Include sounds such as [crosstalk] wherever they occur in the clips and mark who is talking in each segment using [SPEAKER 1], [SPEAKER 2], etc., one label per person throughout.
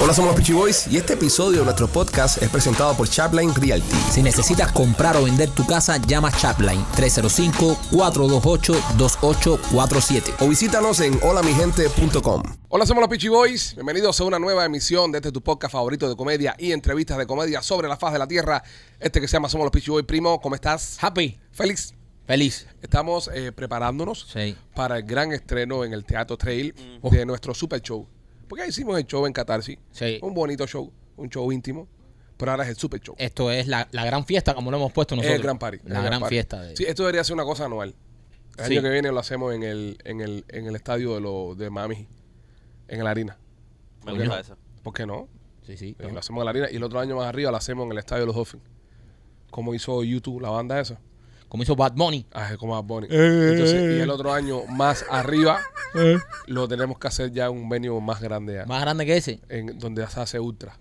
[SPEAKER 1] Hola, somos los Peachy Boys y este episodio de nuestro podcast es presentado por Chapline Realty.
[SPEAKER 2] Si necesitas comprar o vender tu casa, llama Chapline 305-428-2847.
[SPEAKER 1] O visítanos en holamigente.com. Hola, somos los Peachy Boys. Bienvenidos a una nueva emisión de este tu podcast favorito de comedia y entrevistas de comedia sobre la faz de la tierra. Este que se llama Somos los Peachy Boys. Primo, ¿cómo estás?
[SPEAKER 3] Happy,
[SPEAKER 1] Félix,
[SPEAKER 3] feliz.
[SPEAKER 1] estamos eh, preparándonos
[SPEAKER 3] Sí. Mm.
[SPEAKER 1] para el gran estreno en el Teatro Trail de nuestro super show. Porque ya hicimos el show en Catarsis.
[SPEAKER 3] Sí.
[SPEAKER 1] Un bonito show, un show íntimo. Pero ahora es el super show.
[SPEAKER 3] Esto es la, la gran fiesta, como lo hemos
[SPEAKER 1] Es
[SPEAKER 3] puesto nosotros.
[SPEAKER 1] el gran party. el
[SPEAKER 3] La gran
[SPEAKER 1] party.
[SPEAKER 3] fiesta. de-
[SPEAKER 1] Sí, esto debería ser una cosa anual. El
[SPEAKER 3] Sí.
[SPEAKER 1] año que viene lo hacemos en el, en el, en el estadio de, los de Mami, en la harina.
[SPEAKER 4] Me
[SPEAKER 1] ¿Por qué
[SPEAKER 4] gusta
[SPEAKER 1] no?
[SPEAKER 4] eso.
[SPEAKER 1] ¿Por qué no?
[SPEAKER 3] sí, sí.
[SPEAKER 1] Eh, Lo hacemos en la harina y el otro año más arriba lo hacemos en el estadio de los Dolphins. Como hizo YouTube, la banda esa.
[SPEAKER 3] Como hizo Bad Money.
[SPEAKER 1] Ah, es como Bad Bunny.
[SPEAKER 3] Eh.
[SPEAKER 1] Entonces, y el otro año más
[SPEAKER 3] [laughs]
[SPEAKER 1] arriba lo tenemos que hacer ya en un venue más grande ya,
[SPEAKER 3] Más grande que ese.
[SPEAKER 1] en donde se hace ultra,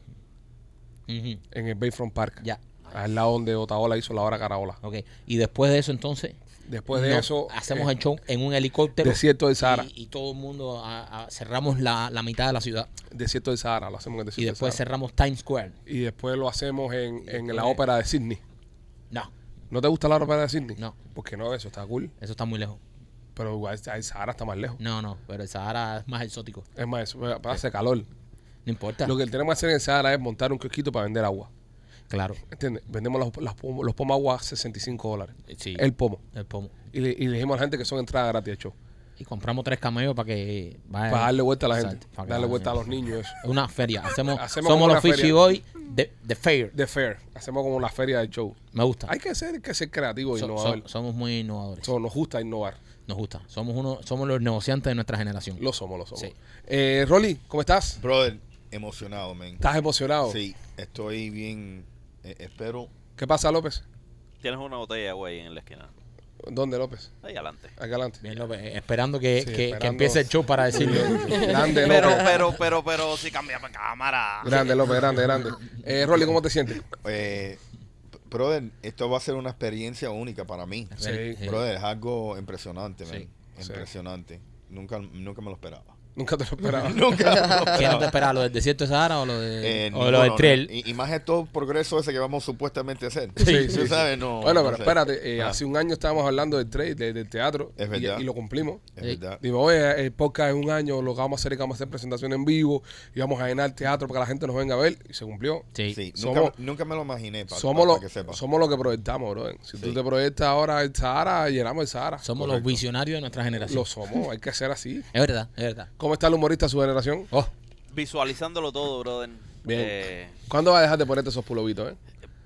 [SPEAKER 3] Ujú,
[SPEAKER 1] en el Bayfront Park.
[SPEAKER 3] Ya.
[SPEAKER 1] Al lado donde Otaola hizo la hora caraola.
[SPEAKER 3] Ok. Y después de eso, entonces.
[SPEAKER 1] Después de
[SPEAKER 3] nos
[SPEAKER 1] eso,
[SPEAKER 3] Hacemos
[SPEAKER 1] eh,
[SPEAKER 3] el show en un helicóptero.
[SPEAKER 1] Desierto del Sahara.
[SPEAKER 3] Y, y todo el mundo. a- a- cerramos la, la mitad de la ciudad.
[SPEAKER 1] Desierto del Sahara, lo hacemos en el Desierto
[SPEAKER 3] Y después
[SPEAKER 1] del Sahara.
[SPEAKER 3] cerramos Times Square.
[SPEAKER 1] Y después lo hacemos en, en la
[SPEAKER 3] después-
[SPEAKER 1] ópera de Sydney.
[SPEAKER 3] No,
[SPEAKER 1] ¿No te gusta la ópera de Sydney?
[SPEAKER 3] No.
[SPEAKER 1] Porque no, eso está cool.
[SPEAKER 3] eso está muy lejos.
[SPEAKER 1] Pero igual el Sahara está más lejos.
[SPEAKER 3] No, no, pero el Sahara es más exótico.
[SPEAKER 1] Es más, eso va- va a hacer calor.
[SPEAKER 3] No importa.
[SPEAKER 1] Lo que tenemos que hacer en el Sahara es montar un kiosquito para vender agua.
[SPEAKER 3] Claro.
[SPEAKER 1] ¿Entiendes? Vendemos los, las pom- los pomos agua a 65 dólares.
[SPEAKER 3] Sí.
[SPEAKER 1] El pomo.
[SPEAKER 3] El pomo.
[SPEAKER 1] Y le, y le dijimos a la gente que son entradas gratis de show.
[SPEAKER 3] Y compramos tres camellos para que. vaya-
[SPEAKER 1] Para darle vuelta a la gente.
[SPEAKER 3] Ah, Exacto, para que
[SPEAKER 1] darle
[SPEAKER 3] la
[SPEAKER 1] vuelta a
[SPEAKER 3] gente-
[SPEAKER 1] los niños. eso.
[SPEAKER 3] Es una feria. Hacemos,
[SPEAKER 1] Hacemos como
[SPEAKER 3] somos
[SPEAKER 1] una
[SPEAKER 3] los Fishy
[SPEAKER 1] feria.
[SPEAKER 3] Boy de, de Fair.
[SPEAKER 1] The Fair. Hacemos como la feria del show.
[SPEAKER 3] Me gusta.
[SPEAKER 1] Hay que ser, hay que ser creativo e
[SPEAKER 3] Ah. So- so-
[SPEAKER 1] innovador.
[SPEAKER 3] somos muy innovadores.
[SPEAKER 1] So, nos gusta innovar.
[SPEAKER 3] Nos gusta. Somos uno, somos los negociantes de nuestra generación.
[SPEAKER 1] Lo somos, lo somos.
[SPEAKER 3] Sí.
[SPEAKER 1] Eh, Rolly, ¿cómo estás?
[SPEAKER 5] Brother, emocionado, men.
[SPEAKER 1] ¿Estás emocionado?
[SPEAKER 5] Sí, estoy bien. eh, espero.
[SPEAKER 1] ¿Qué pasa, López?
[SPEAKER 4] Tienes una botella de agua ahí en la esquina.
[SPEAKER 1] ¿Dónde, López?
[SPEAKER 4] Ahí adelante.
[SPEAKER 1] Acá adelante.
[SPEAKER 3] Bien, López, eh, esperando que,
[SPEAKER 1] Sí,
[SPEAKER 3] que- que
[SPEAKER 1] esperando.
[SPEAKER 3] empiece el show para decirlo.
[SPEAKER 5] [laughs]
[SPEAKER 1] Grande,
[SPEAKER 4] Pero,
[SPEAKER 1] López.
[SPEAKER 4] pero, pero, pero, si cambia para cámara.
[SPEAKER 1] Grande, López, grande, grande. Eh, Rolly, ¿cómo te sientes?
[SPEAKER 5] eh, brother, esto va a ser una experiencia única para mí.
[SPEAKER 1] Sí.
[SPEAKER 3] Sí.
[SPEAKER 5] Brother, es algo impresionante,
[SPEAKER 3] Sí.
[SPEAKER 5] men.
[SPEAKER 1] Sí.
[SPEAKER 5] Impresionante. Nunca, nunca me lo esperaba.
[SPEAKER 1] Nunca te lo esperaba.
[SPEAKER 5] [laughs] Nunca me lo
[SPEAKER 3] ¿Qué no te
[SPEAKER 5] esperaba.
[SPEAKER 3] esperaba? ¿Lo del desierto de Sahara o lo, de,
[SPEAKER 5] Eh,
[SPEAKER 3] o lo
[SPEAKER 5] ninguno,
[SPEAKER 3] del
[SPEAKER 5] no.
[SPEAKER 3] trail?
[SPEAKER 5] Y, y más de todo el progreso ese que vamos supuestamente a hacer.
[SPEAKER 1] Sí,
[SPEAKER 5] [laughs] Tú
[SPEAKER 1] sí, sí.
[SPEAKER 5] sabes, no.
[SPEAKER 1] Bueno,
[SPEAKER 5] no
[SPEAKER 1] pero
[SPEAKER 5] sé.
[SPEAKER 1] espérate, eh,
[SPEAKER 5] Ah,
[SPEAKER 1] hace un año estábamos hablando del trade, de- del teatro,
[SPEAKER 5] Es
[SPEAKER 1] y,
[SPEAKER 5] verdad.
[SPEAKER 1] y lo cumplimos.
[SPEAKER 5] Es verdad.
[SPEAKER 1] Digo, oye, el podcast es un año, lo que vamos a hacer es que vamos a hacer presentación en vivo, y vamos a llenar teatro para que la gente nos venga a ver, y se cumplió.
[SPEAKER 3] Sí.
[SPEAKER 5] Sí,
[SPEAKER 1] Somos-
[SPEAKER 5] nunca, nunca me lo imaginé. pa-
[SPEAKER 1] somos,
[SPEAKER 5] pa-
[SPEAKER 1] lo,
[SPEAKER 5] pa que sepas.
[SPEAKER 1] somos lo que proyectamos, bro. Si tú
[SPEAKER 5] Sí.
[SPEAKER 1] te proyectas ahora el Sahara, llenamos el Sahara.
[SPEAKER 3] Somos los
[SPEAKER 5] correcto.
[SPEAKER 3] visionarios de nuestra generación.
[SPEAKER 1] Lo somos, hay que ser así.
[SPEAKER 3] Es verdad, es verdad.
[SPEAKER 1] ¿Cómo está el humorista de su generación?
[SPEAKER 3] Oh,
[SPEAKER 4] Visualizándolo todo, brother.
[SPEAKER 1] Bien.
[SPEAKER 4] Eh,
[SPEAKER 1] ¿Cuándo vas a dejar de ponerte esos pulovitos, eh?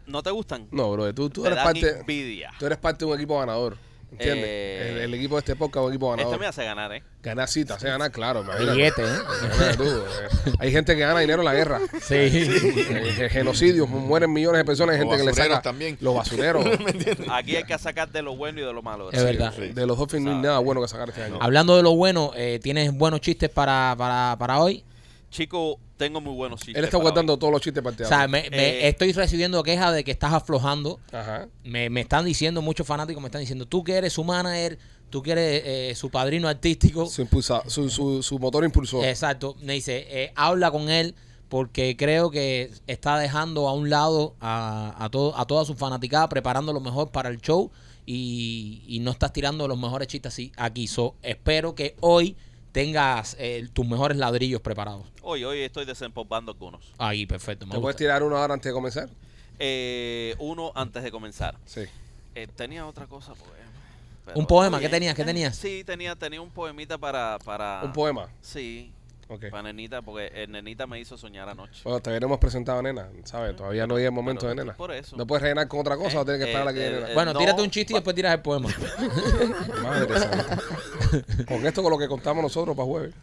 [SPEAKER 4] ¿No te gustan?
[SPEAKER 1] No, bro, tú, tú
[SPEAKER 4] Te
[SPEAKER 1] eres
[SPEAKER 4] dan
[SPEAKER 1] parte.
[SPEAKER 4] envidia.
[SPEAKER 1] Tú eres parte de un equipo ganador. ¿Entiendes?
[SPEAKER 4] Eh.
[SPEAKER 1] el, el equipo de este podcast es un equipo
[SPEAKER 4] Este
[SPEAKER 1] ganador.
[SPEAKER 4] me hace ganar,
[SPEAKER 1] [laughs]
[SPEAKER 4] ¿eh?
[SPEAKER 1] Ganar citas, hace ganar, claro, imagínate.
[SPEAKER 3] billete, ¿eh?
[SPEAKER 1] Imagínate tú, eh. Hay gente que gana dinero en la guerra.
[SPEAKER 3] Sí.
[SPEAKER 1] Eh, Genocidios, mueren millones de personas, hay
[SPEAKER 5] Los
[SPEAKER 1] gente que le
[SPEAKER 5] basureros
[SPEAKER 1] saca
[SPEAKER 5] también.
[SPEAKER 1] los
[SPEAKER 5] [laughs]
[SPEAKER 1] basureros.
[SPEAKER 4] Aquí hay que sacar de lo bueno y de lo malo.
[SPEAKER 3] Es verdad.
[SPEAKER 5] Sí.
[SPEAKER 1] de los Dolphins no hay nada bueno que sacar este año.
[SPEAKER 3] [laughs] Hablando de lo bueno, eh, ¿tienes buenos chistes para, para, para hoy?
[SPEAKER 4] Chico, tengo muy buenos chistes.
[SPEAKER 1] Él está
[SPEAKER 4] para
[SPEAKER 1] guardando todos los chistes
[SPEAKER 3] O
[SPEAKER 1] partidos.
[SPEAKER 3] sea, me-
[SPEAKER 4] Eh.
[SPEAKER 3] me- estoy recibiendo quejas de que estás aflojando.
[SPEAKER 1] Ajá.
[SPEAKER 3] me, me están diciendo, muchos fanáticos me están diciendo, tú que eres su manager, tú que eres eh, su padrino artístico.
[SPEAKER 1] Su, impulsa, su, su, su motor impulsor.
[SPEAKER 3] Exacto. Me dice, eh, habla con él porque creo que está dejando a un lado a, a, todo, a toda su fanaticada, preparando lo mejor para el show y, y no estás tirando los mejores chistes así aquí. So, espero que hoy tengas eh, tus mejores ladrillos preparados.
[SPEAKER 4] hoy. Hoy, hoy estoy desempolvando algunos.
[SPEAKER 3] Ahí, perfecto. me
[SPEAKER 1] ¿Te puedes
[SPEAKER 3] gusta.
[SPEAKER 1] tirar una hora antes de comenzar?
[SPEAKER 4] Eh, uno antes de comenzar.
[SPEAKER 1] Sí.
[SPEAKER 4] Eh, tenía otra cosa, pues. poema.
[SPEAKER 3] Un poema, ¿qué tenías? ¿Qué tenías?
[SPEAKER 4] Eh, Sí, tenía, tenía un poemita para, para...
[SPEAKER 1] Un poema.
[SPEAKER 4] Sí,
[SPEAKER 1] Ok.
[SPEAKER 4] para Nenita, porque eh, Nenita me hizo soñar anoche.
[SPEAKER 1] Bueno, todavía no hemos presentado a Nena, ¿sabes? Todavía no hay el momento
[SPEAKER 4] Pero
[SPEAKER 1] de Nena.
[SPEAKER 4] por eso.
[SPEAKER 1] No puedes rellenar con otra cosa,
[SPEAKER 4] Eh,
[SPEAKER 1] o tienes que
[SPEAKER 4] eh,
[SPEAKER 1] esperar a la que viene
[SPEAKER 4] eh,
[SPEAKER 1] Nena.
[SPEAKER 4] eh,
[SPEAKER 3] Bueno,
[SPEAKER 4] no,
[SPEAKER 3] tírate un chiste y después tiras el poema.
[SPEAKER 1] Madre santa. Con esto con lo que contamos nosotros para jueves.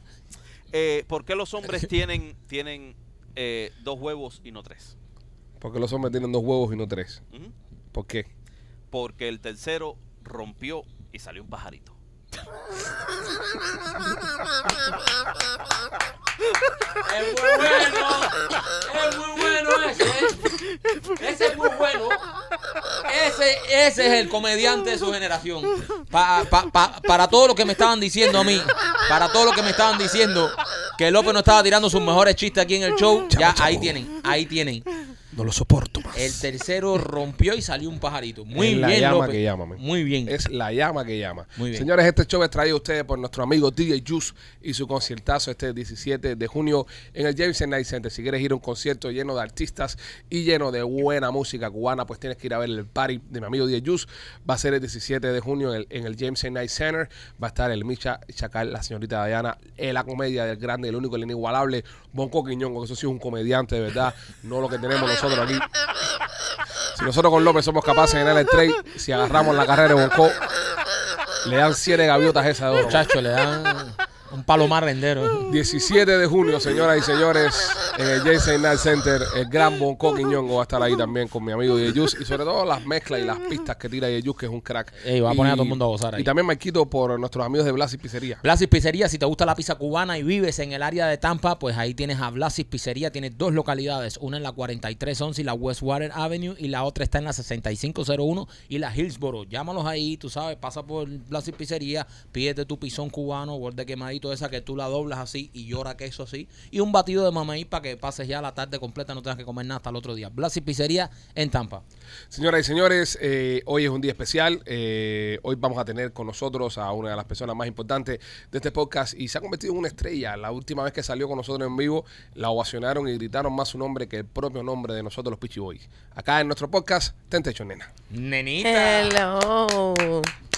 [SPEAKER 4] Eh, ¿Por qué los hombres tienen, tienen eh, dos huevos y no tres?
[SPEAKER 1] Porque los hombres tienen dos huevos y no tres.
[SPEAKER 4] Ujú.
[SPEAKER 1] ¿Por qué?
[SPEAKER 4] Porque el tercero rompió y salió un pajarito.
[SPEAKER 3] Es muy bueno. Es muy bueno ese. Ese es muy bueno. Ese, ese es el comediante de su generación. Pa- pa- pa- para todo lo que me estaban diciendo a mí. Para todo lo que me estaban diciendo. que López no estaba tirando sus mejores chistes aquí en el show.
[SPEAKER 1] Chamo,
[SPEAKER 3] ya
[SPEAKER 1] chamo.
[SPEAKER 3] ahí tienen, ahí tienen.
[SPEAKER 1] No lo soporto más.
[SPEAKER 3] El tercero rompió y salió un pajarito. Muy
[SPEAKER 1] Es
[SPEAKER 3] bien,
[SPEAKER 1] la llama
[SPEAKER 3] López.
[SPEAKER 1] que llama, man.
[SPEAKER 3] Muy bien.
[SPEAKER 1] Es la llama que llama.
[SPEAKER 3] Muy bien.
[SPEAKER 1] Señores, este show es traído a ustedes por nuestro amigo DJ Juice y su conciertazo este 17 de junio en el Jameson Night Center. Si quieres ir a un concierto lleno de artistas y lleno de buena música cubana, pues tienes que ir a ver el party de mi amigo DJ Juice. Va a ser el 17 de junio en el, en el Jameson Night Center. Va a estar el Micha Chacal, la señorita Diana, eh, la comedia del grande, el único, el inigualable, Bonco Quiñongo, que eso sí es un comediante de verdad, no lo que tenemos nosotros aquí. Si nosotros con López somos capaces de ganar el trade, si agarramos la carrera de Bonco, le dan siete gaviotas esas de oro.
[SPEAKER 3] Muchachos, le dan un palomar rendero. ¿eh?
[SPEAKER 1] 17 de junio, señoras y señores, en el Jason Night Center, el gran Bonco Quiñongo va a estar ahí también con mi amigo Yeyus y sobre todo las mezclas y las pistas que tira Yeyus, que es un crack.
[SPEAKER 3] Ey, va a poner a todo el mundo a gozar ahí.
[SPEAKER 1] Y también me quito por nuestros amigos de Blasi Pizzería.
[SPEAKER 3] Blasis Pizzería, si te gusta la pizza cubana y vives en el área de Tampa, pues ahí tienes a Blasis Pizzería. Tienes dos localidades, una en la 4311 y la Westwater Avenue y la otra está en la 6501 y la Hillsboro. Llámalos ahí, tú sabes, pasa por Blasis Pizzería, pídete tu pisón cubano, borde quemadito esa que tú la doblas así y llora queso así. Y un batido de mamey para que pases ya la tarde completa, no tengas que comer nada hasta el otro día. Blasis Pizzería en Tampa.
[SPEAKER 1] Señoras y señores, eh, hoy es un día especial. Eh, hoy vamos a tener con nosotros a una de las personas más importantes de este podcast y se ha convertido en una estrella. La última vez que salió con nosotros en vivo, la ovacionaron y gritaron más su nombre que el propio nombre de nosotros los Pichi Boys. Acá en nuestro podcast, Tentecho Nena.
[SPEAKER 6] Eh,
[SPEAKER 3] Nenita.
[SPEAKER 6] Hello.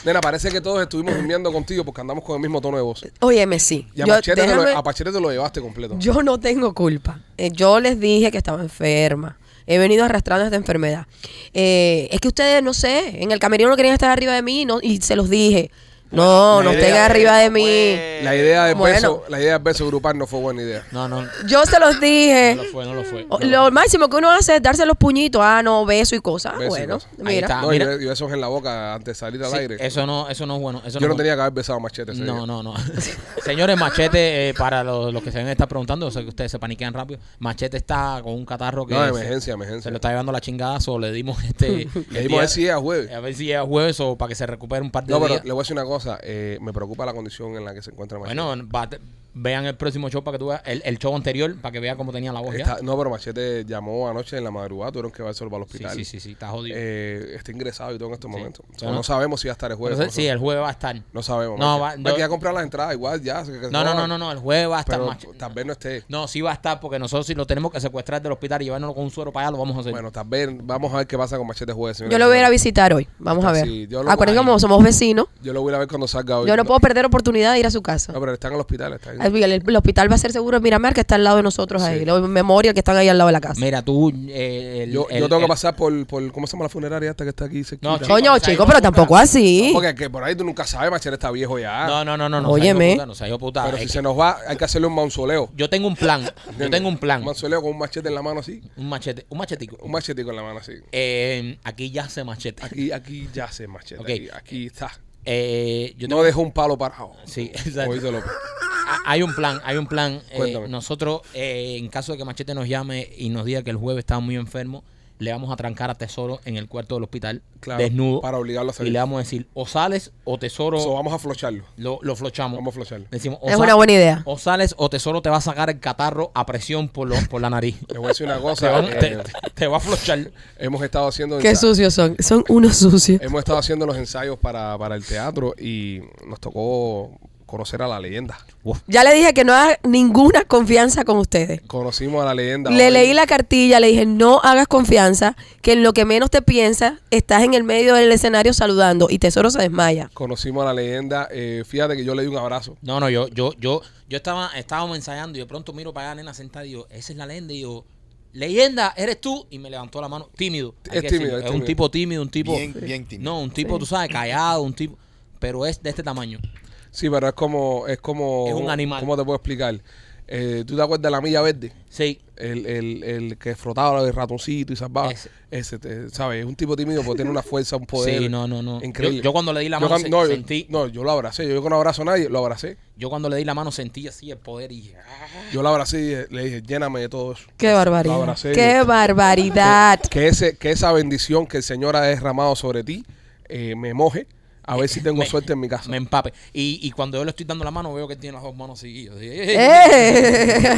[SPEAKER 1] Nena, parece que todos estuvimos durmiendo contigo porque andamos con el mismo tono de voz.
[SPEAKER 6] Óyeme, sí.
[SPEAKER 1] Y a,
[SPEAKER 6] Yo,
[SPEAKER 1] Machete, te lo,
[SPEAKER 6] déjame-
[SPEAKER 1] a Machete te lo llevaste completo.
[SPEAKER 6] yo no tengo culpa. Eh, yo les dije que estaba enferma. He venido arrastrando esta enfermedad. Eh, es que ustedes, no sé, en el camerino no querían estar arriba de mí no, y se los dije. No, no
[SPEAKER 1] la
[SPEAKER 6] estén
[SPEAKER 1] idea
[SPEAKER 6] arriba de mí.
[SPEAKER 1] la idea del
[SPEAKER 6] bueno.
[SPEAKER 1] beso, la idea del beso grupal no fue buena idea.
[SPEAKER 3] No, no, no
[SPEAKER 6] Yo se los dije.
[SPEAKER 3] lo fue, no lo fue.
[SPEAKER 6] O- oh, Lo máximo que uno hace es darse los puñitos. Ah, no, beso y cosas. Ah,
[SPEAKER 1] Beso y
[SPEAKER 6] bueno,
[SPEAKER 1] cosas.
[SPEAKER 3] Ahí
[SPEAKER 6] mira.
[SPEAKER 3] está. Ah,
[SPEAKER 1] no, y
[SPEAKER 3] mira.
[SPEAKER 1] be- y besos en la boca antes de salir al
[SPEAKER 3] Sí,
[SPEAKER 1] aire.
[SPEAKER 3] eso no, eso no es bueno. Eso
[SPEAKER 1] yo no
[SPEAKER 3] es bueno.
[SPEAKER 1] tenía que haber besado a Machete ese día.
[SPEAKER 3] No, no, [laughs] no. Señores, Machete, eh, para los, los que se ven estar preguntando, yo sé que ustedes se paniquean rápido. Machete está con un catarro que
[SPEAKER 1] No,
[SPEAKER 3] se-
[SPEAKER 1] emergencia, emergencia.
[SPEAKER 3] se lo está llevando la chingada, o le dimos [laughs] este. el
[SPEAKER 1] Le dimos
[SPEAKER 3] día-
[SPEAKER 1] a
[SPEAKER 3] eh,
[SPEAKER 1] ver si llega jueves.
[SPEAKER 3] A ver si llega jueves o para que se recupere un par de
[SPEAKER 1] No, pero
[SPEAKER 3] días.
[SPEAKER 1] le voy a decir una cosa. eh, me preocupa la condición en la que se encuentra Machete.
[SPEAKER 3] Bueno, va- te- vean el próximo show para que tú veas, el, el show anterior, para que veas cómo tenía la voz
[SPEAKER 1] Está-
[SPEAKER 3] ya.
[SPEAKER 1] no, pero Machete llamó anoche en la madrugada. Tuvieron que llevarse para el
[SPEAKER 3] Sí,
[SPEAKER 1] hospital.
[SPEAKER 3] sí, sí, sí, está jodido.
[SPEAKER 1] Eh, está ingresado y todo en estos momentos. O sea,
[SPEAKER 3] Ah.
[SPEAKER 1] no sabemos si va a estar el jueves.
[SPEAKER 3] Entonces, sí,
[SPEAKER 1] no,
[SPEAKER 3] el jueves va a estar.
[SPEAKER 1] no sabemos.
[SPEAKER 3] No,
[SPEAKER 1] Machete.
[SPEAKER 3] va-
[SPEAKER 1] Hay que ir a
[SPEAKER 3] no-
[SPEAKER 1] comprar las entradas igual ya. que- que
[SPEAKER 3] No, no,
[SPEAKER 1] jodan.
[SPEAKER 3] no, no, no, el jueves va a estar
[SPEAKER 1] Pero
[SPEAKER 3] Machete.
[SPEAKER 1] tal vez no esté.
[SPEAKER 3] No, sí va a estar porque nosotros si lo tenemos que secuestrar del hospital y llevárnoslo con un suero para allá, lo vamos a hacer.
[SPEAKER 1] Bueno, tal vez vamos a ver qué pasa con Machete jueves. señores.
[SPEAKER 6] Yo lo voy a ir a visitar hoy. Vamos a ver.
[SPEAKER 1] Sí, yo lo-
[SPEAKER 6] Acuérdense
[SPEAKER 1] ahí.
[SPEAKER 6] como somos vecinos.
[SPEAKER 1] Yo lo voy a ir a ver cuando salga hoy.
[SPEAKER 6] Yo no puedo perder oportunidad de ir a su casa.
[SPEAKER 1] No, pero está en el hospital. Está ahí.
[SPEAKER 6] Ay, Miguel, El, el hospital va a ser seguro en Miramar, que está al lado de nosotros
[SPEAKER 1] Sí.
[SPEAKER 6] ahí. Los memorias que están ahí al lado de la casa.
[SPEAKER 3] Mira, tú. eh, el-
[SPEAKER 1] yo, yo
[SPEAKER 3] el-
[SPEAKER 1] tengo que
[SPEAKER 3] el-
[SPEAKER 1] pasar por, por. ¿Cómo se llama la funeraria esta que está aquí? cerquita?
[SPEAKER 3] chico,
[SPEAKER 6] Coño,
[SPEAKER 3] o sea,
[SPEAKER 6] chico,
[SPEAKER 3] yo-
[SPEAKER 6] pero tampoco así.
[SPEAKER 1] Porque que por ahí tú nunca sabes. Machete está viejo ya.
[SPEAKER 3] No, no, no, no. no
[SPEAKER 6] Óyeme.
[SPEAKER 3] No, seas hijo de puta.
[SPEAKER 1] Ah. Pero
[SPEAKER 3] Es
[SPEAKER 1] si
[SPEAKER 3] que
[SPEAKER 1] se nos va, hay que hacerle un mausoleo.
[SPEAKER 3] Yo tengo un plan. Yo tengo un plan.
[SPEAKER 1] Un mausoleo con un machete en la mano así.
[SPEAKER 3] Un machete. Un machetico.
[SPEAKER 1] Un machetico en la mano así.
[SPEAKER 3] Eh, aquí ya se machete.
[SPEAKER 1] Aquí, aquí ya se machete.
[SPEAKER 3] Ok.
[SPEAKER 1] Aquí, aquí está.
[SPEAKER 3] Eh, yo tengo-
[SPEAKER 1] No dejó un palo parado.
[SPEAKER 3] Sí,
[SPEAKER 1] Como
[SPEAKER 3] exacto.
[SPEAKER 1] dice
[SPEAKER 3] [laughs]
[SPEAKER 1] López.
[SPEAKER 3] Ah, Hay un plan, hay un plan. Eh,
[SPEAKER 1] Cuéntame.
[SPEAKER 3] nosotros, eh, en caso de que Machete nos llame y nos diga que el jueves está muy enfermo, le vamos a trancar a Tesoro en el cuarto del hospital,
[SPEAKER 1] Claro,
[SPEAKER 3] desnudo.
[SPEAKER 1] para obligarlo a salir.
[SPEAKER 3] Y le vamos a decir, o sales o Tesoro
[SPEAKER 1] So, vamos a flocharlo.
[SPEAKER 3] lo, lo flochamos.
[SPEAKER 1] Vamos a flocharlo.
[SPEAKER 3] Le decimos, o
[SPEAKER 6] es
[SPEAKER 3] sal-
[SPEAKER 6] una buena idea.
[SPEAKER 3] O sales o Tesoro te va a sacar el catarro a presión por, lo- por la nariz.
[SPEAKER 1] Les voy a decir
[SPEAKER 3] [laughs]
[SPEAKER 1] una
[SPEAKER 3] Te,
[SPEAKER 1] cosa.
[SPEAKER 3] vamos- te-
[SPEAKER 1] eh,
[SPEAKER 3] te- te va a flochar.
[SPEAKER 1] hemos estado haciendo.
[SPEAKER 6] Qué
[SPEAKER 1] ensa-
[SPEAKER 6] sucios son. Son unos sucios.
[SPEAKER 1] Hemos estado haciendo los ensayos para, para el teatro y nos tocó conocer a la leyenda.
[SPEAKER 6] Ya le dije que no haga ninguna confianza con ustedes.
[SPEAKER 1] Conocimos a la leyenda.
[SPEAKER 6] Le
[SPEAKER 1] hoy.
[SPEAKER 6] leí la cartilla, le dije, no hagas confianza, que en lo que menos te piensas, estás en el medio del escenario saludando y Tesoro se desmaya.
[SPEAKER 1] Conocimos a la leyenda. eh, fíjate que yo le di un abrazo.
[SPEAKER 3] No, no, yo, yo, yo, yo estaba, estábamos ensayando y de pronto miro para allá, nena sentada y digo, esa es la leyenda. Y yo, leyenda, eres tú. Y me levantó la mano, tímido. hay
[SPEAKER 1] Es
[SPEAKER 3] que
[SPEAKER 1] tímido,
[SPEAKER 3] decirlo.
[SPEAKER 1] es
[SPEAKER 3] un
[SPEAKER 1] tímido.
[SPEAKER 3] tipo tímido, un tipo.
[SPEAKER 5] Bien, bien tímido.
[SPEAKER 3] No, un tipo, tú sabes, callado, un tipo. Pero es de este tamaño.
[SPEAKER 1] Sí, pero es como. Es como.
[SPEAKER 3] Es un animal.
[SPEAKER 1] ¿Cómo te puedo explicar? Eh, ¿Tú te acuerdas de la milla verde?
[SPEAKER 3] Sí.
[SPEAKER 1] El, el, el que frotaba el ratoncito y salvaba.
[SPEAKER 3] Ese.
[SPEAKER 1] Ese, te- ¿sabes? Es un tipo tímido porque tiene una fuerza, un poder.
[SPEAKER 3] Sí, no, no, no.
[SPEAKER 1] Increíble.
[SPEAKER 3] Yo- yo cuando le di la mano se-
[SPEAKER 1] cuando- no, yo-
[SPEAKER 3] sentí-
[SPEAKER 1] no, yo lo abracé. Yo que no abrazo a nadie, lo abracé.
[SPEAKER 3] Yo cuando le di la mano sentí así el poder y dije, "Ah".
[SPEAKER 1] Yo lo abracé y dije- le dije, lléname de todo eso.
[SPEAKER 6] Qué
[SPEAKER 1] Lo
[SPEAKER 6] barbaridad.
[SPEAKER 1] abracé y
[SPEAKER 6] Qué
[SPEAKER 1] le-
[SPEAKER 6] barbaridad.
[SPEAKER 1] [laughs] que, ese, que esa bendición que el Señor ha derramado sobre ti eh, me moje A ver si tengo
[SPEAKER 3] me-
[SPEAKER 1] suerte en mi casa.
[SPEAKER 3] me empape. Y, y cuando yo le estoy dando la mano, veo que él tiene las dos manos seguidas. Así, ¡eh!
[SPEAKER 6] ¡Eh!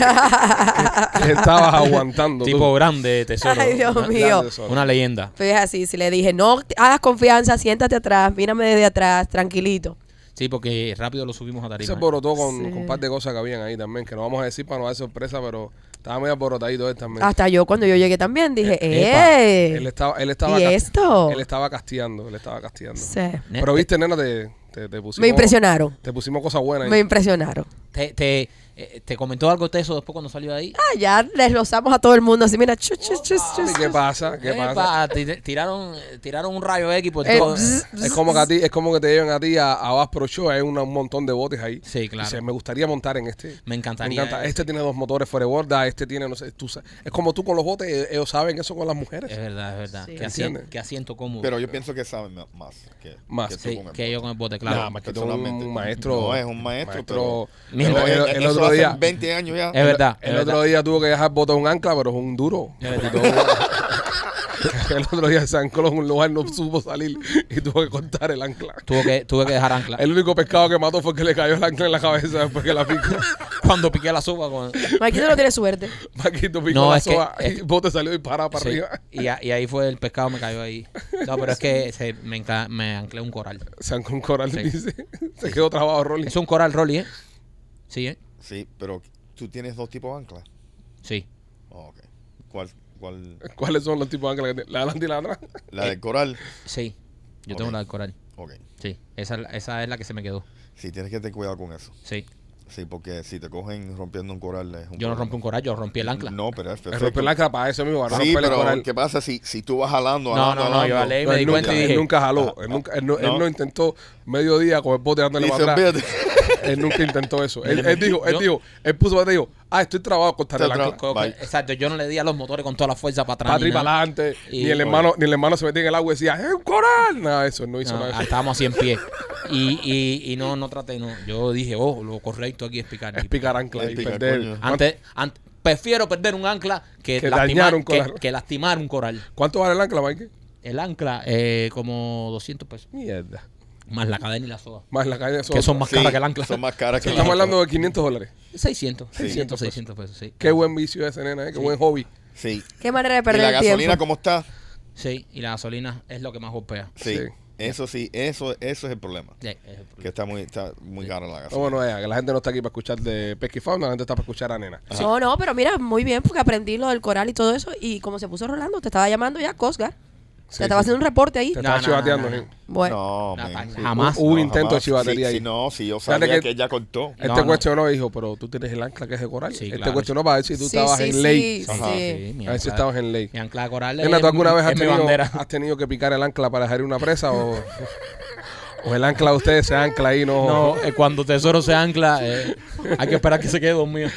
[SPEAKER 1] Que [laughs] Estabas aguantando. tú.
[SPEAKER 3] Tipo grande, tesoro.
[SPEAKER 6] Ay, Dios
[SPEAKER 3] Una-
[SPEAKER 6] mío.
[SPEAKER 3] Una leyenda.
[SPEAKER 6] Pero es así, si le dije, no te- hagas confianza, siéntate atrás, mírame desde atrás, tranquilito.
[SPEAKER 3] Sí, porque rápido lo subimos a
[SPEAKER 1] Se
[SPEAKER 3] tarima.
[SPEAKER 1] alborotó con,
[SPEAKER 6] Sí.
[SPEAKER 1] con un par de cosas que habían ahí también, que no vamos a decir para no dar sorpresa, pero estaba muy alborotadito él también.
[SPEAKER 6] Hasta yo cuando yo llegué también dije,
[SPEAKER 3] Epa,
[SPEAKER 6] ¡eh!
[SPEAKER 1] él estaba, él estaba
[SPEAKER 6] ¿Y
[SPEAKER 1] cas-
[SPEAKER 6] esto?
[SPEAKER 1] Él estaba casteando, él estaba casteando.
[SPEAKER 6] Sí.
[SPEAKER 3] Ne-
[SPEAKER 1] Pero viste, nena, te, te, te pusimos.
[SPEAKER 6] Me impresionaron,
[SPEAKER 1] Te pusimos cosas buenas. ahí.
[SPEAKER 6] me impresionaron.
[SPEAKER 3] Te, te, eh, te comentó algo de eso después cuando salió de ahí.
[SPEAKER 6] Ah, ya desglosamos a todo el mundo así, mira, chus, chus, chus, chus,
[SPEAKER 1] ¿Y ¿Qué
[SPEAKER 6] chus.
[SPEAKER 1] pasa? ¿Qué
[SPEAKER 3] Epa,
[SPEAKER 1] pasa?
[SPEAKER 3] ti- tiraron, tiraron un rayo X por
[SPEAKER 6] Eh,
[SPEAKER 3] todo.
[SPEAKER 6] bzz.
[SPEAKER 1] Es como que a ti, es como que te llevan a ti a, a Bass Pro Show, hay una- un montón de botes ahí.
[SPEAKER 3] Sí, claro.
[SPEAKER 1] Dice, me gustaría montar en este.
[SPEAKER 3] Me encantaría
[SPEAKER 1] encanta.
[SPEAKER 3] ese.
[SPEAKER 1] Este tiene dos motores fuera de borda, este tiene, no sé, tú sa- es como tú con los botes, eh, ellos saben eso con las mujeres.
[SPEAKER 3] Es verdad, es verdad.
[SPEAKER 6] Sí.
[SPEAKER 3] Que, asiento,
[SPEAKER 1] ¿Entiendes?
[SPEAKER 3] que asiento cómodo.
[SPEAKER 5] Pero yo pienso que saben ma- más que,
[SPEAKER 1] Más.
[SPEAKER 5] que tú
[SPEAKER 3] Sí,
[SPEAKER 5] con el
[SPEAKER 3] que yo con el bote,
[SPEAKER 5] Nah, [laughs]
[SPEAKER 3] claro.
[SPEAKER 5] más que
[SPEAKER 1] Esto es un
[SPEAKER 5] solamente.
[SPEAKER 1] maestro-
[SPEAKER 5] No, es un maestro.
[SPEAKER 1] maestro-
[SPEAKER 5] pero-
[SPEAKER 3] Mira,
[SPEAKER 5] pero
[SPEAKER 1] el-
[SPEAKER 5] eh,
[SPEAKER 1] el
[SPEAKER 5] eso
[SPEAKER 1] otro
[SPEAKER 5] hace
[SPEAKER 1] día- Eh,
[SPEAKER 5] 20 años ya.
[SPEAKER 3] es verdad. es
[SPEAKER 1] El otro
[SPEAKER 3] verdad.
[SPEAKER 1] día tuvo que dejar botar un ancla, pero es un duro. [laughs]
[SPEAKER 3] Es verdad.
[SPEAKER 1] El otro día San Colón, un lugar, no supo salir y tuvo que cortar el ancla.
[SPEAKER 3] Tuve que, tuve que dejar ancla.
[SPEAKER 1] El único pescado que mató fue el que le cayó el ancla en la cabeza después que la
[SPEAKER 3] [laughs]
[SPEAKER 1] picó.
[SPEAKER 3] [laughs] Cuando piqué la sopa con.
[SPEAKER 6] Maquito no tiene suerte.
[SPEAKER 1] Maquito picó
[SPEAKER 3] No,
[SPEAKER 1] la
[SPEAKER 3] es que-
[SPEAKER 1] soga
[SPEAKER 3] es
[SPEAKER 1] y
[SPEAKER 3] que-
[SPEAKER 1] el bote salió disparado para
[SPEAKER 3] Sí.
[SPEAKER 1] arriba.
[SPEAKER 3] Y, a- y ahí fue el pescado, me cayó ahí. No, pero es que se- me, enca- me anclé un coral.
[SPEAKER 1] San Colón Coral
[SPEAKER 3] Sí.
[SPEAKER 1] dice, se quedó trabado Rolly.
[SPEAKER 3] Es un coral Rolly, ¿eh? Sí, ¿eh?
[SPEAKER 5] Sí, pero tú tienes dos tipos de anclas.
[SPEAKER 3] Sí.
[SPEAKER 5] Oh, ok. ¿Cuál? cuál
[SPEAKER 1] ¿Cuáles son los tipos de ancla que tiene? ¿La delante y la atrás?
[SPEAKER 5] la del coral.
[SPEAKER 3] Sí. Yo
[SPEAKER 5] Ok.
[SPEAKER 3] tengo la del coral.
[SPEAKER 5] Ok.
[SPEAKER 3] Sí. Esa, es la- esa es la que se me quedó.
[SPEAKER 5] Sí, tienes que tener cuidado con eso.
[SPEAKER 3] Sí.
[SPEAKER 5] Sí, porque si te cogen rompiendo un coral
[SPEAKER 3] Yo
[SPEAKER 5] es un
[SPEAKER 3] no
[SPEAKER 5] problema.
[SPEAKER 3] rompo un coral, yo rompí el ancla.
[SPEAKER 5] No, pero es
[SPEAKER 1] El
[SPEAKER 5] perfecto.
[SPEAKER 1] romper la ancla para eso mismo, para
[SPEAKER 5] Sí,
[SPEAKER 1] romper el
[SPEAKER 5] pero
[SPEAKER 1] coral.
[SPEAKER 5] ¿qué pasa si, si tú vas jalando,
[SPEAKER 3] No,
[SPEAKER 5] jalando,
[SPEAKER 3] no, no, yo
[SPEAKER 5] jalando?
[SPEAKER 3] jalé. Ahí me
[SPEAKER 1] No,
[SPEAKER 3] di
[SPEAKER 1] él, nunca,
[SPEAKER 3] cuenta y
[SPEAKER 1] él
[SPEAKER 3] dije- "Ah,
[SPEAKER 1] nunca jaló, él nunca, él no, él
[SPEAKER 5] No.
[SPEAKER 1] no intentó medio día con el bote dándole
[SPEAKER 5] Dice,
[SPEAKER 1] para atrás.
[SPEAKER 5] "Olvídate".
[SPEAKER 1] Él nunca intentó eso. Él, él dijo, él
[SPEAKER 3] Yo-
[SPEAKER 1] dijo, él puso para atrás y dijo, ah, estoy trabado con el
[SPEAKER 5] Está
[SPEAKER 1] ancla.
[SPEAKER 5] trabado.
[SPEAKER 3] Creo que-
[SPEAKER 5] Bye.
[SPEAKER 3] exacto, yo no le di a los motores con toda la fuerza para atrás.
[SPEAKER 1] Patri
[SPEAKER 3] ni
[SPEAKER 1] para
[SPEAKER 3] nada. Ah,
[SPEAKER 1] adelante,
[SPEAKER 3] Y-
[SPEAKER 1] ni el hermano, ni el hermano se metía en el agua y decía, ¡es un coral! Nada de eso, él no hizo
[SPEAKER 3] No,
[SPEAKER 1] nada de eso.
[SPEAKER 3] estábamos así
[SPEAKER 1] [laughs]
[SPEAKER 3] en pie. Y, y, y no, no traté, no. Yo dije, oh, lo correcto aquí es
[SPEAKER 1] [laughs]
[SPEAKER 3] picar.
[SPEAKER 1] Es picar ancla
[SPEAKER 5] Es
[SPEAKER 1] y
[SPEAKER 5] picar,
[SPEAKER 1] perder.
[SPEAKER 5] coño.
[SPEAKER 1] ¿Cuánto,
[SPEAKER 3] Antes, an- prefiero perder un ancla que,
[SPEAKER 1] Que
[SPEAKER 3] lastimar,
[SPEAKER 1] dañar un
[SPEAKER 3] que-
[SPEAKER 1] coral.
[SPEAKER 3] que lastimar un coral.
[SPEAKER 1] cuánto vale el ancla, Mike?
[SPEAKER 3] El ancla, eh, como 200 pesos.
[SPEAKER 1] Mierda.
[SPEAKER 3] Más la cadena y la soda.
[SPEAKER 1] Más la cadena
[SPEAKER 3] que son más
[SPEAKER 5] Sí,
[SPEAKER 3] caras que el ancla.
[SPEAKER 5] Son más caras que el
[SPEAKER 1] Estamos
[SPEAKER 5] ancla.
[SPEAKER 1] hablando de 500 dólares.
[SPEAKER 3] 600.
[SPEAKER 1] 600 pesos.
[SPEAKER 3] 600, 600 pesos, sí.
[SPEAKER 1] Qué buen vicio ese, nena, ¿eh? qué buen hobby.
[SPEAKER 5] Sí.
[SPEAKER 6] Qué manera de
[SPEAKER 5] ¿Y la
[SPEAKER 6] perder el
[SPEAKER 5] gasolina
[SPEAKER 6] tiempo.
[SPEAKER 5] cómo está?
[SPEAKER 3] Sí, y la gasolina es lo que más golpea.
[SPEAKER 5] Sí.
[SPEAKER 1] Sí.
[SPEAKER 5] Eso sí, eso, eso es el problema.
[SPEAKER 3] Sí, es el problema.
[SPEAKER 5] Que está muy, está muy cara la
[SPEAKER 1] No,
[SPEAKER 5] gasolina.
[SPEAKER 1] bueno, eh, que la gente no está aquí para escuchar de Pesky Fauna, la gente está para escuchar a nena.
[SPEAKER 6] No, no, pero mira, muy bien, porque aprendí lo del coral y todo eso. Y como se puso Rolando, te estaba llamando ya, Cosgar. te
[SPEAKER 1] Sí,
[SPEAKER 6] estaba
[SPEAKER 1] sí.
[SPEAKER 6] haciendo un reporte ahí.
[SPEAKER 1] Te estaba
[SPEAKER 3] No, no,
[SPEAKER 1] chivateando.
[SPEAKER 3] no, no,
[SPEAKER 1] ¿sí?
[SPEAKER 3] no.
[SPEAKER 6] Bueno.
[SPEAKER 3] No,
[SPEAKER 5] No, man.
[SPEAKER 3] pa-
[SPEAKER 5] Sí.
[SPEAKER 3] jamás.
[SPEAKER 1] Hubo un intento de
[SPEAKER 5] Sí,
[SPEAKER 1] chivatería
[SPEAKER 5] sí,
[SPEAKER 1] ahí.
[SPEAKER 5] no, si yo
[SPEAKER 1] Fíjate
[SPEAKER 5] sabía
[SPEAKER 1] que-
[SPEAKER 5] que ella cortó.
[SPEAKER 1] Él
[SPEAKER 3] No,
[SPEAKER 1] te
[SPEAKER 3] no.
[SPEAKER 1] cuestionó y dijo, pero tú tienes el ancla que es de coral.
[SPEAKER 3] Sí,
[SPEAKER 1] Él
[SPEAKER 3] claro.
[SPEAKER 1] te cuestionó para ver si tú
[SPEAKER 6] Sí,
[SPEAKER 1] estabas
[SPEAKER 6] sí,
[SPEAKER 1] en
[SPEAKER 6] sí,
[SPEAKER 1] ley.
[SPEAKER 5] Ajá.
[SPEAKER 6] sí.
[SPEAKER 3] Ah, mi
[SPEAKER 1] A ver si
[SPEAKER 3] ancla-
[SPEAKER 1] estabas en ley.
[SPEAKER 3] Mi ancla coral es,
[SPEAKER 1] Nena, ¿tú alguna vez has
[SPEAKER 3] es mi
[SPEAKER 1] tenido,
[SPEAKER 3] bandera.
[SPEAKER 1] has tenido que picar el ancla para dejar una presa o, o el ancla de ustedes se ancla ahí? No,
[SPEAKER 3] No, eh, cuando Tesoro se ancla, eh, hay que esperar que se quede dormido.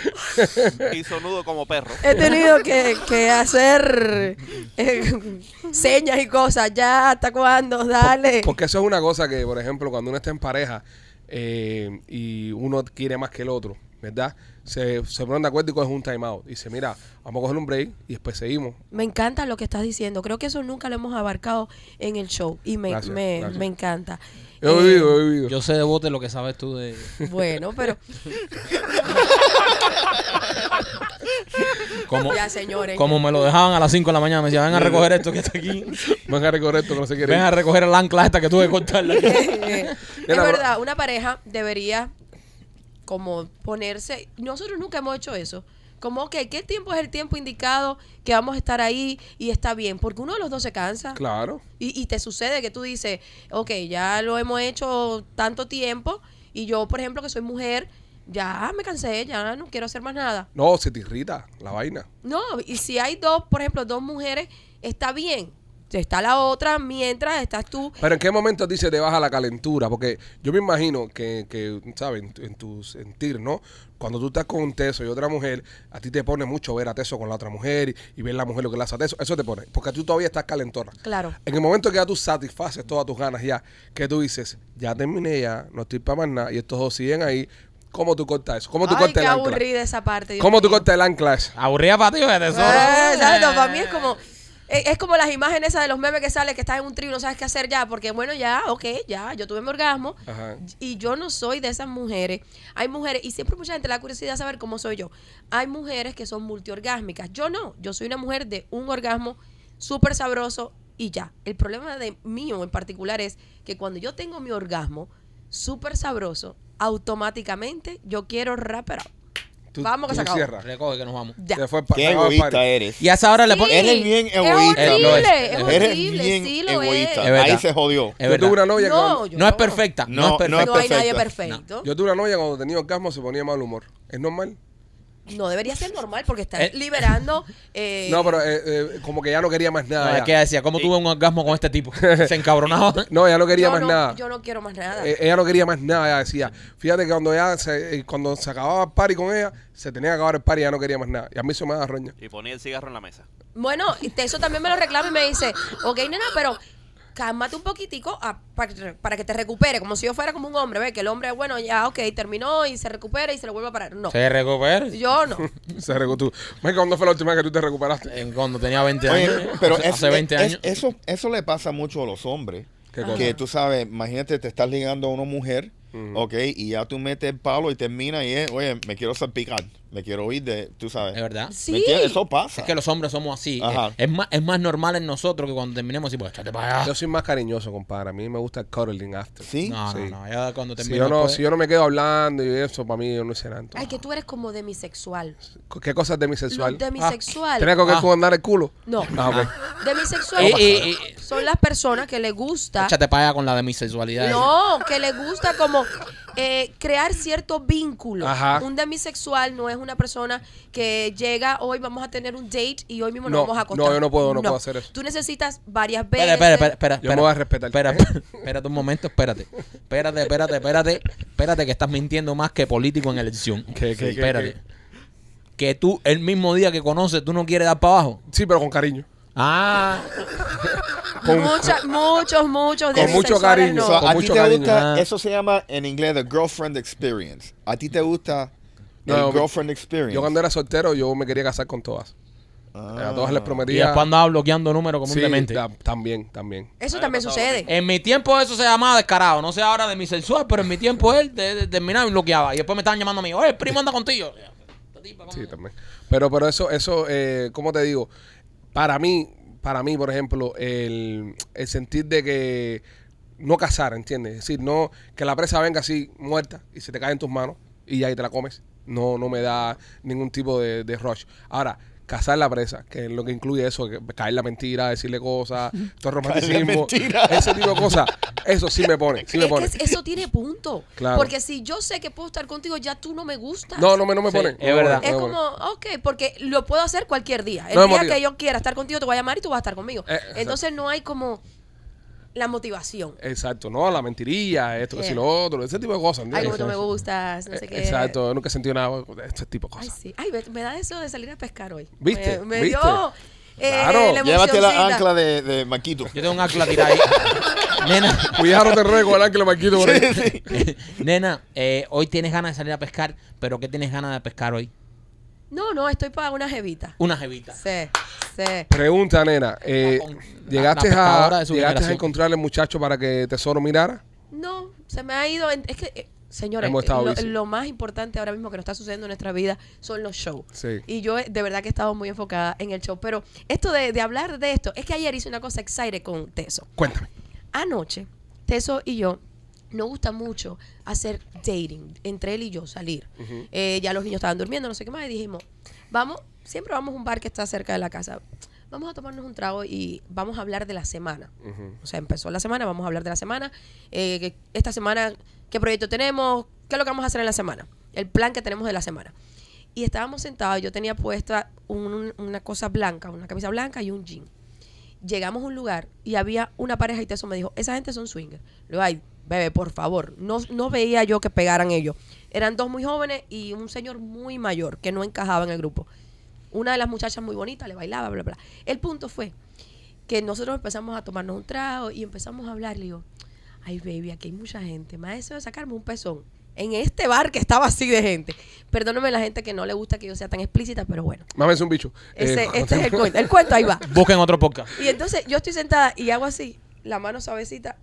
[SPEAKER 4] Hizo nudo como perro.
[SPEAKER 6] He tenido que, que hacer eh, señas y cosas. Ya, ¿hasta cuándo? Dale.
[SPEAKER 1] Porque eso es una cosa que, por ejemplo, cuando uno está en pareja eh, y uno quiere más que el otro, ¿verdad? Se, se ponen de acuerdo y cogen un time out. Y dice, mira, vamos a coger un break y después seguimos.
[SPEAKER 6] Me encanta lo que estás diciendo. Creo que eso nunca lo hemos abarcado en el show. Y me,
[SPEAKER 1] Gracias,
[SPEAKER 6] me,
[SPEAKER 1] gracias.
[SPEAKER 6] me encanta.
[SPEAKER 1] Yo
[SPEAKER 6] Eh,
[SPEAKER 1] he vivido, he vivido.
[SPEAKER 3] Yo sé de bote lo que sabes tú de...
[SPEAKER 6] Bueno, pero
[SPEAKER 3] Como,
[SPEAKER 6] ya, señores. [laughs]
[SPEAKER 3] como me lo dejaban a las 5 de la mañana, me decían, ven a recoger esto que está aquí.
[SPEAKER 1] Van a recorrer esto que no se quiere
[SPEAKER 3] Ven
[SPEAKER 1] ir.
[SPEAKER 3] a recoger el ancla esta que tuve que cortarla.
[SPEAKER 6] es
[SPEAKER 1] Nena,
[SPEAKER 6] verdad, una pareja debería como ponerse, nosotros nunca hemos hecho eso, como que qué tiempo es el tiempo indicado que vamos a estar ahí y está bien, porque uno de los dos se cansa
[SPEAKER 1] Claro.
[SPEAKER 6] y, y te sucede que tú dices, ok, ya lo hemos hecho tanto tiempo y yo, por ejemplo, que soy mujer, ya me cansé, ya no quiero hacer más nada.
[SPEAKER 1] No, se te irrita la vaina.
[SPEAKER 6] No, y si hay dos, por ejemplo, dos mujeres, está bien. Está la otra mientras estás tú.
[SPEAKER 1] Pero en qué momento a ti se te baja la calentura, porque yo me imagino que, que ¿sabes? En, tu- en tu sentir, ¿no? Cuando tú estás con un teso y otra mujer, a ti te pone mucho ver a teso con la otra mujer y, y ver la mujer lo que le hace a teso, eso te pone, porque tú todavía estás calentona.
[SPEAKER 6] Claro.
[SPEAKER 1] En el momento que ya tú satisfaces todas tus ganas ya, que tú dices, ya terminé ya, no estoy para más nada, y estos dos siguen ahí, ¿cómo tú cortas eso? ¿Cómo tú
[SPEAKER 6] Ay, qué
[SPEAKER 1] cortas el ancla?
[SPEAKER 6] aburrida esa parte. Dios
[SPEAKER 1] ¿Cómo tú
[SPEAKER 6] mío.
[SPEAKER 1] cortas el ancla? eso?
[SPEAKER 6] Pues
[SPEAKER 1] Ah.
[SPEAKER 3] Aburrida para ti, de tesoro.
[SPEAKER 6] Eh, Exacto, para mí es como, Es, es como las imágenes esas de los memes que sale que estás en un trío y no sabes qué hacer ya, porque bueno, ya, ok, ya, yo tuve mi orgasmo
[SPEAKER 1] Ajá.
[SPEAKER 6] y yo no soy de esas mujeres. Hay mujeres, y siempre mucha gente le da curiosidad saber cómo soy yo. Hay mujeres que son multiorgásmicas. Yo no, yo soy una mujer de un orgasmo súper sabroso y ya. El problema de mío en particular es que cuando yo tengo mi orgasmo súper sabroso, automáticamente yo quiero rapper up.
[SPEAKER 1] Tú-
[SPEAKER 6] Vamos que
[SPEAKER 1] tú
[SPEAKER 6] se acabó.
[SPEAKER 1] cierra.
[SPEAKER 3] Recoge que nos vamos.
[SPEAKER 6] Ya.
[SPEAKER 1] Se fue el pa-
[SPEAKER 5] Qué
[SPEAKER 1] se acabó el party.
[SPEAKER 5] egoísta eres.
[SPEAKER 3] Y a esa hora le eh, pones.
[SPEAKER 5] Eres bien
[SPEAKER 6] es
[SPEAKER 5] egoísta.
[SPEAKER 3] horrible,
[SPEAKER 5] bro.
[SPEAKER 3] es
[SPEAKER 5] Eres
[SPEAKER 6] horrible,
[SPEAKER 5] bien
[SPEAKER 6] sí lo
[SPEAKER 5] egoísta.
[SPEAKER 3] Es
[SPEAKER 6] es.
[SPEAKER 5] Ahí
[SPEAKER 3] verdad.
[SPEAKER 5] se jodió.
[SPEAKER 3] Es
[SPEAKER 1] Yo tuve una
[SPEAKER 3] verdad.
[SPEAKER 1] novia
[SPEAKER 6] No,
[SPEAKER 1] cuando-
[SPEAKER 6] yo
[SPEAKER 3] No es perfecta. No,
[SPEAKER 5] No,
[SPEAKER 3] es perfecta.
[SPEAKER 6] No hay nadie
[SPEAKER 5] perfecta.
[SPEAKER 6] perfecto.
[SPEAKER 1] yo tuve una novia cuando tenía orgasmo se ponía mal humor. ¿Es normal?
[SPEAKER 6] No debería ser normal porque está
[SPEAKER 3] Eh.
[SPEAKER 1] [laughs]
[SPEAKER 6] liberando. eh,
[SPEAKER 1] No, pero eh, eh, como que ya no quería más
[SPEAKER 3] No,
[SPEAKER 1] nada.
[SPEAKER 3] es
[SPEAKER 1] ya.
[SPEAKER 3] que decía, ¿cómo tuve un orgasmo con este tipo?
[SPEAKER 5] [laughs]
[SPEAKER 3] Se encabronaba.
[SPEAKER 1] No, ya no quería
[SPEAKER 6] yo
[SPEAKER 1] más
[SPEAKER 6] no-
[SPEAKER 1] nada.
[SPEAKER 6] Yo no quiero más nada.
[SPEAKER 1] Eh, ella no quería más nada, ella decía. Fíjate que cuando ya se, eh, cuando se acababa el party con ella, se tenía que acabar el party y ya no quería más nada. Y a mí se me da roña. [laughs]
[SPEAKER 4] Y ponía el cigarro en la mesa.
[SPEAKER 6] Bueno, este, eso también me lo reclama y me dice, ok, nena, pero cálmate un poquitico a- pa- para que te recupere, como si yo fuera como un hombre, ¿ves? Que el hombre, bueno, ya, ok, terminó y se recupera y se le vuelve a parar. No,
[SPEAKER 3] Se eh, recupera.
[SPEAKER 1] [laughs]
[SPEAKER 6] yo no.
[SPEAKER 1] Se recu- tú. Mike, ¿cuándo fue la última vez que tú te recuperaste?
[SPEAKER 3] En Cuando tenía 20
[SPEAKER 5] Oye,
[SPEAKER 3] años.
[SPEAKER 5] pero
[SPEAKER 3] hace,
[SPEAKER 5] es-
[SPEAKER 3] hace 20
[SPEAKER 5] es-
[SPEAKER 3] años.
[SPEAKER 5] eso, eso le pasa mucho a los hombres.
[SPEAKER 1] ¿Qué cosa?
[SPEAKER 5] Que tú sabes, imagínate, te estás ligando a una mujer,
[SPEAKER 1] Ujú.
[SPEAKER 5] ok, y ya tú metes el palo y termina y es, oye, me quiero salpicar, me quiero ir de, tú sabes.
[SPEAKER 3] es verdad.
[SPEAKER 5] ¿Me
[SPEAKER 6] Sí.
[SPEAKER 5] entiendes? Eso pasa.
[SPEAKER 3] Es que los hombres somos así.
[SPEAKER 5] Ajá.
[SPEAKER 3] Eh, Es, más, es más normal en nosotros que cuando terminemos así, pues échate para allá.
[SPEAKER 1] Yo soy más cariñoso, compadre. A mí me gusta el cuddling after.
[SPEAKER 5] ¿Sí?
[SPEAKER 3] No,
[SPEAKER 1] Sí.
[SPEAKER 3] no, no. Ya cuando
[SPEAKER 1] Si
[SPEAKER 3] termine
[SPEAKER 1] yo, no,
[SPEAKER 3] después-
[SPEAKER 1] si yo no me quedo hablando y eso, para mí yo no hice nada.
[SPEAKER 6] Ay, que tú eres como demisexual.
[SPEAKER 1] ¿Qué cosas demisexual?
[SPEAKER 6] Los demisexual.
[SPEAKER 1] ¿Tenés con qué
[SPEAKER 3] Ah.
[SPEAKER 1] como andar el culo?
[SPEAKER 6] No.
[SPEAKER 1] Ah, ok.
[SPEAKER 6] Demisexual
[SPEAKER 3] Eh, eh, eh.
[SPEAKER 6] son las personas que le gusta...
[SPEAKER 3] Échate para allá con la de mi sexualidad.
[SPEAKER 6] No, que le gusta como eh, crear cierto vínculo.
[SPEAKER 1] Ajá.
[SPEAKER 6] Un demisexual no es una persona que llega hoy vamos a tener un date y hoy mismo
[SPEAKER 1] No,
[SPEAKER 6] nos vamos a acostar.
[SPEAKER 1] no, yo no puedo, no puedo hacer eso.
[SPEAKER 6] Tú necesitas varias veces.
[SPEAKER 3] Espera, espera, espera, espera.
[SPEAKER 1] Yo me voy a respetar.
[SPEAKER 3] Espera,
[SPEAKER 1] ¿Eh?
[SPEAKER 3] espera, espérate un momento, espérate. Espérate, espérate, espérate. Espérate que estás mintiendo más que político en elección.
[SPEAKER 1] ¿Qué, qué, qué,
[SPEAKER 3] espérate. Que tú, el mismo día que conoces, tú no quieres dar para abajo.
[SPEAKER 1] Sí, pero con cariño.
[SPEAKER 3] Ah,
[SPEAKER 1] [laughs]
[SPEAKER 6] Mucha- muchos, muchos
[SPEAKER 1] Con mucho
[SPEAKER 6] demisexuales
[SPEAKER 1] cariño.
[SPEAKER 5] O
[SPEAKER 6] no.
[SPEAKER 5] sea,
[SPEAKER 1] Con
[SPEAKER 5] a ti
[SPEAKER 1] mucho
[SPEAKER 5] te
[SPEAKER 1] cariño.
[SPEAKER 5] gusta,
[SPEAKER 3] Ah.
[SPEAKER 5] eso se llama en inglés the girlfriend experience. A ti te gusta
[SPEAKER 1] No,
[SPEAKER 5] el
[SPEAKER 1] mi-
[SPEAKER 5] girlfriend experience.
[SPEAKER 1] Yo cuando era soltero, yo me quería casar con todas.
[SPEAKER 5] Ah.
[SPEAKER 1] A todas les
[SPEAKER 3] y
[SPEAKER 1] prometía.
[SPEAKER 3] después andaba bloqueando números como
[SPEAKER 1] Sí,
[SPEAKER 3] un demente.
[SPEAKER 1] da- también, también.
[SPEAKER 6] Eso también sucede.
[SPEAKER 3] En mi tiempo eso se llamaba descarado. No sé ahora de mi sexual, pero en mi tiempo él de- de- terminaba y bloqueaba. Y después me estaban llamando a mí. Oye, el primo anda contigo.
[SPEAKER 1] Sí, también. Pero, pero eso, eso, eh, ¿cómo te digo? Para mí, para mí, por ejemplo, el, el sentir de que no cazar, ¿entiendes? Es decir, no, que la presa venga así muerta y se te cae en tus manos y ahí te la comes. No, no me da ningún tipo de, de rush. Ahora, cazar la presa, que es lo que incluye eso, que caer la mentira, decirle cosas,
[SPEAKER 6] [laughs]
[SPEAKER 1] [laughs] todo el romanticismo,
[SPEAKER 5] mentira.
[SPEAKER 1] ese tipo de cosas, eso sí me
[SPEAKER 6] [laughs]
[SPEAKER 1] pone, sí me
[SPEAKER 6] es que
[SPEAKER 1] pone.
[SPEAKER 6] es- eso tiene punto.
[SPEAKER 1] Claro.
[SPEAKER 6] Porque si yo sé que puedo estar contigo, ya tú no me gustas.
[SPEAKER 1] No, no me, no me
[SPEAKER 3] Sí,
[SPEAKER 1] pone.
[SPEAKER 3] es
[SPEAKER 1] no me
[SPEAKER 3] verdad.
[SPEAKER 1] pone,
[SPEAKER 6] Es
[SPEAKER 1] Ah, no me
[SPEAKER 6] como,
[SPEAKER 1] pone.
[SPEAKER 6] ok, porque lo puedo hacer cualquier día. El
[SPEAKER 1] No hay
[SPEAKER 6] día
[SPEAKER 1] motivo.
[SPEAKER 6] que yo quiera estar contigo, te voy a llamar y tú vas a estar conmigo.
[SPEAKER 1] Eh, exacto. Eh,
[SPEAKER 6] Entonces no hay como la motivación.
[SPEAKER 1] Exacto, no, la mentirilla, esto, que si
[SPEAKER 6] Yeah.
[SPEAKER 1] lo otro, ese tipo de cosas.
[SPEAKER 6] Ay, como
[SPEAKER 1] ¿entiendes?
[SPEAKER 6] tú me gustas, no sé
[SPEAKER 1] Eh,
[SPEAKER 6] qué.
[SPEAKER 1] Exacto, yo nunca he sentido nada de este tipo de
[SPEAKER 6] Ay,
[SPEAKER 1] cosas.
[SPEAKER 6] sí. Ay, ve- me da deseo de salir a pescar hoy.
[SPEAKER 1] ¿Viste?
[SPEAKER 6] Me, me
[SPEAKER 1] ¿Viste?
[SPEAKER 6] dio. eh,
[SPEAKER 1] Claro.
[SPEAKER 6] la
[SPEAKER 5] Llévate la
[SPEAKER 6] emocioncita.
[SPEAKER 5] ancla de, de Maquito.
[SPEAKER 3] Yo tengo un ancla
[SPEAKER 1] [laughs]
[SPEAKER 3] tirada ahí. Nena. [laughs]
[SPEAKER 1] Cuidado, no te ruego con el ángel Marquito por ahí.
[SPEAKER 3] Nena, eh, hoy tienes ganas de salir a pescar, pero ¿qué tienes ganas de pescar hoy?
[SPEAKER 6] No, no, estoy para una jevita.
[SPEAKER 3] Una jevita.
[SPEAKER 6] Sí, sí.
[SPEAKER 1] Pregunta, nena, eh,
[SPEAKER 3] La con- la-
[SPEAKER 1] ¿llegaste,
[SPEAKER 3] la pescadora
[SPEAKER 1] a,
[SPEAKER 3] de su
[SPEAKER 1] ¿llegaste a
[SPEAKER 3] generación.
[SPEAKER 1] encontrar al muchacho para que Tesoro mirara?
[SPEAKER 6] No, se me ha ido. en- Es que, eh, señores,
[SPEAKER 1] Hemos estado
[SPEAKER 6] lo,
[SPEAKER 1] busy.
[SPEAKER 6] lo más importante ahora mismo que nos está sucediendo en nuestra vida son los shows.
[SPEAKER 1] Sí.
[SPEAKER 6] Y yo eh, de verdad que he estado muy enfocada en el show. Pero esto de, de hablar de esto, es que ayer hice una cosa excited con Teso.
[SPEAKER 1] Cuéntame.
[SPEAKER 6] Anoche, Teso y yo nos gusta mucho hacer dating entre él y yo, salir. Eh, ya los niños estaban durmiendo, no sé qué más, y dijimos, vamos, siempre vamos a un bar que está cerca de la casa. Vamos a tomarnos un trago y vamos a hablar de la semana. O sea, empezó la semana, vamos a hablar de la semana. eh, que esta semana, ¿qué proyecto tenemos? ¿Qué es lo que vamos a hacer en la semana? El plan que tenemos de la semana. Y estábamos sentados, yo tenía puesta un- una cosa blanca, una camisa blanca y un jean llegamos a un lugar y había una pareja y Teso me dijo, esa gente son swingers. Le digo, ay, bebé, por favor, no, no veía yo que pegaran ellos. Eran dos muy jóvenes y un señor muy mayor que no encajaba en el grupo. Una de las muchachas muy bonita le bailaba, bla, bla. El punto fue que nosotros empezamos a tomarnos un trago y empezamos a hablar. Le digo, ay, baby, aquí hay mucha gente. Me ha deseado sacarme un pezón. en este bar que estaba así de gente. Perdóname la gente que no le gusta que yo sea tan explícita, pero bueno.
[SPEAKER 1] Mami es un bicho. [laughs]
[SPEAKER 6] Ese,
[SPEAKER 1] Eh,
[SPEAKER 6] este es el cuento. El cuento ahí va.
[SPEAKER 3] Busquen otro podcast.
[SPEAKER 6] Y entonces yo estoy sentada y hago así, la mano suavecita,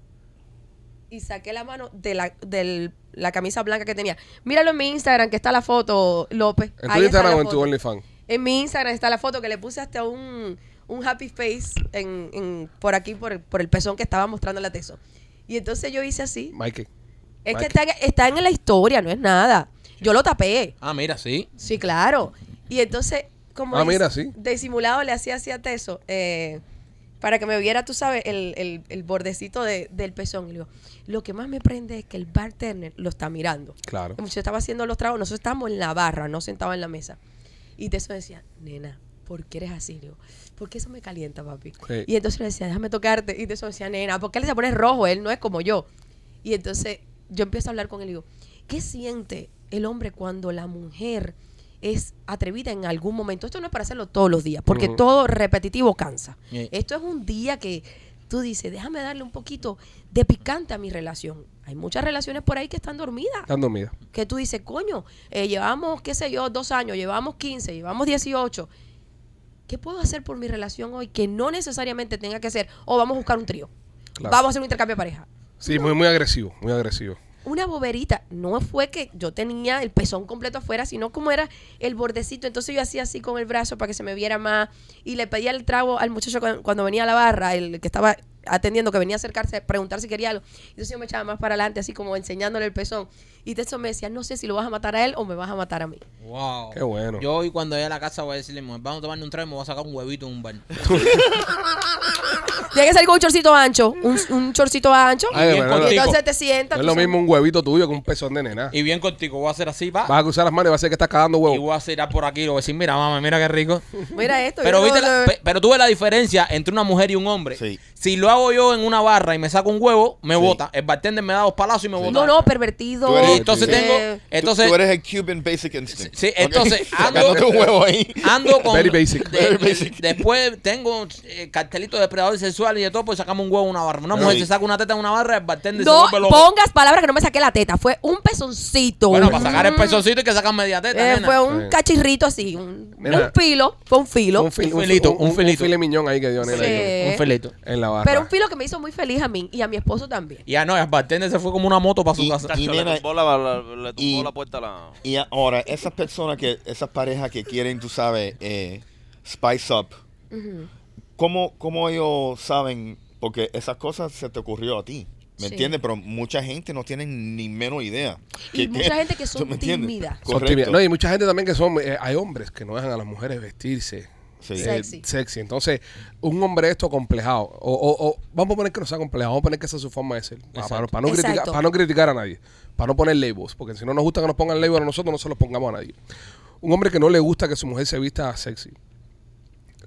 [SPEAKER 6] y saqué la mano de la, del- la camisa blanca que tenía. Míralo en mi Instagram, que está la foto, López.
[SPEAKER 1] ¿En
[SPEAKER 6] Ahí
[SPEAKER 1] tu
[SPEAKER 6] está
[SPEAKER 1] Instagram
[SPEAKER 6] la
[SPEAKER 1] o en tu
[SPEAKER 6] foto.
[SPEAKER 1] OnlyFans?
[SPEAKER 6] En mi Instagram está la foto que le puse hasta un, un happy face en, en- por aquí, por, el- por el pezón que estaba mostrando la teso. Y entonces yo hice así.
[SPEAKER 1] Mikey.
[SPEAKER 6] Es que
[SPEAKER 1] Mike.
[SPEAKER 6] está, en- está en la historia, no es nada. Yo lo tapé.
[SPEAKER 3] Ah, mira, sí.
[SPEAKER 6] Sí, claro. Y entonces, como
[SPEAKER 1] Ah,
[SPEAKER 6] dis-
[SPEAKER 1] mira, sí.
[SPEAKER 6] disimulado le hacía así a Teso, eh, para que me viera, tú sabes, el, el- el bordecito de- del pezón. Y le digo, lo que más me prende es que el bartender lo está mirando.
[SPEAKER 1] Claro.
[SPEAKER 6] Yo estaba haciendo los tragos, nosotros estábamos en la barra, no sentados en la mesa. Y Teso decía, nena, ¿por qué eres así? Le digo, porque eso me calienta, papi.
[SPEAKER 1] Sí.
[SPEAKER 6] Y entonces le decía, déjame tocarte. Y Teso decía, nena, ¿por qué él se pone rojo? Él no es como yo. Y entonces yo empiezo a hablar con él y digo, ¿qué siente el hombre cuando la mujer es atrevida en algún momento? Esto no es para hacerlo todos los días, porque
[SPEAKER 1] Ujú.
[SPEAKER 6] todo repetitivo cansa.
[SPEAKER 3] Sí.
[SPEAKER 6] Esto es un día que tú dices, déjame darle un poquito de picante a mi relación. Hay muchas relaciones por ahí que están dormidas
[SPEAKER 1] Están dormidas.
[SPEAKER 6] que tú dices, coño, eh, llevamos, qué sé yo, dos años, llevamos 15, llevamos 18. ¿Qué puedo hacer por mi relación hoy que no necesariamente tenga que ser, o vamos a buscar un trío,
[SPEAKER 1] Claro.
[SPEAKER 6] vamos a hacer un intercambio de pareja?
[SPEAKER 1] Sí, muy, muy agresivo, muy agresivo.
[SPEAKER 6] Una boberita, no fue que yo tenía el pezón completo afuera, sino como era el bordecito. Entonces yo hacía así con el brazo para que se me viera más y le pedía el trago al muchacho cu- cuando venía a la barra, el que estaba atendiendo, que venía a acercarse, a preguntar si quería algo. Entonces yo me echaba más para adelante, así como enseñándole el pezón. Y de eso me decía, no sé si lo vas a matar a él o me vas a matar a mí.
[SPEAKER 3] Wow.
[SPEAKER 1] Qué bueno.
[SPEAKER 3] Yo hoy cuando llegue a la casa voy a decirle, mujer, vamos a tomarle un trago y me voy a sacar un huevito en un bar.
[SPEAKER 6] Tiene que salir con un chorcito ancho, un, un chorcito ancho.
[SPEAKER 1] Ay,
[SPEAKER 6] y
[SPEAKER 1] de verdad.
[SPEAKER 6] entonces te sientas.
[SPEAKER 1] No es
[SPEAKER 6] tú
[SPEAKER 1] lo
[SPEAKER 6] sabes.
[SPEAKER 1] mismo un huevito tuyo que un pezón de nena.
[SPEAKER 3] Y bien contigo, voy a hacer así, va.
[SPEAKER 1] Vas a cruzar las manos y vas a hacer que estás cagando
[SPEAKER 3] Y
[SPEAKER 1] huevo.
[SPEAKER 3] voy a tirar por aquí y voy a decir, mira, mamá, mira qué rico.
[SPEAKER 6] Mira esto.
[SPEAKER 3] Pero,
[SPEAKER 6] yo
[SPEAKER 3] viste
[SPEAKER 6] no-
[SPEAKER 3] la- pe- pero tú ves la diferencia entre una mujer y un hombre.
[SPEAKER 5] Sí.
[SPEAKER 3] Si lo hago yo en una barra y me saco un huevo, me
[SPEAKER 5] Sí.
[SPEAKER 3] bota. El bartender me da dos palazos y me bota.
[SPEAKER 6] No, no, pervertido.
[SPEAKER 5] Tú eres-
[SPEAKER 3] Y entonces
[SPEAKER 5] Sí.
[SPEAKER 3] tengo.
[SPEAKER 5] Tú-
[SPEAKER 3] Entonces,
[SPEAKER 5] tú, eres el Cuban Basic Instinct.
[SPEAKER 3] Sí,
[SPEAKER 5] ¿ok? [laughs]
[SPEAKER 3] entonces, ando-
[SPEAKER 5] Sacándote un huevo ahí. [laughs]
[SPEAKER 3] ando con.
[SPEAKER 1] Very basic.
[SPEAKER 3] de-
[SPEAKER 5] Very basic.
[SPEAKER 3] Después tengo eh, cartelitos de depredador sexual y de todo, pues sacamos un huevo en una barra. Una mujer
[SPEAKER 5] Sí.
[SPEAKER 3] se saca una teta en una barra, el bartender
[SPEAKER 6] No
[SPEAKER 3] se vuelve loco.
[SPEAKER 6] pongas palabras que no me saqué la teta. Fue un pezoncito.
[SPEAKER 3] Bueno, para sacar el
[SPEAKER 6] Mm.
[SPEAKER 3] pezoncito y que sacan media teta.
[SPEAKER 6] Eh,
[SPEAKER 3] nena.
[SPEAKER 6] fue un
[SPEAKER 1] Sí.
[SPEAKER 6] cachirrito así. Un,
[SPEAKER 1] Nena.
[SPEAKER 6] no un filo. Fue un filo.
[SPEAKER 1] fil-
[SPEAKER 3] Un filito, un filito.
[SPEAKER 1] file miñón ahí que dio nena.
[SPEAKER 6] Sí.
[SPEAKER 1] ahí
[SPEAKER 3] Un felito.
[SPEAKER 1] En la barra.
[SPEAKER 6] pero un filo que me hizo muy feliz a mí y a mi esposo también.
[SPEAKER 3] Ya no, el bartender se fue como una moto para su
[SPEAKER 5] Y-
[SPEAKER 3] casa.
[SPEAKER 5] y-
[SPEAKER 4] Tacho,
[SPEAKER 5] nena-
[SPEAKER 4] le tumbó, la, la- le tumbó
[SPEAKER 5] y-
[SPEAKER 4] la puerta a la...
[SPEAKER 5] Y ahora, esas personas que, esas parejas que quieren, tú sabes, eh, spice up, ¿cómo, ¿cómo ellos saben? Porque esas cosas se te ocurrió a ti. ¿Me
[SPEAKER 6] Sí.
[SPEAKER 5] entiendes? Pero mucha gente no tiene ni menos idea.
[SPEAKER 6] Y mucha gente que
[SPEAKER 5] [laughs]
[SPEAKER 6] son
[SPEAKER 5] ¿tú me entiendes?
[SPEAKER 6] tímidas.
[SPEAKER 1] Son tímidas.
[SPEAKER 5] Correcto.
[SPEAKER 1] No, y mucha gente también que son. eh, hay hombres que no dejan a las mujeres vestirse.
[SPEAKER 5] Sí.
[SPEAKER 1] eh,
[SPEAKER 6] Sexy.
[SPEAKER 1] sexy. Entonces, un hombre esto complejado. O, o- o- vamos a poner que no sea complejado. Vamos a poner que esa es su forma de ser. Ah, Para, para- para no,
[SPEAKER 6] Exacto.
[SPEAKER 1] criticar, para no criticar a nadie. Para no poner labels. Porque si no nos gusta que nos pongan labels a nosotros, no se los pongamos a nadie. Un hombre que no le gusta que su mujer se vista sexy.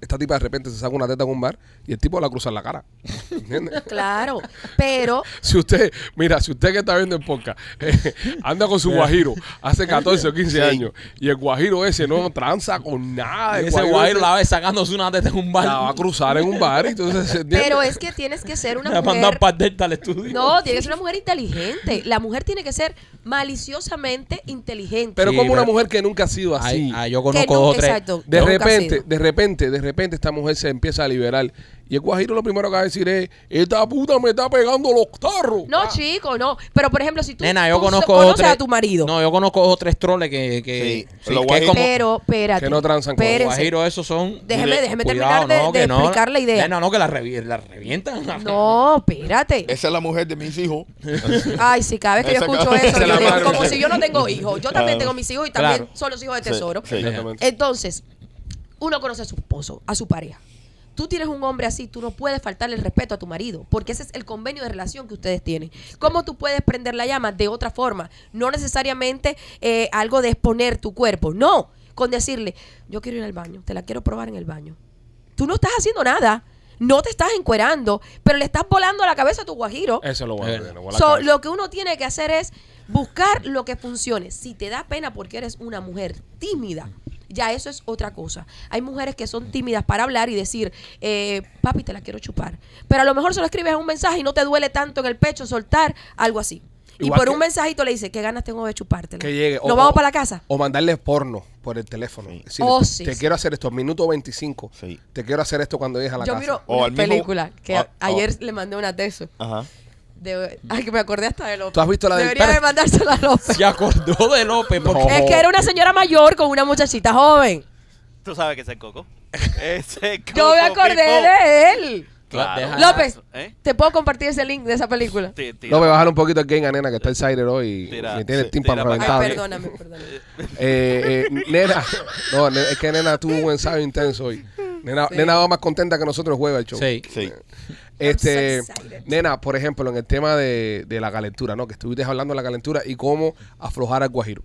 [SPEAKER 1] Esta tipa de repente se saca una teta en un bar y el tipo la cruza en la cara. [laughs] ¿Entiendes?
[SPEAKER 6] Claro.
[SPEAKER 1] [laughs]
[SPEAKER 6] Pero
[SPEAKER 1] Si usted, mira, si usted que está viendo el podcast, eh, anda
[SPEAKER 3] [laughs]
[SPEAKER 1] con su guajiro hace 14 o 15 años y el guajiro ese no tranza con nada. el
[SPEAKER 3] Y ese
[SPEAKER 1] ese
[SPEAKER 3] guajiro la ve sacándose una teta en un bar.
[SPEAKER 1] la va a cruzar en un bar y entonces se entiende.
[SPEAKER 6] pero es que tienes que ser una
[SPEAKER 3] La mandan
[SPEAKER 6] mujer.
[SPEAKER 3] para Delta al estudio.
[SPEAKER 6] No, tiene que ser una mujer inteligente. La mujer tiene que ser maliciosamente inteligente.
[SPEAKER 1] Pero
[SPEAKER 3] Sí,
[SPEAKER 1] como una
[SPEAKER 3] pero-
[SPEAKER 1] mujer que nunca ha sido así.
[SPEAKER 3] Ay, ay, yo
[SPEAKER 6] Que
[SPEAKER 3] conozco
[SPEAKER 6] no-
[SPEAKER 3] dos o tres.
[SPEAKER 6] exacto,
[SPEAKER 1] De
[SPEAKER 6] nunca ha
[SPEAKER 1] repente,
[SPEAKER 6] sido.
[SPEAKER 1] de repente, de repente esta mujer se empieza a liberar. Y el guajiro lo primero que va a decir es, esta puta me está pegando los tarros.
[SPEAKER 6] No,
[SPEAKER 1] Ah,
[SPEAKER 6] chico, no. Pero por ejemplo, si tú,
[SPEAKER 3] Nena, yo
[SPEAKER 6] tú so-
[SPEAKER 3] conozco
[SPEAKER 6] conoces
[SPEAKER 3] dos tres-
[SPEAKER 6] a tu marido.
[SPEAKER 3] No, yo conozco dos o tres troles que, que,
[SPEAKER 5] Sí,
[SPEAKER 3] sí,
[SPEAKER 5] los
[SPEAKER 3] que es
[SPEAKER 5] guajiros-
[SPEAKER 3] como
[SPEAKER 6] pero, espérate.
[SPEAKER 1] Que no transan con
[SPEAKER 6] espérense.
[SPEAKER 3] guajiros esos son.
[SPEAKER 6] Déjeme- déjeme terminar
[SPEAKER 3] Cuidado,
[SPEAKER 6] de-
[SPEAKER 3] no,
[SPEAKER 6] de
[SPEAKER 3] que no.
[SPEAKER 6] explicar la idea.
[SPEAKER 3] Nena, no, que la, revi- la revientan. [laughs]
[SPEAKER 6] No,
[SPEAKER 5] [laughs]
[SPEAKER 6] espérate.
[SPEAKER 5] Esa es la mujer de mis hijos.
[SPEAKER 6] Ay, sí, cada vez que yo
[SPEAKER 5] Esa
[SPEAKER 6] escucho
[SPEAKER 5] cara-
[SPEAKER 6] eso,
[SPEAKER 5] esa
[SPEAKER 1] es
[SPEAKER 6] yo
[SPEAKER 1] la
[SPEAKER 6] digo,
[SPEAKER 1] madre.
[SPEAKER 6] como si yo no tengo hijos. Yo también
[SPEAKER 5] Claro.
[SPEAKER 6] tengo mis hijos y también
[SPEAKER 3] Claro.
[SPEAKER 6] son los hijos de
[SPEAKER 5] Sí,
[SPEAKER 6] [laughs] tesoro.
[SPEAKER 5] sí.
[SPEAKER 1] Exactamente.
[SPEAKER 6] Entonces, uno conoce a su esposo, a su pareja. Tú tienes un hombre así, tú no puedes faltarle el respeto a tu marido, porque ese es el convenio de relación que ustedes tienen. ¿Cómo tú puedes prender la llama de otra forma? No necesariamente eh, algo de exponer tu cuerpo, no, con decirle, yo quiero ir al baño, te la quiero probar en el baño. Tú no estás haciendo nada, no te estás encuerando, pero le estás volando la cabeza a tu guajiro.
[SPEAKER 1] Eso es lo
[SPEAKER 3] Eh.
[SPEAKER 1] bueno. nena, voy a la
[SPEAKER 6] So,
[SPEAKER 1] cabeza.
[SPEAKER 6] lo que uno tiene que hacer es buscar lo que funcione. Si te da pena porque eres una mujer tímida, ya eso es otra cosa. Hay mujeres que son tímidas para hablar y decir, eh, papi, te la quiero chupar. Pero a lo mejor solo escribes un mensaje y no te duele tanto en el pecho soltar algo así.
[SPEAKER 1] Igual
[SPEAKER 6] y por
[SPEAKER 1] que-
[SPEAKER 6] un mensajito le dice, ¿qué ganas tengo de chupártela?
[SPEAKER 1] Que llegue.
[SPEAKER 6] ¿Nos vamos para la casa?
[SPEAKER 1] O mandarle porno por el teléfono.
[SPEAKER 5] Sí.
[SPEAKER 1] Decirle,
[SPEAKER 6] Oh,
[SPEAKER 1] te-
[SPEAKER 6] sí,
[SPEAKER 1] te
[SPEAKER 6] sí.
[SPEAKER 1] quiero hacer esto, minuto 25.
[SPEAKER 5] Sí.
[SPEAKER 1] Te quiero hacer esto cuando llegues a la
[SPEAKER 6] Yo
[SPEAKER 1] casa.
[SPEAKER 6] miro
[SPEAKER 5] O
[SPEAKER 6] una
[SPEAKER 5] al mismo-
[SPEAKER 6] película que a-
[SPEAKER 5] o- o-
[SPEAKER 6] ayer le mandé una de eso.
[SPEAKER 5] Ajá.
[SPEAKER 6] De, ay, que me acordé hasta de López.
[SPEAKER 1] ¿Tú has visto la del
[SPEAKER 6] Debería
[SPEAKER 1] perro?
[SPEAKER 6] de mandársela a [laughs] López.
[SPEAKER 3] Se acordó de López. Porque
[SPEAKER 1] No.
[SPEAKER 6] Es que era una señora mayor con una muchachita joven.
[SPEAKER 4] Tú sabes que ese es Coco. Ese es Coco.
[SPEAKER 6] Yo me acordé
[SPEAKER 4] mijo.
[SPEAKER 6] de él.
[SPEAKER 3] Claro, deja-
[SPEAKER 6] López,
[SPEAKER 4] ¿Eh?
[SPEAKER 6] ¿te puedo compartir ese link de esa película?
[SPEAKER 4] Ti- tira.
[SPEAKER 1] No, me bajar un poquito el game a nena que está el Sider hoy y,
[SPEAKER 4] Tira.
[SPEAKER 1] y tiene el
[SPEAKER 5] Sí,
[SPEAKER 1] tímpano
[SPEAKER 4] tira para
[SPEAKER 1] reventado.
[SPEAKER 6] Ay,
[SPEAKER 4] Está bien.
[SPEAKER 6] perdóname, perdóname.
[SPEAKER 1] Eh, eh, nena, no, ne- es que nena tuvo un ensayo intenso hoy. Nena, nena va más contenta que nosotros juega el show.
[SPEAKER 3] Sí.
[SPEAKER 5] Sí.
[SPEAKER 1] Este,
[SPEAKER 6] I'm so excited.
[SPEAKER 1] nena, por ejemplo, en el tema de, de la calentura, ¿no? Que estuviste hablando de la calentura y cómo aflojar al guajiro.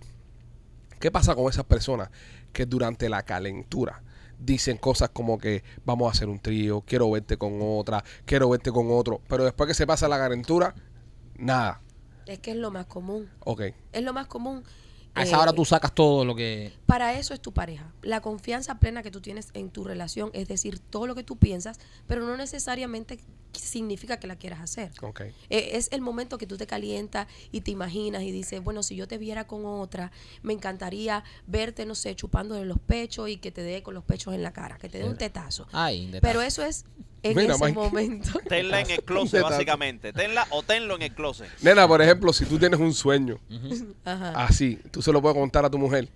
[SPEAKER 1] ¿Qué pasa con esas personas que durante la calentura dicen cosas como que vamos a hacer un trío, quiero verte con otra, quiero verte con otro, pero después que se pasa la calentura, nada.
[SPEAKER 6] Es que es lo más común.
[SPEAKER 1] Ok.
[SPEAKER 6] Es lo más común.
[SPEAKER 3] A
[SPEAKER 6] Eh,
[SPEAKER 3] esa hora tú sacas todo lo que.
[SPEAKER 5] Eh,
[SPEAKER 6] Para eso es tu pareja. La confianza plena que tú tienes en tu relación, es decir, todo lo que tú piensas, pero no necesariamente significa que la quieras hacer.
[SPEAKER 1] Ok.
[SPEAKER 6] Eh, Es el momento que tú te calientas y te imaginas y dices, bueno, si yo te viera con otra, me encantaría verte, no sé, chupando de los pechos y que te dé con los pechos en la cara, que te dé un tetazo.
[SPEAKER 3] Ay, de
[SPEAKER 6] Pero
[SPEAKER 3] tal.
[SPEAKER 6] eso es en
[SPEAKER 1] Mira,
[SPEAKER 6] ese
[SPEAKER 1] Mike. [laughs]
[SPEAKER 6] momento. [laughs]
[SPEAKER 4] Tenla en el closet, básicamente. Tenla o tenlo en el closet.
[SPEAKER 1] Nena, por ejemplo, si tú tienes un sueño
[SPEAKER 6] Ajá.
[SPEAKER 1] así, tú se lo puedes contar a tu mujer.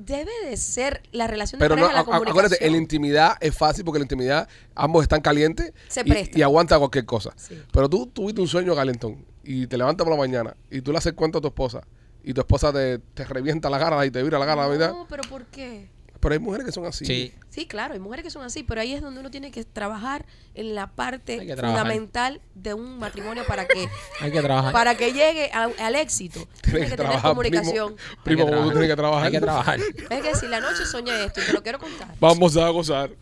[SPEAKER 6] Debe de ser la relación de
[SPEAKER 1] Pero no,
[SPEAKER 6] pareja,
[SPEAKER 1] a-
[SPEAKER 6] la
[SPEAKER 1] a- acuérdate, en
[SPEAKER 6] comunicación.
[SPEAKER 1] la intimidad es fácil porque en la intimidad ambos están calientes
[SPEAKER 6] Se
[SPEAKER 1] y-
[SPEAKER 6] presta.
[SPEAKER 1] y, aguanta cualquier cosa.
[SPEAKER 6] Sí.
[SPEAKER 1] Pero tú tuviste un sueño calentón y te levantas por la mañana y tú le haces cuenta a tu esposa y tu esposa te, te revienta la cara y te vira la cara a la mitad.
[SPEAKER 6] No, pero ¿por qué?
[SPEAKER 1] Pero hay mujeres que son así. [laughs]
[SPEAKER 3] Sí.
[SPEAKER 6] Sí, claro, hay mujeres que son así, pero ahí es donde uno tiene que trabajar en la parte
[SPEAKER 3] Hay que trabajar.
[SPEAKER 6] fundamental de un matrimonio
[SPEAKER 3] [laughs]
[SPEAKER 6] para que
[SPEAKER 3] Hay que trabajar.
[SPEAKER 6] para que llegue a- al éxito. Tiene que, tener comunicación.
[SPEAKER 1] Primo, primo
[SPEAKER 3] Hay que
[SPEAKER 1] como tú tienes que trabajar.
[SPEAKER 3] [laughs] Hay que trabajar.
[SPEAKER 6] Es que si la noche soñé esto y te lo quiero contar.
[SPEAKER 1] Vamos a gozar. [laughs]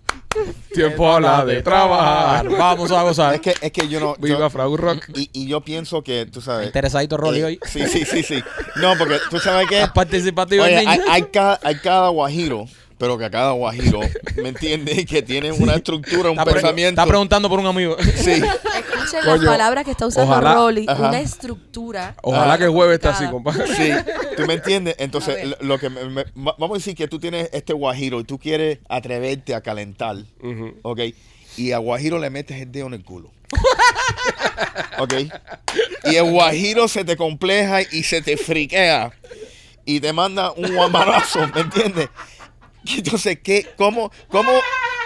[SPEAKER 1] Tiempo habla de trabajar.
[SPEAKER 3] Vamos a
[SPEAKER 5] Es
[SPEAKER 3] gozar.
[SPEAKER 5] que, es que yo no. yo-
[SPEAKER 1] Viva Frau Rock.
[SPEAKER 5] y, y yo pienso que, tú sabes.
[SPEAKER 3] Interesadito Rolly [laughs]
[SPEAKER 5] eh,
[SPEAKER 3] hoy.
[SPEAKER 5] Sí, sí, sí, sí. No, porque tú
[SPEAKER 3] [laughs]
[SPEAKER 5] sabes que.
[SPEAKER 3] Es participativo
[SPEAKER 5] Oye,
[SPEAKER 3] el niño.
[SPEAKER 5] hay, hay cada, hay cada guajiro, pero que a cada guajiro, ¿me entiendes? [laughs] Que tiene una estructura, un
[SPEAKER 3] Está, pre-
[SPEAKER 5] pensamiento.
[SPEAKER 3] está preguntando por un
[SPEAKER 5] [laughs]
[SPEAKER 3] amigo.
[SPEAKER 5] sí.
[SPEAKER 6] Escuchen
[SPEAKER 1] Coño,
[SPEAKER 6] las palabras que está usando
[SPEAKER 1] ojalá-
[SPEAKER 6] Rolly,
[SPEAKER 5] ajá.
[SPEAKER 6] una estructura.
[SPEAKER 1] Ojalá que el jueves esté así,
[SPEAKER 6] complicada. [laughs]
[SPEAKER 1] compadre.
[SPEAKER 5] Sí, ¿tú me entiendes?
[SPEAKER 6] A
[SPEAKER 5] Entonces,
[SPEAKER 6] ver.
[SPEAKER 5] lo- lo que me- me- va- vamos a decir que tú tienes este guajiro y tú quieres atreverte a calentar,
[SPEAKER 1] Ujú.
[SPEAKER 5] ¿ok? Y a guajiro le metes el dedo en el
[SPEAKER 6] [laughs]
[SPEAKER 5] culo. ¿Ok? Y el guajiro se te compleja y se te friquea y te manda un guamarazo, ¿me entiendes? Entonces, ¿qué, cómo, ¿cómo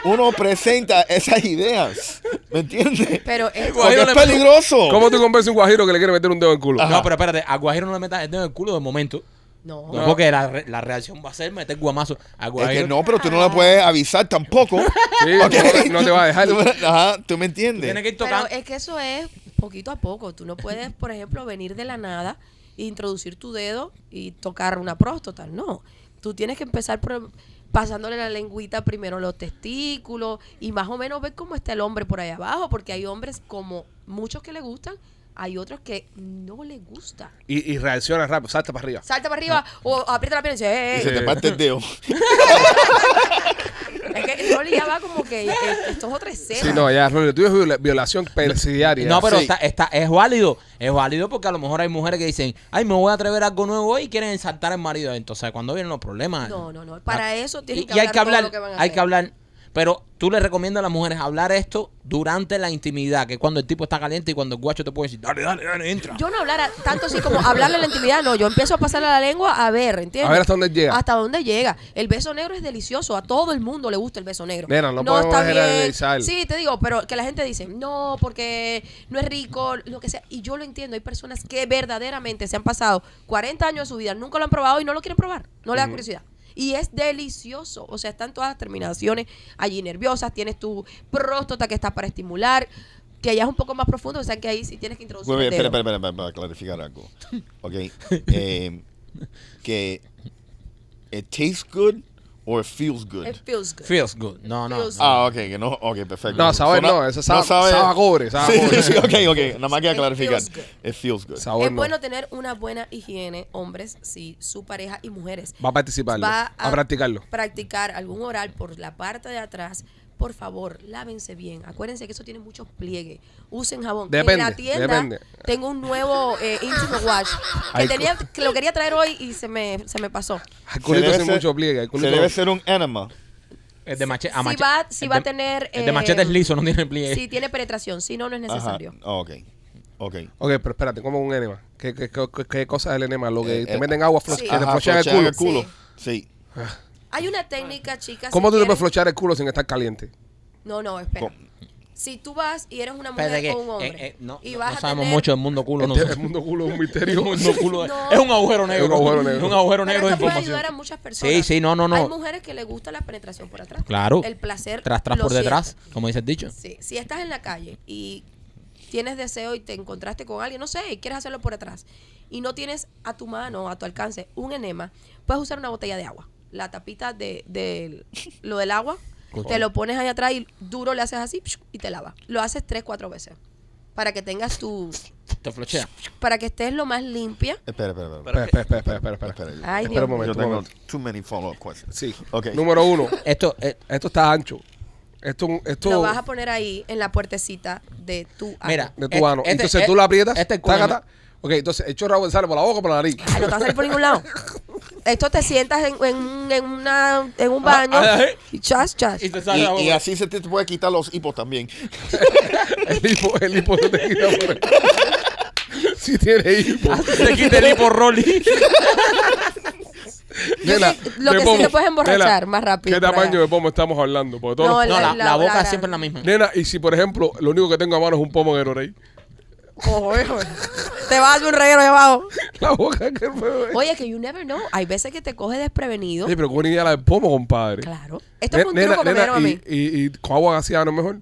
[SPEAKER 5] uno presenta esas ideas? ¿Me entiendes?
[SPEAKER 6] Pero
[SPEAKER 3] Guajiro
[SPEAKER 6] es-
[SPEAKER 5] Porque
[SPEAKER 3] le
[SPEAKER 5] es
[SPEAKER 3] meto-
[SPEAKER 5] peligroso.
[SPEAKER 1] ¿Cómo tú convences a un guajiro que le quiere meter un dedo en el culo?
[SPEAKER 5] Oh. Ajá.
[SPEAKER 3] No, pero espérate, a Guajiro no le metas el dedo en el culo de momento.
[SPEAKER 6] no.
[SPEAKER 3] No, porque la, re- la reacción va a ser meter guamazo. A
[SPEAKER 5] Es
[SPEAKER 3] Guajiro.
[SPEAKER 5] que no, pero tú no la puedes avisar tampoco.
[SPEAKER 1] Sí, no-
[SPEAKER 5] Ok.
[SPEAKER 1] no te va a
[SPEAKER 5] [laughs]
[SPEAKER 1] dejar.
[SPEAKER 5] Tú me- Ajá, tú me entiendes.
[SPEAKER 3] Tiene que ir
[SPEAKER 6] Pero
[SPEAKER 3] tocando.
[SPEAKER 6] es que eso es poquito a poco. Tú no puedes, por ejemplo, venir de la nada e introducir tu dedo y tocar una próstata. No. Tú tienes que empezar por- pasándole la lengüita primero a los testículos y más o menos ver cómo está el hombre por ahí abajo, porque hay hombres como muchos que le gustan, hay otros que no le gusta.
[SPEAKER 1] Y, y reacciona rápido, salta para arriba.
[SPEAKER 6] Salta para arriba
[SPEAKER 3] Ah.
[SPEAKER 6] o aprieta la pierna y dice, "Eh, eh,
[SPEAKER 5] Y
[SPEAKER 6] eh".
[SPEAKER 5] se te parte el
[SPEAKER 6] [laughs]
[SPEAKER 5] dedo.
[SPEAKER 6] Es que Rolly ya va como que eh, esto es otra escena.
[SPEAKER 1] Sí, no, ya, Rolly, tú es viola- violación persidiaria.
[SPEAKER 3] No, pero
[SPEAKER 5] Sí.
[SPEAKER 3] está, está, es válido. Es válido porque a lo mejor hay mujeres que dicen, ay, me voy a atrever a algo nuevo hoy y quieren saltar al marido. Entonces, cuando vienen los problemas.
[SPEAKER 6] No, no, no. Para eso tienen
[SPEAKER 3] Ah, Y-
[SPEAKER 6] que
[SPEAKER 3] y hay que
[SPEAKER 6] hablar
[SPEAKER 3] hablar,
[SPEAKER 6] todo lo que van a
[SPEAKER 3] hay
[SPEAKER 6] hacer.
[SPEAKER 3] que hablar. Pero tú le recomiendas a las mujeres hablar esto durante la intimidad, que es cuando el tipo está caliente y cuando el guacho te puede decir, dale, dale, dale, entra.
[SPEAKER 6] Yo no hablara tanto así como hablarle a la intimidad, no, yo empiezo a pasarle la lengua a ver, ¿entiendes?
[SPEAKER 1] A ver hasta dónde llega.
[SPEAKER 6] Hasta dónde llega. El beso negro es delicioso, a todo el mundo le gusta el beso negro.
[SPEAKER 1] Nena, no podemos generalizar.
[SPEAKER 6] Sí, te digo, pero que la gente dice, no, porque no es rico, lo que sea. Y yo lo entiendo, hay personas que verdaderamente se han pasado 40 años de su vida, nunca lo han probado y no lo quieren probar, no le da curiosidad. Y es delicioso, o sea, están todas las terminaciones allí nerviosas, tienes tu próstata que está para estimular, que ya es un poco más profundo, o sea, que ahí sí tienes que introducir.
[SPEAKER 5] Muy bien,
[SPEAKER 6] el
[SPEAKER 5] espera,
[SPEAKER 6] dedo.
[SPEAKER 5] espera, espera, espera, para clarificar algo.
[SPEAKER 6] [laughs]
[SPEAKER 5] Ok. eh, que it tastes good or it feels good.
[SPEAKER 6] It feels good.
[SPEAKER 3] Feels good. No, no.
[SPEAKER 6] Feels
[SPEAKER 3] no.
[SPEAKER 5] Ah, ok, que no, ok, perfecto.
[SPEAKER 1] No, sabe, no, eso sabe- sabe a cobre, sabe a
[SPEAKER 5] sí,
[SPEAKER 1] cobre.
[SPEAKER 5] sí, ok, ok, nada más que
[SPEAKER 6] It
[SPEAKER 5] clarificar.
[SPEAKER 6] feels
[SPEAKER 5] It feels good.
[SPEAKER 1] Sabor
[SPEAKER 6] es
[SPEAKER 1] no.
[SPEAKER 6] bueno tener una buena higiene, hombres, si su pareja y mujeres
[SPEAKER 1] Va a participarlo, a practicarlo.
[SPEAKER 6] practicar algún oral por la parte de atrás por favor, lávense bien. Acuérdense que eso tiene muchos pliegues. Usen jabón.
[SPEAKER 1] Depende,
[SPEAKER 6] en la tienda
[SPEAKER 1] depende.
[SPEAKER 6] tengo un nuevo eh, Intimo Wash que,
[SPEAKER 5] Ay,
[SPEAKER 6] tenía, que lo quería traer hoy y se me, se me pasó.
[SPEAKER 1] Al
[SPEAKER 5] Se
[SPEAKER 1] culito
[SPEAKER 5] debe
[SPEAKER 1] hace
[SPEAKER 5] ser-
[SPEAKER 1] mucho pliegue. al
[SPEAKER 5] Se
[SPEAKER 1] culito-
[SPEAKER 5] debe ser un enema.
[SPEAKER 3] El de machete.
[SPEAKER 6] si va- si va a tener,
[SPEAKER 3] El
[SPEAKER 6] eh,
[SPEAKER 3] de machete es liso, no tiene pliegue.
[SPEAKER 6] Si tiene penetración, si no, no es
[SPEAKER 5] Ajá.
[SPEAKER 6] necesario.
[SPEAKER 5] Ok. Ok.
[SPEAKER 1] Ok, pero espérate, ¿cómo un enema? ¿Qué, qué, qué, qué- qué cosa es el enema? Lo que
[SPEAKER 5] Eh,
[SPEAKER 1] te
[SPEAKER 5] eh,
[SPEAKER 1] meten agua, flo-
[SPEAKER 6] sí.
[SPEAKER 1] que te
[SPEAKER 5] Ajá,
[SPEAKER 1] flochean el
[SPEAKER 5] flochean
[SPEAKER 1] culo.
[SPEAKER 5] el culo. Sí.
[SPEAKER 6] Hay una técnica, chicas.
[SPEAKER 1] ¿Cómo
[SPEAKER 6] si
[SPEAKER 1] tú te puedes
[SPEAKER 6] quieren-
[SPEAKER 1] flochar el culo sin estar caliente?
[SPEAKER 6] No, no, espera.
[SPEAKER 5] Con-
[SPEAKER 6] Si tú vas y eres una
[SPEAKER 3] [laughs]
[SPEAKER 6] mujer
[SPEAKER 3] Espérate que,
[SPEAKER 6] o un hombre
[SPEAKER 3] eh, eh, no,
[SPEAKER 6] y
[SPEAKER 3] no-
[SPEAKER 6] vas
[SPEAKER 3] no
[SPEAKER 6] a
[SPEAKER 3] sabemos
[SPEAKER 6] tener-
[SPEAKER 3] mucho del mundo culo.
[SPEAKER 1] el,
[SPEAKER 3] nosotros.
[SPEAKER 1] el mundo culo Este es un misterio.
[SPEAKER 3] mundo [laughs] culo.
[SPEAKER 6] [laughs] No.
[SPEAKER 3] Es un agujero negro.
[SPEAKER 1] Es un agujero negro.
[SPEAKER 3] un agujero negro
[SPEAKER 6] Pero
[SPEAKER 3] de
[SPEAKER 6] esto puede
[SPEAKER 3] información.
[SPEAKER 6] ayudar a muchas personas.
[SPEAKER 3] Sí, sí, no, no, no.
[SPEAKER 6] Hay mujeres que les gusta la penetración por atrás.
[SPEAKER 3] Claro.
[SPEAKER 6] El placer.
[SPEAKER 3] Tras, tras
[SPEAKER 6] lo
[SPEAKER 3] por detrás,
[SPEAKER 6] sienten.
[SPEAKER 3] como dice el dicho.
[SPEAKER 6] Sí, si estás en la calle y tienes deseo y te encontraste con alguien, no sé, y quieres hacerlo por atrás y no tienes a tu mano, a tu alcance, un enema, puedes usar una botella de agua. La tapita de, de lo del agua, te lo pones ahí atrás y duro le haces así psh, y te lava. Lo haces tres, cuatro veces para que tengas tu,
[SPEAKER 3] Te flochea.
[SPEAKER 6] para que estés lo más limpia.
[SPEAKER 5] Espera, espera,
[SPEAKER 1] Espera,
[SPEAKER 5] espera.
[SPEAKER 1] espera, espera, espera. espera, espera.
[SPEAKER 5] Espera,
[SPEAKER 6] Ay,
[SPEAKER 1] Espera un
[SPEAKER 6] Dios.
[SPEAKER 1] momento.
[SPEAKER 5] Yo
[SPEAKER 1] un
[SPEAKER 5] tengo
[SPEAKER 1] momento.
[SPEAKER 5] too many follow-up questions.
[SPEAKER 1] Sí.
[SPEAKER 5] Ok.
[SPEAKER 1] Número uno.
[SPEAKER 3] Esto, eh,
[SPEAKER 1] Esto está ancho. Esto, esto
[SPEAKER 6] Lo vas a poner ahí en la puertecita de tu ano.
[SPEAKER 3] Mira.
[SPEAKER 1] de tu
[SPEAKER 3] Este-
[SPEAKER 1] ano.
[SPEAKER 3] este-
[SPEAKER 1] entonces
[SPEAKER 3] eh,
[SPEAKER 1] tú la aprietas.
[SPEAKER 3] este es el culo,
[SPEAKER 1] taca,
[SPEAKER 3] ¿no?
[SPEAKER 1] taca. Ok, entonces el chorro de agua sale por la boca o por la nariz.
[SPEAKER 6] Ay, Ah, no te va a salir por ningún lado. Esto te sientas en, en, un- en una, en un baño
[SPEAKER 3] Ah, ah, eh.
[SPEAKER 6] y chas, chas.
[SPEAKER 3] y te sale la
[SPEAKER 5] Y, y
[SPEAKER 3] boca. [laughs]
[SPEAKER 5] así se te puede quitar los hipos también. [laughs]
[SPEAKER 1] El hipo, el hipo se te quita por el- [laughs] Si tiene hipo.
[SPEAKER 3] Así se quita el hipo Rolly.
[SPEAKER 1] Nena,
[SPEAKER 6] que- lo
[SPEAKER 1] de
[SPEAKER 6] que sí
[SPEAKER 1] pomo.
[SPEAKER 6] te puedes emborrachar más rápido
[SPEAKER 1] ¿Qué
[SPEAKER 6] por
[SPEAKER 1] tamaño
[SPEAKER 6] allá?
[SPEAKER 1] de pomo estamos hablando? Porque todos
[SPEAKER 6] No,
[SPEAKER 1] los-
[SPEAKER 6] el-
[SPEAKER 3] [laughs] No, la,
[SPEAKER 6] La-
[SPEAKER 3] la boca
[SPEAKER 6] la- la-
[SPEAKER 3] siempre es la misma.
[SPEAKER 1] Nena, y si por ejemplo, lo único que tengo a mano es un pomo de Norey. [laughs]
[SPEAKER 6] Ojo, hijo. Te vas a hacer un reguero llevado.
[SPEAKER 1] La boca que me
[SPEAKER 6] Oye, que you never know. Hay veces que te coge desprevenido.
[SPEAKER 1] Oye, pero qué buena idea la del pomo, compadre.
[SPEAKER 6] Claro. Esto es un
[SPEAKER 1] Nena,
[SPEAKER 6] truco que me
[SPEAKER 1] nena,
[SPEAKER 6] dieron a
[SPEAKER 1] y,
[SPEAKER 6] mí.
[SPEAKER 1] y- y con agua gaseada no es mejor.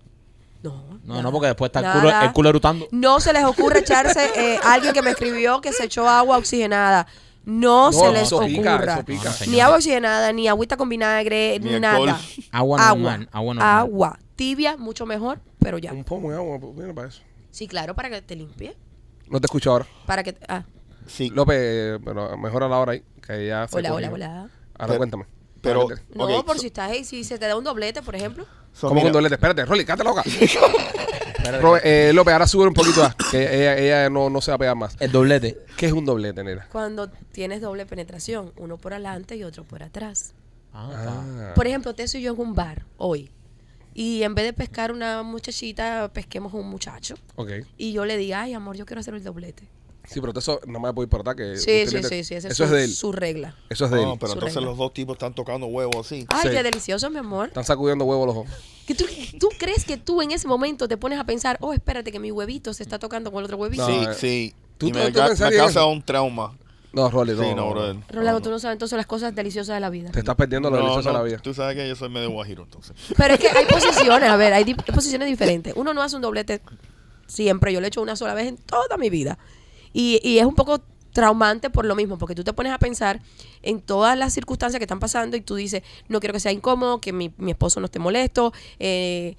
[SPEAKER 6] No.
[SPEAKER 3] No, no, porque después está el
[SPEAKER 6] Nada.
[SPEAKER 3] culo, el culo erutando.
[SPEAKER 6] No se les ocurre echarse eh, alguien que me escribió que se echó agua oxigenada. No,
[SPEAKER 1] No,
[SPEAKER 6] se les
[SPEAKER 1] eso pica,
[SPEAKER 6] ocurra.
[SPEAKER 1] eso pica.
[SPEAKER 3] No, no,
[SPEAKER 6] ni agua oxigenada, ni agüita con vinagre,
[SPEAKER 5] Ni
[SPEAKER 6] nada.
[SPEAKER 5] alcohol.
[SPEAKER 3] Agua normal, agua normal.
[SPEAKER 6] Agua. Tibia, mucho mejor, pero ya.
[SPEAKER 1] Un pomo de agua, pues, mira para eso.
[SPEAKER 6] Sí, claro, para que te limpie.
[SPEAKER 1] No te escucho ahora.
[SPEAKER 6] Para que. te- Ah,
[SPEAKER 5] Sí.
[SPEAKER 1] López, pero mejora la hora ahí, que ya se
[SPEAKER 6] hola, hola,
[SPEAKER 1] cogió.
[SPEAKER 6] hola.
[SPEAKER 1] Ahora
[SPEAKER 5] Pero-
[SPEAKER 1] cuéntame.
[SPEAKER 5] pero-
[SPEAKER 1] Espérate.
[SPEAKER 6] No,
[SPEAKER 5] Ok,
[SPEAKER 6] por
[SPEAKER 5] so-
[SPEAKER 6] si estás ahí, si se te da un doblete, por ejemplo.
[SPEAKER 5] So,
[SPEAKER 1] ¿Cómo
[SPEAKER 5] mira,
[SPEAKER 1] con doblete? Espérate, Rolly, cállate
[SPEAKER 5] [laughs]
[SPEAKER 1] loca. Robert, eh, López, ahora sube un poquito más, que ella, ella no, no se va a pegar más.
[SPEAKER 3] El doblete.
[SPEAKER 1] ¿Qué es un doblete, nena?
[SPEAKER 6] Cuando tienes doble penetración, uno por adelante y otro por atrás.
[SPEAKER 3] Ah,
[SPEAKER 6] Por ejemplo, te y yo en un bar hoy. Y en vez de pescar una muchachita, pesquemos un muchacho.
[SPEAKER 1] Ok.
[SPEAKER 6] Y yo le di, ay, amor, yo quiero hacer el doblete.
[SPEAKER 1] Sí, pero eso no me voy por acá que
[SPEAKER 6] Sí, sí,
[SPEAKER 1] utilita-
[SPEAKER 6] sí, sí, esa es
[SPEAKER 1] Eh, Eso es
[SPEAKER 6] su,
[SPEAKER 1] de él.
[SPEAKER 6] su regla.
[SPEAKER 1] Eso es de
[SPEAKER 5] No,
[SPEAKER 1] él.
[SPEAKER 5] pero
[SPEAKER 6] Su
[SPEAKER 5] entonces
[SPEAKER 6] regla.
[SPEAKER 5] los dos tipos están tocando huevos así.
[SPEAKER 6] Ay,
[SPEAKER 1] Sí.
[SPEAKER 6] qué delicioso, mi amor.
[SPEAKER 1] Están sacudiendo huevos los dos.
[SPEAKER 6] Que tú, tú crees que tú en ese momento te pones a pensar, oh, espérate que mi huevito se está tocando con el otro huevito?
[SPEAKER 1] No,
[SPEAKER 5] sí,
[SPEAKER 1] eh.
[SPEAKER 5] sí.
[SPEAKER 1] ¿Tú-
[SPEAKER 5] y
[SPEAKER 1] tú-
[SPEAKER 5] me,
[SPEAKER 1] tú
[SPEAKER 5] ca- me
[SPEAKER 1] pensarías
[SPEAKER 5] causa
[SPEAKER 1] eso?
[SPEAKER 5] un trauma.
[SPEAKER 1] No, Rolly, no.
[SPEAKER 5] Sí, no,
[SPEAKER 1] no,
[SPEAKER 5] brother.
[SPEAKER 1] no.
[SPEAKER 6] Rolando, tú no sabes entonces las cosas deliciosas de la vida.
[SPEAKER 1] Te estás perdiendo lo
[SPEAKER 5] No,
[SPEAKER 1] delicioso de
[SPEAKER 5] no,
[SPEAKER 1] la vida.
[SPEAKER 5] Tú sabes que yo soy medio guajiro, entonces.
[SPEAKER 6] Pero es que hay posiciones, a ver, hay di- posiciones diferentes. Uno no hace un doblete siempre, yo lo he hecho una sola vez en toda mi vida. Y, y es un poco traumante por lo mismo, porque tú te pones a pensar en todas las circunstancias que están pasando y tú dices, no quiero que sea incómodo, que mi, mi esposo no esté molesto. eh,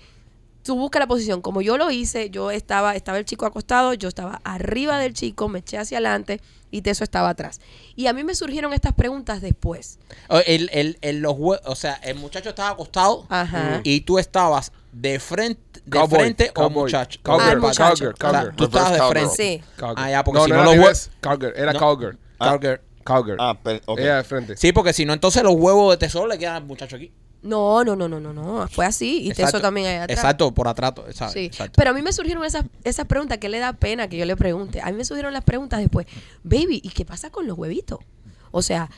[SPEAKER 6] tú buscas la posición. Como yo lo hice, yo estaba, estaba el chico acostado, yo estaba arriba del chico, me eché hacia adelante y Teso estaba atrás. Y a mí me surgieron estas preguntas después.
[SPEAKER 3] O- El, el, el- los hue- o sea, el muchacho estaba acostado
[SPEAKER 6] Ajá.
[SPEAKER 3] y tú estabas de frente, de
[SPEAKER 1] Cowboy,
[SPEAKER 3] frente o
[SPEAKER 1] cowboy,
[SPEAKER 3] muchacho.
[SPEAKER 1] Cowgirl,
[SPEAKER 6] Ah, el muchacho.
[SPEAKER 1] cowgirl,
[SPEAKER 3] O sea,
[SPEAKER 1] cowgirl.
[SPEAKER 3] tú estabas de
[SPEAKER 5] Reverse
[SPEAKER 3] frente.
[SPEAKER 5] cowgirl.
[SPEAKER 6] Sí.
[SPEAKER 1] Cowgirl.
[SPEAKER 3] Ah, ya, porque
[SPEAKER 1] no,
[SPEAKER 3] si
[SPEAKER 1] no
[SPEAKER 3] no,
[SPEAKER 1] era
[SPEAKER 3] los
[SPEAKER 1] reverse,
[SPEAKER 3] huevos.
[SPEAKER 1] Cowgirl, era
[SPEAKER 3] No.
[SPEAKER 1] Cowgirl.
[SPEAKER 5] Ah.
[SPEAKER 1] Cowgirl, Cowgirl.
[SPEAKER 5] Ah, pero, ok.
[SPEAKER 1] Ella de frente.
[SPEAKER 3] Sí, porque si no, entonces los huevos de tesoro le quedan al muchacho aquí.
[SPEAKER 6] No, no, no, no, no, no. Fue así. Y
[SPEAKER 3] Exacto.
[SPEAKER 6] Teso también allá atrás.
[SPEAKER 3] Exacto, por atrato. Exacto.
[SPEAKER 6] Sí.
[SPEAKER 3] exacto.
[SPEAKER 6] Pero a mí me surgieron esas, esas preguntas que le da pena que yo le pregunte. A mí me surgieron las preguntas después. Baby, ¿y qué pasa con los huevitos? O sea,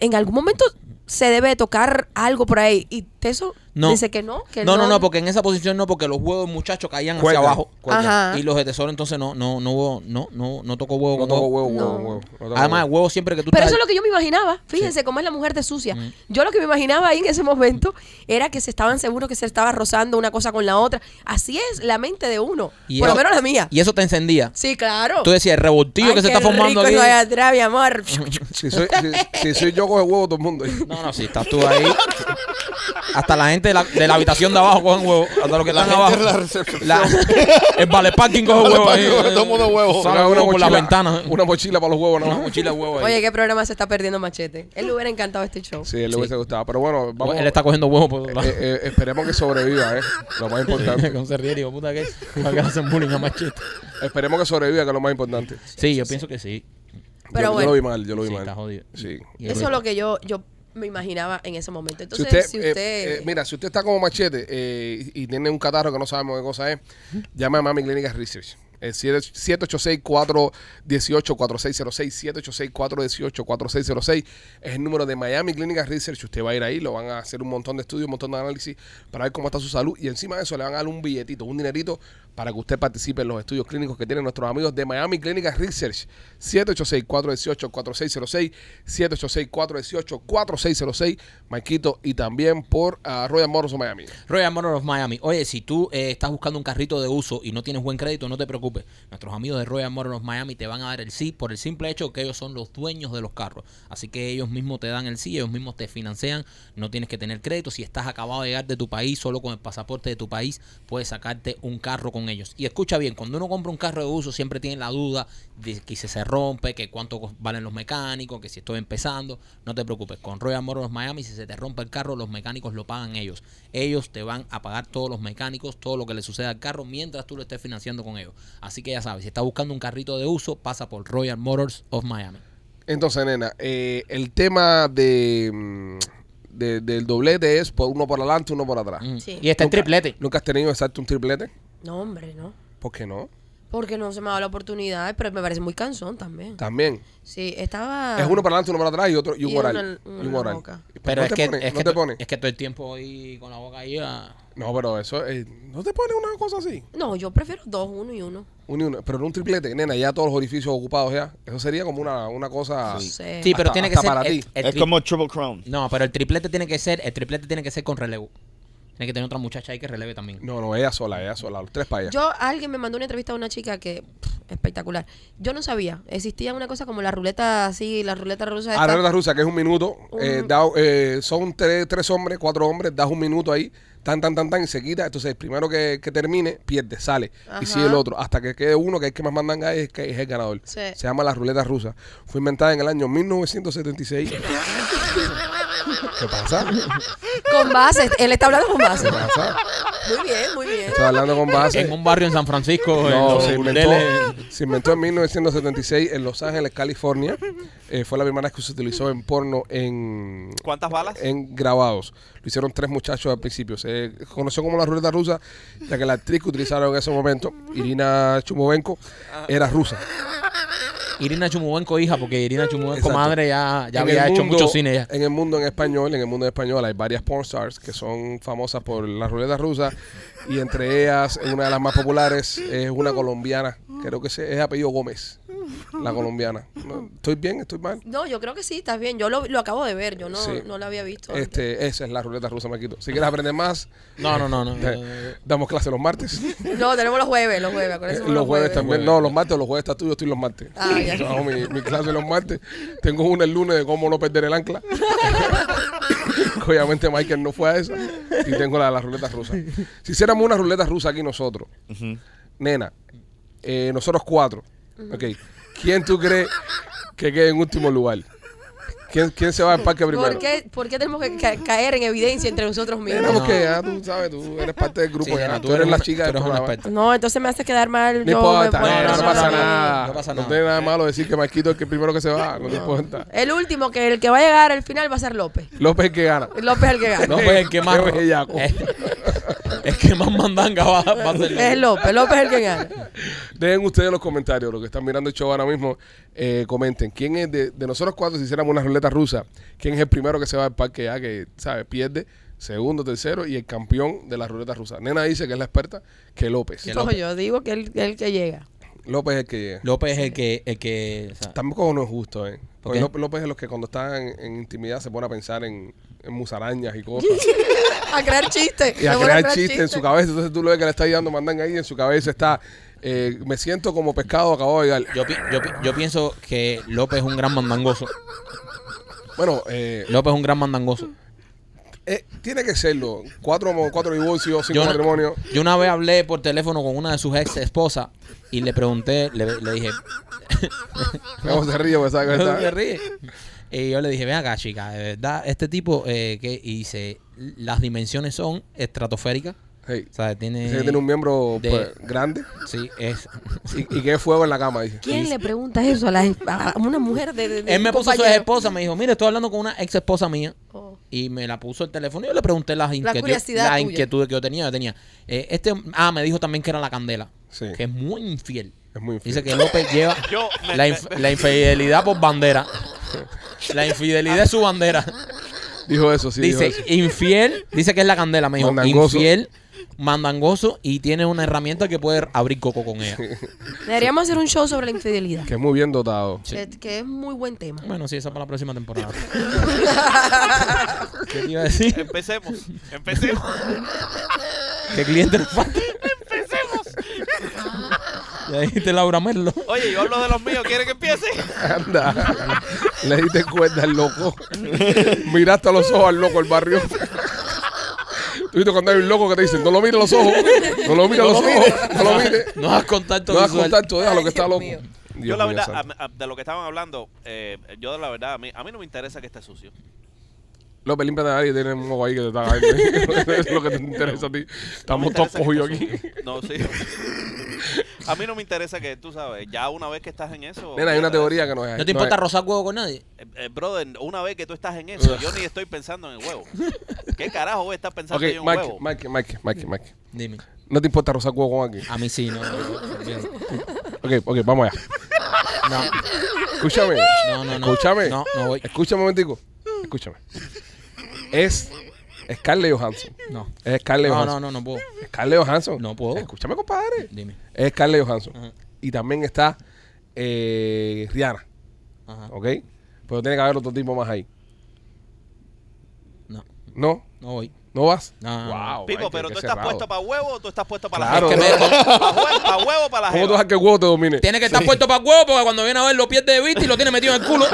[SPEAKER 6] en algún momento se debe tocar algo por ahí. Y Teso
[SPEAKER 3] No.
[SPEAKER 6] dice que no. Que
[SPEAKER 3] no, no, no, porque en esa posición no, porque los huevos del muchacho caían hacia
[SPEAKER 1] Cuelgan,
[SPEAKER 3] abajo.
[SPEAKER 1] cuelgan.
[SPEAKER 6] Ajá.
[SPEAKER 3] Y los de tesoro entonces no, no, no, hubo- no, no, no tocó huevo
[SPEAKER 1] No
[SPEAKER 3] con
[SPEAKER 1] toco
[SPEAKER 3] huevo.
[SPEAKER 1] huevo, huevo,
[SPEAKER 6] No.
[SPEAKER 1] huevo. No toco
[SPEAKER 3] Además, el
[SPEAKER 1] huevo.
[SPEAKER 3] huevo siempre que tú
[SPEAKER 6] Pero
[SPEAKER 3] estás- Mm.
[SPEAKER 6] eso es lo que yo me imaginaba. Fíjense cómo es la mujer de sucia. Yo lo que me imaginaba ahí en ese momento era que se estaban seguros que se estaba rozando una cosa con la otra. Así es la mente de uno.
[SPEAKER 3] y
[SPEAKER 6] por lo
[SPEAKER 3] eso-
[SPEAKER 6] menos la mía.
[SPEAKER 3] Y eso te encendía.
[SPEAKER 6] Sí, claro.
[SPEAKER 3] Tú decías, el revoltillo
[SPEAKER 6] Ay,
[SPEAKER 3] que se
[SPEAKER 6] qué
[SPEAKER 3] está formando
[SPEAKER 6] rico
[SPEAKER 3] aquí.
[SPEAKER 6] eso allá atrás,
[SPEAKER 1] [laughs]
[SPEAKER 6] mi amor.
[SPEAKER 3] [laughs]
[SPEAKER 1] Si soy, si, si soy yo, coge huevo todo el mundo.
[SPEAKER 3] No, no, si estás tú ahí. Hasta la gente de la, de la habitación de abajo cogen huevo. Hasta los que
[SPEAKER 5] La
[SPEAKER 3] están
[SPEAKER 5] gente
[SPEAKER 3] abajo.
[SPEAKER 5] en la recepción. [laughs]
[SPEAKER 3] La- el vale parking coge
[SPEAKER 5] Vale
[SPEAKER 3] huevo. eh. ahí.
[SPEAKER 5] parking, todo el mundo huevo.
[SPEAKER 3] Sale
[SPEAKER 1] Una- Oh, una
[SPEAKER 3] huevo por las
[SPEAKER 1] mochila-
[SPEAKER 3] ventanas.
[SPEAKER 1] Una mochila para los huevos,
[SPEAKER 3] Una
[SPEAKER 1] ¿no?
[SPEAKER 3] mochila de huevo ahí.
[SPEAKER 6] Oye, qué programa se está perdiendo Machete. Él le hubiera encantado este show.
[SPEAKER 1] Sí, le hubiese gustado. Pero bueno, vamos.
[SPEAKER 3] Él está cogiendo huevo por la...
[SPEAKER 1] eh, eh, esperemos que sobreviva, ¿eh? Lo
[SPEAKER 3] [laughs]
[SPEAKER 1] más importante.
[SPEAKER 3] Con Serrier, digo, puta que para que no hacen bullying a machete.
[SPEAKER 1] Esperemos que sobreviva, que es lo más importante.
[SPEAKER 3] Sí, yo pienso que sí.
[SPEAKER 6] Pero
[SPEAKER 1] yo, yo
[SPEAKER 6] bueno.
[SPEAKER 1] lo vi mal, yo lo vi
[SPEAKER 3] Sí,
[SPEAKER 1] mal.
[SPEAKER 3] está jodido.
[SPEAKER 1] Sí.
[SPEAKER 3] Y el
[SPEAKER 6] Eso es
[SPEAKER 3] otro-
[SPEAKER 6] lo que yo, yo me imaginaba en ese momento.
[SPEAKER 1] Si
[SPEAKER 6] Entonces,
[SPEAKER 1] usted,
[SPEAKER 6] si
[SPEAKER 1] eh,
[SPEAKER 6] usted.
[SPEAKER 1] eh, mira, si usted está como machete eh, y, y tiene un catarro que no sabemos qué cosa es, llame a Mami Clínicas Research. El 786-418-4606, 786-418-4606 es el número de Miami Clínicas Research. Usted va a ir ahí, lo van a hacer un montón de estudios, un montón de análisis para ver cómo está su salud y encima de eso le van a dar un billetito, un dinerito para que usted participe en los estudios clínicos que tienen nuestros amigos de Miami Clínicas Research. 786-418-4606, 786-418-4606, Maquito y también por ah, Royal Morrison Miami.
[SPEAKER 3] Royal Motors of Miami. Oye, si tú eh, estás buscando un carrito de uso y no tienes buen crédito, no te preocupes. Nuestros amigos de Royal Motors of Miami te van a dar el sí por el simple hecho que ellos son los dueños de los carros. Así que ellos mismos te dan el sí, ellos mismos te financian. No tienes que tener crédito. Si estás acabado de llegar de tu país, solo con el pasaporte de tu país puedes sacarte un carro con ellos. Y escucha bien, cuando uno compra un carro de uso siempre tiene la duda de que si se rompe, que cuánto cos- valen los mecánicos, que si estoy empezando. No te preocupes, con Royal Motors Miami, si se te rompe el carro, los mecánicos lo pagan ellos. Ellos te van a pagar todos los mecánicos, todo lo que le suceda al carro mientras tú lo estés financiando con ellos. Así que ya sabes, si estás buscando un carrito de uso, pasa por Royal Motors of Miami.
[SPEAKER 1] Entonces, nena, eh, el tema de, mm, de- del doblete es por uno por adelante, uno por atrás.
[SPEAKER 3] Mm.
[SPEAKER 6] Sí.
[SPEAKER 3] Y está el triplete.
[SPEAKER 1] ¿Nunca has tenido exacto un triplete?
[SPEAKER 6] No, hombre, no.
[SPEAKER 1] ¿Por qué no?
[SPEAKER 6] Porque no se me ha dado la oportunidad, pero me parece muy cansón
[SPEAKER 3] Mm.
[SPEAKER 6] también.
[SPEAKER 1] También.
[SPEAKER 6] Sí, estaba.
[SPEAKER 3] Ah.
[SPEAKER 1] Es uno para adelante, uno para atrás y otro y un
[SPEAKER 6] Y uno
[SPEAKER 1] oral.
[SPEAKER 6] en- uno
[SPEAKER 1] y un
[SPEAKER 6] en la
[SPEAKER 1] oral.
[SPEAKER 6] boca.
[SPEAKER 3] Pero
[SPEAKER 1] no
[SPEAKER 3] es,
[SPEAKER 1] te
[SPEAKER 3] que,
[SPEAKER 1] pone,
[SPEAKER 3] es,
[SPEAKER 1] no
[SPEAKER 3] que
[SPEAKER 1] te
[SPEAKER 3] to-
[SPEAKER 1] pone.
[SPEAKER 3] es que todo el tiempo ahí con la boca ahí. ah.
[SPEAKER 1] No, pero eso eh, no te pone una cosa así.
[SPEAKER 6] No, yo prefiero dos, uno y uno.
[SPEAKER 1] Un y uno. Pero en un triplete, nena, ya todos los orificios ocupados ya. Eso sería como una, una cosa.
[SPEAKER 6] No sé.
[SPEAKER 3] Sí, pero
[SPEAKER 1] Hasta-
[SPEAKER 3] tiene que
[SPEAKER 1] hasta
[SPEAKER 3] ser.
[SPEAKER 1] para
[SPEAKER 3] el-
[SPEAKER 1] ti.
[SPEAKER 3] el
[SPEAKER 5] Es
[SPEAKER 3] tri-
[SPEAKER 5] como Triple Crown.
[SPEAKER 3] No, pero el triplete tiene que ser, el triplete tiene que ser con relevo. Tiene que tener otra muchacha ahí que releve también.
[SPEAKER 1] No, no, ella sola, ella sola, los tres para allá.
[SPEAKER 6] Yo, alguien me mandó una entrevista a una chica que. pff, espectacular. Yo no sabía. Existía una cosa como la ruleta así, la ruleta rusa. esta.
[SPEAKER 1] A la rusa, que es un minuto, eh,
[SPEAKER 6] Un-
[SPEAKER 1] da, eh, son tres, tres hombres, cuatro hombres, das un minuto ahí, tan, tan, tan, tan, y se quita. Entonces, el primero que, que termine, pierde, sale.
[SPEAKER 6] Ajá.
[SPEAKER 1] Y sigue el otro, hasta que quede uno, que es el que más mandan es, que es el ganador.
[SPEAKER 6] Sí.
[SPEAKER 1] Se llama la ruleta rusa. Fue inventada en el año 1976.
[SPEAKER 6] [laughs]
[SPEAKER 1] ¿Qué pasa?
[SPEAKER 6] Con base. Él está hablando con base.
[SPEAKER 1] [laughs] ¿Qué pasa?
[SPEAKER 6] Muy bien, muy bien.
[SPEAKER 1] Estoy hablando con base.
[SPEAKER 3] En un barrio en San Francisco, en
[SPEAKER 1] No,
[SPEAKER 3] los
[SPEAKER 1] se inventó,
[SPEAKER 3] burdeles.
[SPEAKER 1] se inventó en 1976 en Los Ángeles, California. Eh, fue la primera vez que se utilizó en porno en,
[SPEAKER 4] ¿Cuántas balas?
[SPEAKER 1] en grabados. Lo hicieron tres muchachos al principio. Se conoció como la ruleta rusa, ya que la actriz que utilizaron en ese momento, Irina Chumovenko, era rusa.
[SPEAKER 3] Irina Chumubenco, hija, porque Irina Chumubenco,
[SPEAKER 1] Exacto.
[SPEAKER 3] madre, ya, ya
[SPEAKER 1] En el
[SPEAKER 3] había hecho
[SPEAKER 1] mundo- Eh,
[SPEAKER 3] mucho cine ya.
[SPEAKER 1] En el mundo en español, en el mundo en español hay varias porn stars que son famosas por la ruleta rusa y entre ellas una de las más populares es una colombiana, creo que se- es apellido Gómez, la colombiana. No, ¿Estoy bien? ¿Estoy mal?
[SPEAKER 6] No, yo creo que sí, estás bien. Yo lo, lo acabo de ver, yo no,
[SPEAKER 1] Sí.
[SPEAKER 6] no la había visto. antes.
[SPEAKER 1] Este, esa es la ruleta rusa, Marquito. Si quieres aprender más,
[SPEAKER 3] No, no, no, no.
[SPEAKER 1] eh, damos clase los martes. Eh,
[SPEAKER 6] [laughs] No, tenemos los jueves, los jueves, acuérdense.
[SPEAKER 1] los jueves también.
[SPEAKER 3] Jueves.
[SPEAKER 1] No, los martes, los jueves estás tú, yo estoy los martes.
[SPEAKER 6] Ah,
[SPEAKER 1] [laughs]
[SPEAKER 6] ya.
[SPEAKER 1] Yo hago mi, mi clase los martes. Tengo una el lunes de cómo no perder el
[SPEAKER 6] [laughs]
[SPEAKER 1] ancla. [laughs] Que Obviamente Michael no fue a esa. Y tengo la de las ruletas rusas. Si hiciéramos una ruleta rusa aquí nosotros, nena, eh, nosotros cuatro, ok, ¿quién tú crees que quede en último lugar? ¿Quién, quién se va al parque primero? Eh,
[SPEAKER 6] ¿Por qué, por qué tenemos que ca- caer en evidencia entre nosotros
[SPEAKER 1] Nena,
[SPEAKER 6] mismos?
[SPEAKER 1] porque ya tú sabes, tú eres parte del grupo.
[SPEAKER 3] Sí,
[SPEAKER 1] ya.
[SPEAKER 3] nena,
[SPEAKER 1] pues, tú, eres la
[SPEAKER 3] una-
[SPEAKER 1] chica
[SPEAKER 3] tú
[SPEAKER 1] del
[SPEAKER 3] eres una
[SPEAKER 1] programa.
[SPEAKER 3] experta. [laughs]
[SPEAKER 6] No, entonces me hace quedar mal.
[SPEAKER 1] No
[SPEAKER 6] yo me
[SPEAKER 1] importa, no,
[SPEAKER 6] pongo-
[SPEAKER 1] no,
[SPEAKER 3] no,
[SPEAKER 1] pasa
[SPEAKER 3] no,
[SPEAKER 1] nada.
[SPEAKER 3] no pasa
[SPEAKER 1] No
[SPEAKER 3] nada.
[SPEAKER 1] tiene nada malo decir que Marquito es el primero que se va, no, te importa.
[SPEAKER 6] El último, que el que va a llegar al final va a ser López.
[SPEAKER 1] López es el que gana.
[SPEAKER 6] López es el que gana.
[SPEAKER 3] No, pues el que más.
[SPEAKER 1] Qué
[SPEAKER 3] [laughs]
[SPEAKER 1] bellaco.
[SPEAKER 3] Es, es que más mandanga va, va a ser.
[SPEAKER 6] Es López, López es el que gana.
[SPEAKER 1] Dejen ustedes en los comentarios, los que están mirando el show ahora mismo, eh, comenten. ¿Quién es de, de nosotros cuatro si hiciéramos una ruleta rusa? ¿Quién es el primero que se va al parque ya que, ¿sabes? Pierde, segundo, tercero y el campeón de la ruleta rusa. Nena dice que es la experta, que López.
[SPEAKER 3] Que
[SPEAKER 6] No,
[SPEAKER 3] López.
[SPEAKER 6] yo digo que él- el que llega.
[SPEAKER 1] López es el que llega.
[SPEAKER 3] López es el que. El que o sea,
[SPEAKER 1] Tampoco no es justo, ¿eh?
[SPEAKER 3] ¿Por
[SPEAKER 1] Porque
[SPEAKER 3] qué?
[SPEAKER 1] López, López es los que cuando están en, en intimidad se pone a pensar en, en musarañas y cosas.
[SPEAKER 3] [laughs]
[SPEAKER 6] A crear chistes.
[SPEAKER 1] Y a
[SPEAKER 6] Se pone
[SPEAKER 1] crear chiste en su cabeza. Entonces tú lo ves que le está dando mandanga ahí y en su cabeza está. eh, me siento como pescado acabado de llegar.
[SPEAKER 3] yo, pi- yo, pi- yo pienso que López es un gran mandangoso.
[SPEAKER 1] Bueno, eh,
[SPEAKER 3] López es un gran mandangoso.
[SPEAKER 1] Eh, tiene que serlo. Cuatro, mo- cuatro divorcios, cinco
[SPEAKER 3] Yo, una- [laughs]
[SPEAKER 1] matrimonios.
[SPEAKER 3] yo una vez hablé por teléfono con una de sus ex esposas y le pregunté, le, le dije,
[SPEAKER 1] Vamos se ríe, pues, ¿sabes?
[SPEAKER 3] No se ríe. Y yo le dije, ven acá, chica, de verdad, este tipo eh, que y dice, las dimensiones son estratosféricas.
[SPEAKER 1] Hey.
[SPEAKER 3] O sea, tiene.
[SPEAKER 1] Dice que tiene un miembro
[SPEAKER 3] eh, de-
[SPEAKER 1] pues, grande
[SPEAKER 3] Sí, es.
[SPEAKER 1] y, y que es fuego en la cama, dice.
[SPEAKER 6] ¿Quién le pregunta eso a, la, a una mujer de, de- de
[SPEAKER 3] Él me
[SPEAKER 6] un
[SPEAKER 3] puso a su ex
[SPEAKER 6] compañero?
[SPEAKER 3] esposa, me dijo, mira, estoy hablando con una ex esposa mía.
[SPEAKER 6] Oh.
[SPEAKER 3] Y me la puso el teléfono y yo le pregunté las inquietudes,
[SPEAKER 6] curiosidad
[SPEAKER 3] las
[SPEAKER 6] tuya.
[SPEAKER 3] inquietudes que yo tenía. Yo tenía eh, este, ah, me dijo también que era la candela,
[SPEAKER 1] Sí.
[SPEAKER 3] que es muy infiel.
[SPEAKER 1] Es muy infiel.
[SPEAKER 3] Dice que López lleva
[SPEAKER 4] [laughs] Yo me-
[SPEAKER 3] la, inf- la infidelidad por bandera. La infidelidad es su bandera.
[SPEAKER 1] Dijo eso, sí.
[SPEAKER 3] dice,
[SPEAKER 1] dijo eso.
[SPEAKER 3] infiel, dice que es la candela, me dijo,
[SPEAKER 1] Mandangoso.
[SPEAKER 3] infiel, mandangoso y tiene una herramienta que puede abrir coco con ella.
[SPEAKER 6] Deberíamos hacer un show sobre la infidelidad.
[SPEAKER 1] Que es muy bien dotado.
[SPEAKER 3] Sí.
[SPEAKER 6] Que, Eh, que es muy buen tema.
[SPEAKER 3] Bueno, sí, esa para la próxima
[SPEAKER 1] [laughs]
[SPEAKER 3] temporada. ¿Qué te iba a decir?
[SPEAKER 4] Empecemos. Empecemos.
[SPEAKER 3] ¿Qué cliente nos falta? Empecemos. Ya dijiste Laura Merlo.
[SPEAKER 4] Oye, yo hablo de los míos. ¿Quiere que empiece?
[SPEAKER 1] Anda. Le diste cuerda al loco. Miraste a los ojos al loco, el barrio. Tú viste cuando hay un loco que te dice, no lo mire a los ojos, no lo mire a los ojos, no lo mire.
[SPEAKER 3] No das contacto
[SPEAKER 1] No hagas
[SPEAKER 3] visual.
[SPEAKER 1] contacto, déjalo que
[SPEAKER 6] Ay,
[SPEAKER 1] está
[SPEAKER 6] Dios
[SPEAKER 1] loco.
[SPEAKER 6] mío.
[SPEAKER 4] yo,
[SPEAKER 1] Dios
[SPEAKER 4] la
[SPEAKER 1] mío,
[SPEAKER 4] verdad,
[SPEAKER 1] santo.
[SPEAKER 4] a- a- de lo que estaban hablando, eh, yo, de la verdad, a mí, a mí no me interesa que esté sucio.
[SPEAKER 1] López, límpiate la nariz, tiene un ojo ahí que te está
[SPEAKER 4] [laughs]
[SPEAKER 1] cayendo. es lo que te interesa a ti.
[SPEAKER 4] No me
[SPEAKER 1] Estamos todos
[SPEAKER 4] interesa que
[SPEAKER 1] cogidos aquí.
[SPEAKER 4] esté sucio. No, sí.
[SPEAKER 1] [laughs]
[SPEAKER 4] A mí no me interesa que, tú sabes, ya una vez que estás en eso.
[SPEAKER 1] Nena, hay una
[SPEAKER 4] mierda,
[SPEAKER 1] teoría que no es.
[SPEAKER 3] ¿No te importa rozar huevo con nadie?
[SPEAKER 4] Eh, eh, brother, una vez que tú estás en eso, yo ni estoy pensando en el huevo. ¿Qué carajo voy a estar pensando
[SPEAKER 1] Ok,
[SPEAKER 4] yo en un
[SPEAKER 1] Mike,
[SPEAKER 4] huevo?
[SPEAKER 1] Mike, Mike, Mike, Mike.
[SPEAKER 3] Dime.
[SPEAKER 1] No te importa rozar cubo con alguien.
[SPEAKER 3] A mí
[SPEAKER 1] [laughs]
[SPEAKER 3] sí, no. No,
[SPEAKER 1] Ok, ok, vamos allá. Escúchame.
[SPEAKER 3] no, no. no.
[SPEAKER 1] Escúchame.
[SPEAKER 3] No, no voy.
[SPEAKER 1] Escúchame un momentico. Escúchame. Es Scarlett Johansson.
[SPEAKER 3] No.
[SPEAKER 1] Es Scarlett
[SPEAKER 3] No,
[SPEAKER 1] Johansson.
[SPEAKER 3] no, no, no puedo.
[SPEAKER 1] Scarlett Johansson.
[SPEAKER 3] No puedo.
[SPEAKER 1] Escúchame, compadre.
[SPEAKER 3] Dime.
[SPEAKER 1] Es Scarlett Johansson.
[SPEAKER 3] Ajá.
[SPEAKER 1] Y también está eh, Rihanna.
[SPEAKER 3] Ajá.
[SPEAKER 1] ¿Ok? Pero tiene que haber otro tipo más ahí.
[SPEAKER 3] No,
[SPEAKER 1] ¿No?
[SPEAKER 3] no voy.
[SPEAKER 1] ¿No vas?
[SPEAKER 3] No, no, no.
[SPEAKER 1] Wow,
[SPEAKER 4] Pipo,
[SPEAKER 1] Mike,
[SPEAKER 4] pero
[SPEAKER 1] qué
[SPEAKER 4] tú estás
[SPEAKER 1] cerrado.
[SPEAKER 4] puesto para huevo o tú estás puesto para
[SPEAKER 1] Claro.
[SPEAKER 4] la
[SPEAKER 1] [laughs]
[SPEAKER 3] Es que
[SPEAKER 4] jeva.
[SPEAKER 3] me-
[SPEAKER 4] Para huevo, pa' huevo o para la
[SPEAKER 1] ¿Cómo tú
[SPEAKER 4] jeva.
[SPEAKER 1] dejas que el huevo te domine?
[SPEAKER 3] Tiene que estar puesto para huevo porque cuando viene a ver lo pierde de vista y lo tiene metido en el
[SPEAKER 5] [laughs]
[SPEAKER 3] culo.
[SPEAKER 1] El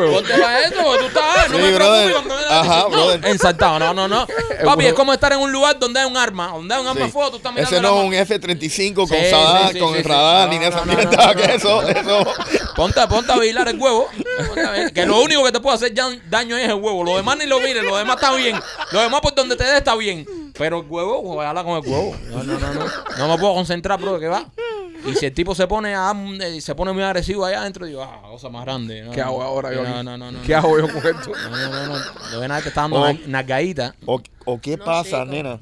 [SPEAKER 1] huevo.
[SPEAKER 3] Ponte para eso, porque tú estás. No
[SPEAKER 5] Sí,
[SPEAKER 3] me preocupes
[SPEAKER 5] brother.
[SPEAKER 3] cuando viene a ver.
[SPEAKER 5] Ajá, brother.
[SPEAKER 3] Ensartado, no, no,
[SPEAKER 5] [laughs]
[SPEAKER 3] no. Papi, es como estar en un lugar donde hay un arma, donde hay un arma
[SPEAKER 5] Sí.
[SPEAKER 3] de fuego, tú estás mirando.
[SPEAKER 5] Ese
[SPEAKER 3] el
[SPEAKER 5] no es
[SPEAKER 3] arma.
[SPEAKER 5] un F-35 con,
[SPEAKER 3] Sí,
[SPEAKER 5] radar,
[SPEAKER 3] sí, sí,
[SPEAKER 5] con
[SPEAKER 3] sí, sí.
[SPEAKER 5] radar,
[SPEAKER 3] No,
[SPEAKER 5] ni
[SPEAKER 3] no,
[SPEAKER 5] esa
[SPEAKER 3] no, no,
[SPEAKER 5] mierda.
[SPEAKER 3] no,
[SPEAKER 5] que
[SPEAKER 3] no.
[SPEAKER 5] eso, eso.
[SPEAKER 3] Ponte, ponte a vigilar el huevo. ponte a ver, Que lo único que te puede hacer ya- daño es el huevo. Lo demás ni lo mires, lo demás está bien. Lo demás por donde te dé está bien. Pero el huevo, juegala con el huevo. No, no, no, no. No me puedo concentrar, bro, que va. Y si el tipo se pone a, eh, se pone muy agresivo allá adentro, digo, ah, cosa más grande. No,
[SPEAKER 1] ¿Qué
[SPEAKER 3] no,
[SPEAKER 1] hago ahora yo?
[SPEAKER 3] No,
[SPEAKER 1] aquí?
[SPEAKER 3] no, no, no.
[SPEAKER 1] ¿Qué
[SPEAKER 3] no.
[SPEAKER 1] hago yo con esto?
[SPEAKER 3] No, no, no, no. Lo ven a te está dando
[SPEAKER 5] Oh.
[SPEAKER 3] una nalgadita.
[SPEAKER 5] ¿O, o qué
[SPEAKER 6] No
[SPEAKER 5] pasa,
[SPEAKER 6] sé, ¿cómo?
[SPEAKER 5] nena?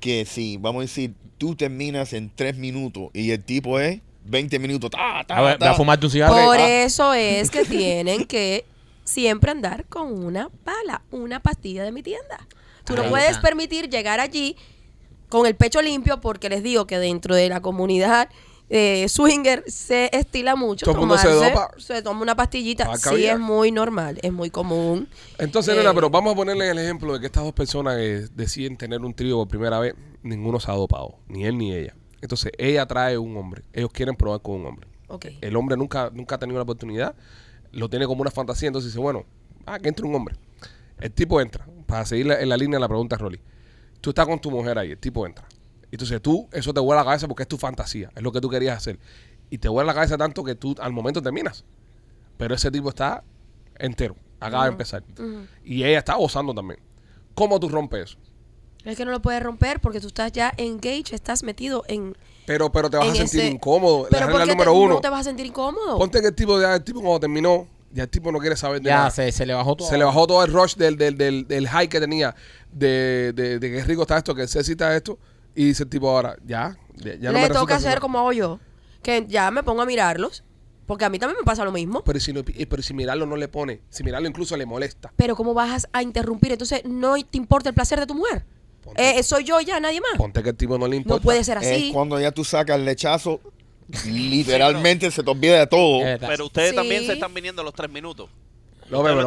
[SPEAKER 5] Que si, vamos a decir, tú terminas en 3 minutos y el tipo es 20 minutos. Ta, ta,
[SPEAKER 3] A ver,
[SPEAKER 5] ta.
[SPEAKER 3] ve a fumarte un cigarro.
[SPEAKER 6] Por
[SPEAKER 5] ah.
[SPEAKER 6] eso
[SPEAKER 1] [laughs]
[SPEAKER 6] es que tienen que siempre andar con una pala, una pastilla de mi tienda. Tú no
[SPEAKER 3] Ahí
[SPEAKER 6] puedes
[SPEAKER 3] está.
[SPEAKER 6] permitir llegar allí con el pecho limpio porque les digo que dentro de la comunidad eh, swinger se estila mucho.
[SPEAKER 1] Todo el mundo se
[SPEAKER 6] tomarse-
[SPEAKER 1] dopa.
[SPEAKER 6] se toma una pastillita.
[SPEAKER 1] Ah,
[SPEAKER 6] sí,
[SPEAKER 1] cabía.
[SPEAKER 6] es muy normal, es muy común.
[SPEAKER 1] Entonces,
[SPEAKER 6] Eh,
[SPEAKER 1] nena, pero vamos a ponerle el ejemplo de que estas dos personas que deciden tener un trío por primera vez, ninguno se ha dopado, ni él ni ella. Entonces, ella trae un hombre, ellos quieren probar con un hombre.
[SPEAKER 6] Ok.
[SPEAKER 1] El hombre nunca, nunca ha tenido la oportunidad, lo tiene como una fantasía, entonces dice, bueno, ah, que entre un hombre. El tipo entra, para seguir la- en la línea de la pregunta, Rolly. Tú estás con tu mujer ahí, el tipo entra. Entonces tú, eso te vuela la cabeza porque es tu fantasía, es lo que tú querías hacer. Y te vuela la cabeza tanto que tú al momento terminas. Pero ese tipo está entero, acaba de empezar. Y ella está gozando también. ¿Cómo tú rompes eso?
[SPEAKER 6] Es que no lo puedes romper porque tú estás ya engaged, estás metido en.
[SPEAKER 1] Pero, pero te vas
[SPEAKER 6] en
[SPEAKER 1] a sentir
[SPEAKER 6] ese-
[SPEAKER 1] incómodo. La
[SPEAKER 6] Pero ¿por
[SPEAKER 1] regla
[SPEAKER 6] qué te-
[SPEAKER 1] número uno.
[SPEAKER 6] no te vas a sentir incómodo?
[SPEAKER 1] Ponte que el tipo, ya, el tipo cuando terminó, ya el tipo no quiere saber de
[SPEAKER 3] Ya,
[SPEAKER 1] nada.
[SPEAKER 3] se, se le bajó todo.
[SPEAKER 1] Se le bajó todo el rush del, del, del, del high que tenía, de, de, de que rico está esto, que se cita esto, y dice el tipo ahora, ya, ya, ya no me
[SPEAKER 6] le
[SPEAKER 1] resulta
[SPEAKER 6] toca hacer
[SPEAKER 1] nada.
[SPEAKER 6] como hago yo, que ya me pongo a mirarlos, porque a mí también me pasa lo mismo.
[SPEAKER 1] Pero si, no- eh, pero si mirarlo no le pone, si mirarlo incluso le molesta.
[SPEAKER 6] Pero ¿cómo vas a interrumpir? Entonces no te importa el placer de tu mujer.
[SPEAKER 1] Ponte.
[SPEAKER 6] Eh, soy yo ya, nadie más.
[SPEAKER 1] Ponte que el tipo no le importa.
[SPEAKER 6] no puede ser
[SPEAKER 5] Es
[SPEAKER 6] así.
[SPEAKER 5] cuando ya tú sacas el lechazo, literalmente se te olvida de todo.
[SPEAKER 3] Es verdad.
[SPEAKER 4] Pero ustedes
[SPEAKER 6] Sí.
[SPEAKER 4] también se están viniendo los tres minutos.
[SPEAKER 1] López, pero bueno,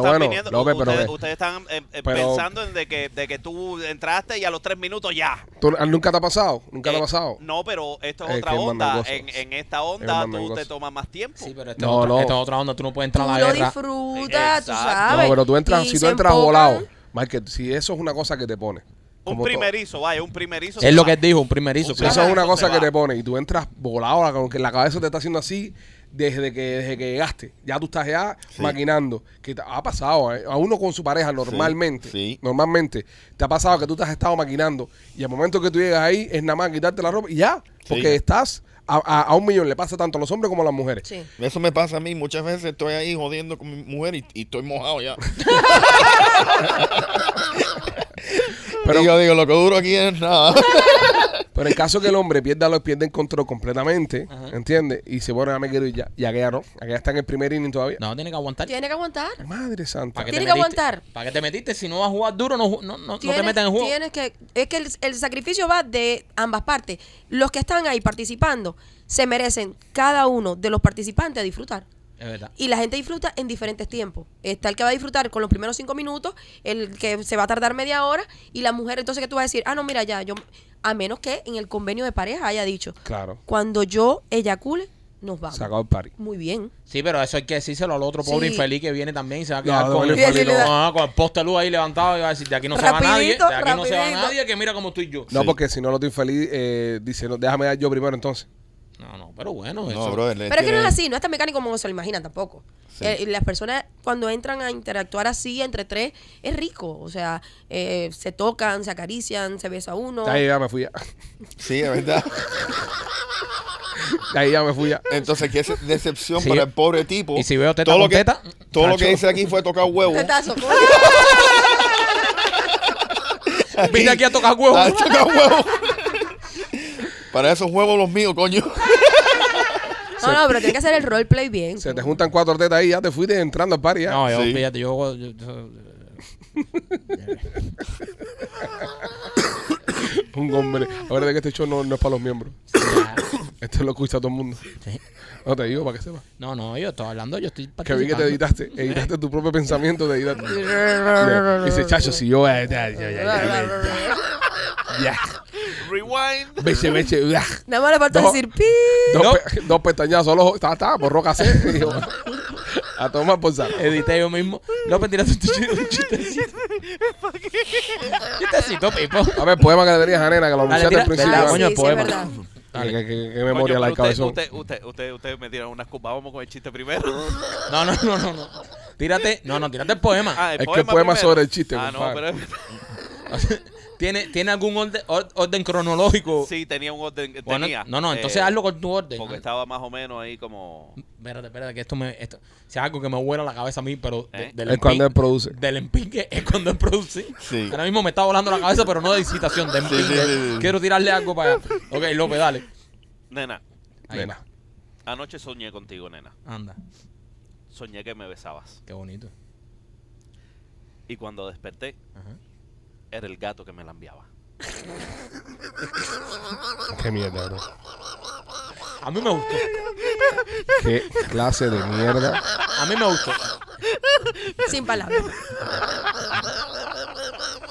[SPEAKER 1] López, pero
[SPEAKER 4] ustedes,
[SPEAKER 1] ve.
[SPEAKER 4] ustedes están eh, eh,
[SPEAKER 1] Pero-
[SPEAKER 4] pensando en de que, de que tú entraste y a los tres minutos ya.
[SPEAKER 1] ¿Tú- ah, ¿Nunca te ha pasado? ¿Nunca te
[SPEAKER 4] Eh,
[SPEAKER 1] ha pasado?
[SPEAKER 4] No, pero esto es
[SPEAKER 1] Es
[SPEAKER 4] otra
[SPEAKER 1] que es
[SPEAKER 4] onda.
[SPEAKER 1] mandangoso.
[SPEAKER 4] En, en esta onda
[SPEAKER 1] Es
[SPEAKER 4] tú
[SPEAKER 1] mandangoso.
[SPEAKER 4] te tomas más tiempo.
[SPEAKER 3] Sí, pero esta,
[SPEAKER 1] No,
[SPEAKER 3] es otra,
[SPEAKER 1] no.
[SPEAKER 3] esta es otra onda. Tú no puedes
[SPEAKER 6] Tú
[SPEAKER 3] entrar a la
[SPEAKER 6] lo
[SPEAKER 3] guerra.
[SPEAKER 6] disfrutas, tú
[SPEAKER 4] Exacto.
[SPEAKER 6] sabes.
[SPEAKER 1] No, pero tú entras,
[SPEAKER 6] y
[SPEAKER 1] si tú
[SPEAKER 6] se
[SPEAKER 1] entras
[SPEAKER 6] empocan.
[SPEAKER 1] volado, Michael, si eso es una cosa que te pone.
[SPEAKER 4] un
[SPEAKER 1] como todo.
[SPEAKER 4] primerizo, vaya, un primerizo. se
[SPEAKER 3] Es lo
[SPEAKER 4] va.
[SPEAKER 3] que él dijo, un primerizo.
[SPEAKER 4] Un
[SPEAKER 3] claro.
[SPEAKER 1] Eso es una
[SPEAKER 4] Eso
[SPEAKER 1] cosa
[SPEAKER 4] se
[SPEAKER 1] que
[SPEAKER 4] va.
[SPEAKER 1] te pone y tú entras volado, la- como que la cabeza te está haciendo así desde que, desde que llegaste. Ya tú estás ya maquinando. Que te- ha pasado ¿eh? a uno con su pareja normalmente.
[SPEAKER 5] sí.
[SPEAKER 1] Normalmente te ha pasado que tú te has estado maquinando y al momento que tú llegas ahí es nada más quitarte la ropa y ya. Porque estás a, a- a un millón, le pasa tanto a los hombres como a las mujeres.
[SPEAKER 6] Sí.
[SPEAKER 5] Eso me pasa a mí. Muchas veces estoy ahí jodiendo con mi mujer y, y estoy mojado ya.
[SPEAKER 1] Pero-
[SPEAKER 5] Pero yo digo, lo que duro aquí es
[SPEAKER 6] [laughs]
[SPEAKER 5] nada.
[SPEAKER 1] Pero en caso que el hombre pierda, lo, pierde el control completamente, ¿entiendes? Y se pone a me quiero ir ya. Y aquella no. Aquella está en el primer inning todavía.
[SPEAKER 3] No, tiene que aguantar.
[SPEAKER 6] Tiene que aguantar.
[SPEAKER 1] Madre santa.
[SPEAKER 3] ¿Para qué
[SPEAKER 6] Tiene
[SPEAKER 3] te
[SPEAKER 6] que
[SPEAKER 3] metiste?
[SPEAKER 6] aguantar.
[SPEAKER 3] ¿Para qué te metiste? Si no vas a jugar duro, no, ju- no, no, no te
[SPEAKER 6] Tienes-
[SPEAKER 3] metas en el juego.
[SPEAKER 6] tienes que, es que el, el sacrificio va de ambas partes. Los que están ahí participando se merecen cada uno de los participantes a disfrutar.
[SPEAKER 3] Es verdad.
[SPEAKER 6] Y la gente disfruta en diferentes tiempos. Está el que va a disfrutar con los primeros cinco minutos, el que se va a tardar media hora, y la mujer entonces que tú vas a decir, ah, no, mira, ya, yo, a menos que en el convenio de pareja haya dicho,
[SPEAKER 1] Claro.
[SPEAKER 6] cuando yo eyacule, nos vamos.
[SPEAKER 1] Se acabó el party.
[SPEAKER 6] Muy bien.
[SPEAKER 3] Sí, pero eso hay que decírselo al otro pobre
[SPEAKER 6] Sí.
[SPEAKER 3] infeliz que viene también y se va a quedar
[SPEAKER 1] no,
[SPEAKER 3] con,
[SPEAKER 1] no,
[SPEAKER 3] el,
[SPEAKER 1] no,
[SPEAKER 6] no, no,
[SPEAKER 3] Ah, con el poste de luz ahí levantado y va a decir, de aquí no se va nadie, de
[SPEAKER 6] Rapidito,
[SPEAKER 3] aquí no se va
[SPEAKER 6] rapidito.
[SPEAKER 3] nadie, que mira como estoy yo.
[SPEAKER 1] No,
[SPEAKER 5] Sí.
[SPEAKER 1] porque si no lo estoy feliz, eh, dice, no, déjame dar yo primero entonces.
[SPEAKER 3] No, no, pero bueno, eso.
[SPEAKER 5] No, brother. le
[SPEAKER 6] Pero es que no es
[SPEAKER 5] tiene-
[SPEAKER 6] así, no es tan mecánico como se lo imaginan tampoco.
[SPEAKER 5] Sí.
[SPEAKER 6] Eh, las personas cuando entran a interactuar así entre tres, es rico. O sea, eh, se tocan, se acarician, se besa uno.
[SPEAKER 1] Ahí ya me fui ya.
[SPEAKER 5] Sí, es verdad.
[SPEAKER 1] Ahí ya me fui ya.
[SPEAKER 5] Entonces, qué es- decepción
[SPEAKER 3] Sí.
[SPEAKER 5] para el pobre tipo.
[SPEAKER 3] Y si veo teta
[SPEAKER 5] todo lo
[SPEAKER 3] con
[SPEAKER 5] que,
[SPEAKER 3] teta,
[SPEAKER 5] Todo lo
[SPEAKER 3] chacho.
[SPEAKER 5] que dice aquí fue tocar
[SPEAKER 6] [laughs]
[SPEAKER 1] [laughs]
[SPEAKER 5] huevo.
[SPEAKER 6] Tetazo.
[SPEAKER 3] Vine aquí a tocar huevo.
[SPEAKER 5] [laughs] A tocar huevo. Para esos huevos los míos, coño.
[SPEAKER 6] No, no, pero tiene que hacer el roleplay bien.
[SPEAKER 1] Se te juntan cuatro tetas ahí, ya te fuiste entrando al party ya.
[SPEAKER 3] No, yo,
[SPEAKER 5] Sí.
[SPEAKER 3] fíjate, yo, yo- yo-
[SPEAKER 1] Un hombre. Ahora de que este show no, no es para los miembros. Esto lo escucha todo el mundo. No te digo para que sepas.
[SPEAKER 3] No, no, yo estoy hablando, yo estoy
[SPEAKER 1] Que vi que te
[SPEAKER 3] participando.
[SPEAKER 1] editaste. Editaste tu propio pensamiento. Te editaste. Dice, chacho, si yo. eh, ya, ya, ya, ya, ya.
[SPEAKER 4] Rewind.
[SPEAKER 1] Veche, veche. ya.
[SPEAKER 6] Nada más le falta
[SPEAKER 1] No.
[SPEAKER 6] decir pi.
[SPEAKER 1] Dos,
[SPEAKER 3] No.
[SPEAKER 1] pe- dos pestañazos al ojo. Está, está, borró [laughs] cassette. Y yo, A tomar por saco.
[SPEAKER 3] Edité yo mismo. López, tiraste un chiste- un chistecito. Chistecito, Pipo.
[SPEAKER 1] A ver, poema que le tenías a Nena, que lo
[SPEAKER 3] Dale,
[SPEAKER 1] anunciaste
[SPEAKER 3] tira-
[SPEAKER 1] al principio.
[SPEAKER 3] ¿verdad,
[SPEAKER 1] Dale.
[SPEAKER 3] coño?
[SPEAKER 6] sí,
[SPEAKER 3] el
[SPEAKER 6] sí, es
[SPEAKER 3] poema.
[SPEAKER 6] verdad.
[SPEAKER 1] Qué- qué- qué- qué
[SPEAKER 4] Coño,
[SPEAKER 1] memoria la del
[SPEAKER 4] pero usted-
[SPEAKER 1] cabezón.
[SPEAKER 4] usted- usted- usted- Ustedes me tiran unas culpas. Vamos con el chiste
[SPEAKER 1] [laughs]
[SPEAKER 4] primero.
[SPEAKER 3] No, no, no, no, no. Tírate, no, no, tírate el poema.
[SPEAKER 4] Ah,
[SPEAKER 1] Es que el poema es
[SPEAKER 4] primero.
[SPEAKER 1] sobre el chiste,
[SPEAKER 4] Ah, no,
[SPEAKER 1] compadre.
[SPEAKER 4] pero
[SPEAKER 3] ¿Tiene, ¿Tiene algún orde- or- orden cronológico?
[SPEAKER 4] sí, tenía un orden.
[SPEAKER 3] Bueno,
[SPEAKER 4] tenía,
[SPEAKER 3] no, no, entonces
[SPEAKER 4] eh,
[SPEAKER 3] hazlo con tu orden.
[SPEAKER 4] Porque estaba más o menos ahí como.
[SPEAKER 3] Espérate, espérate, que esto me. Esto, si hay algo que me vuela la cabeza a mí, pero. de-
[SPEAKER 4] ¿Eh?
[SPEAKER 3] del
[SPEAKER 1] Es cuando
[SPEAKER 3] empin-
[SPEAKER 1] él produce.
[SPEAKER 3] Del empinque es cuando él produce.
[SPEAKER 5] Sí.
[SPEAKER 3] Ahora mismo me está volando la cabeza, pero no de excitación, de empinque.
[SPEAKER 5] sí, sí, sí.
[SPEAKER 3] Quiero tirarle algo para allá. Ok, López, dale.
[SPEAKER 4] Nena,
[SPEAKER 3] Ahí
[SPEAKER 1] Nena.
[SPEAKER 3] va.
[SPEAKER 4] anoche soñé contigo, nena.
[SPEAKER 3] Anda,
[SPEAKER 4] Soñé que me besabas.
[SPEAKER 3] qué bonito.
[SPEAKER 4] Y cuando desperté,
[SPEAKER 3] Ajá.
[SPEAKER 4] era el gato que me la enviaba.
[SPEAKER 1] Qué mierda, bro.
[SPEAKER 3] A mí me gustó.
[SPEAKER 1] Qué clase de mierda.
[SPEAKER 3] A mí me gustó.
[SPEAKER 6] Sin palabras.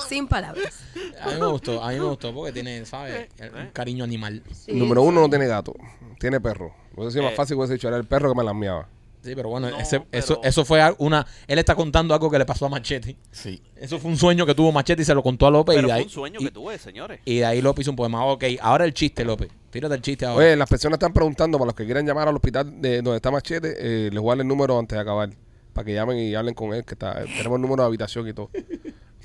[SPEAKER 6] Sin palabras.
[SPEAKER 3] A mí me gustó. A mí me gustó porque tiene, ¿sabes?
[SPEAKER 4] Eh.
[SPEAKER 3] Un cariño animal.
[SPEAKER 6] Sí.
[SPEAKER 1] Número uno no tiene gato, tiene perro. No sé si es más
[SPEAKER 4] Eh.
[SPEAKER 1] fácil hubiese dicho, era el perro que me las miaba.
[SPEAKER 3] Sí, pero bueno,
[SPEAKER 4] No,
[SPEAKER 3] ese-
[SPEAKER 4] pero-
[SPEAKER 3] Eso, eso fue al- una. Él está contando algo que le pasó a Machete.
[SPEAKER 5] Sí.
[SPEAKER 3] Eso fue un sueño que tuvo Machete y se lo contó a López.
[SPEAKER 4] Pero
[SPEAKER 3] Pues, y de
[SPEAKER 4] fue
[SPEAKER 3] ahí,
[SPEAKER 4] un sueño
[SPEAKER 3] y-
[SPEAKER 4] que tuve, señores.
[SPEAKER 3] Y de ahí López hizo un poema. Ah, Ok, ahora el chiste, López. Tírate el chiste ahora.
[SPEAKER 1] Oye, las personas están preguntando, para los que quieran llamar al hospital de donde está Machete, eh, les voy a dar el número antes de acabar. Para que llamen y hablen con él, que está, tenemos el número de habitación y todo.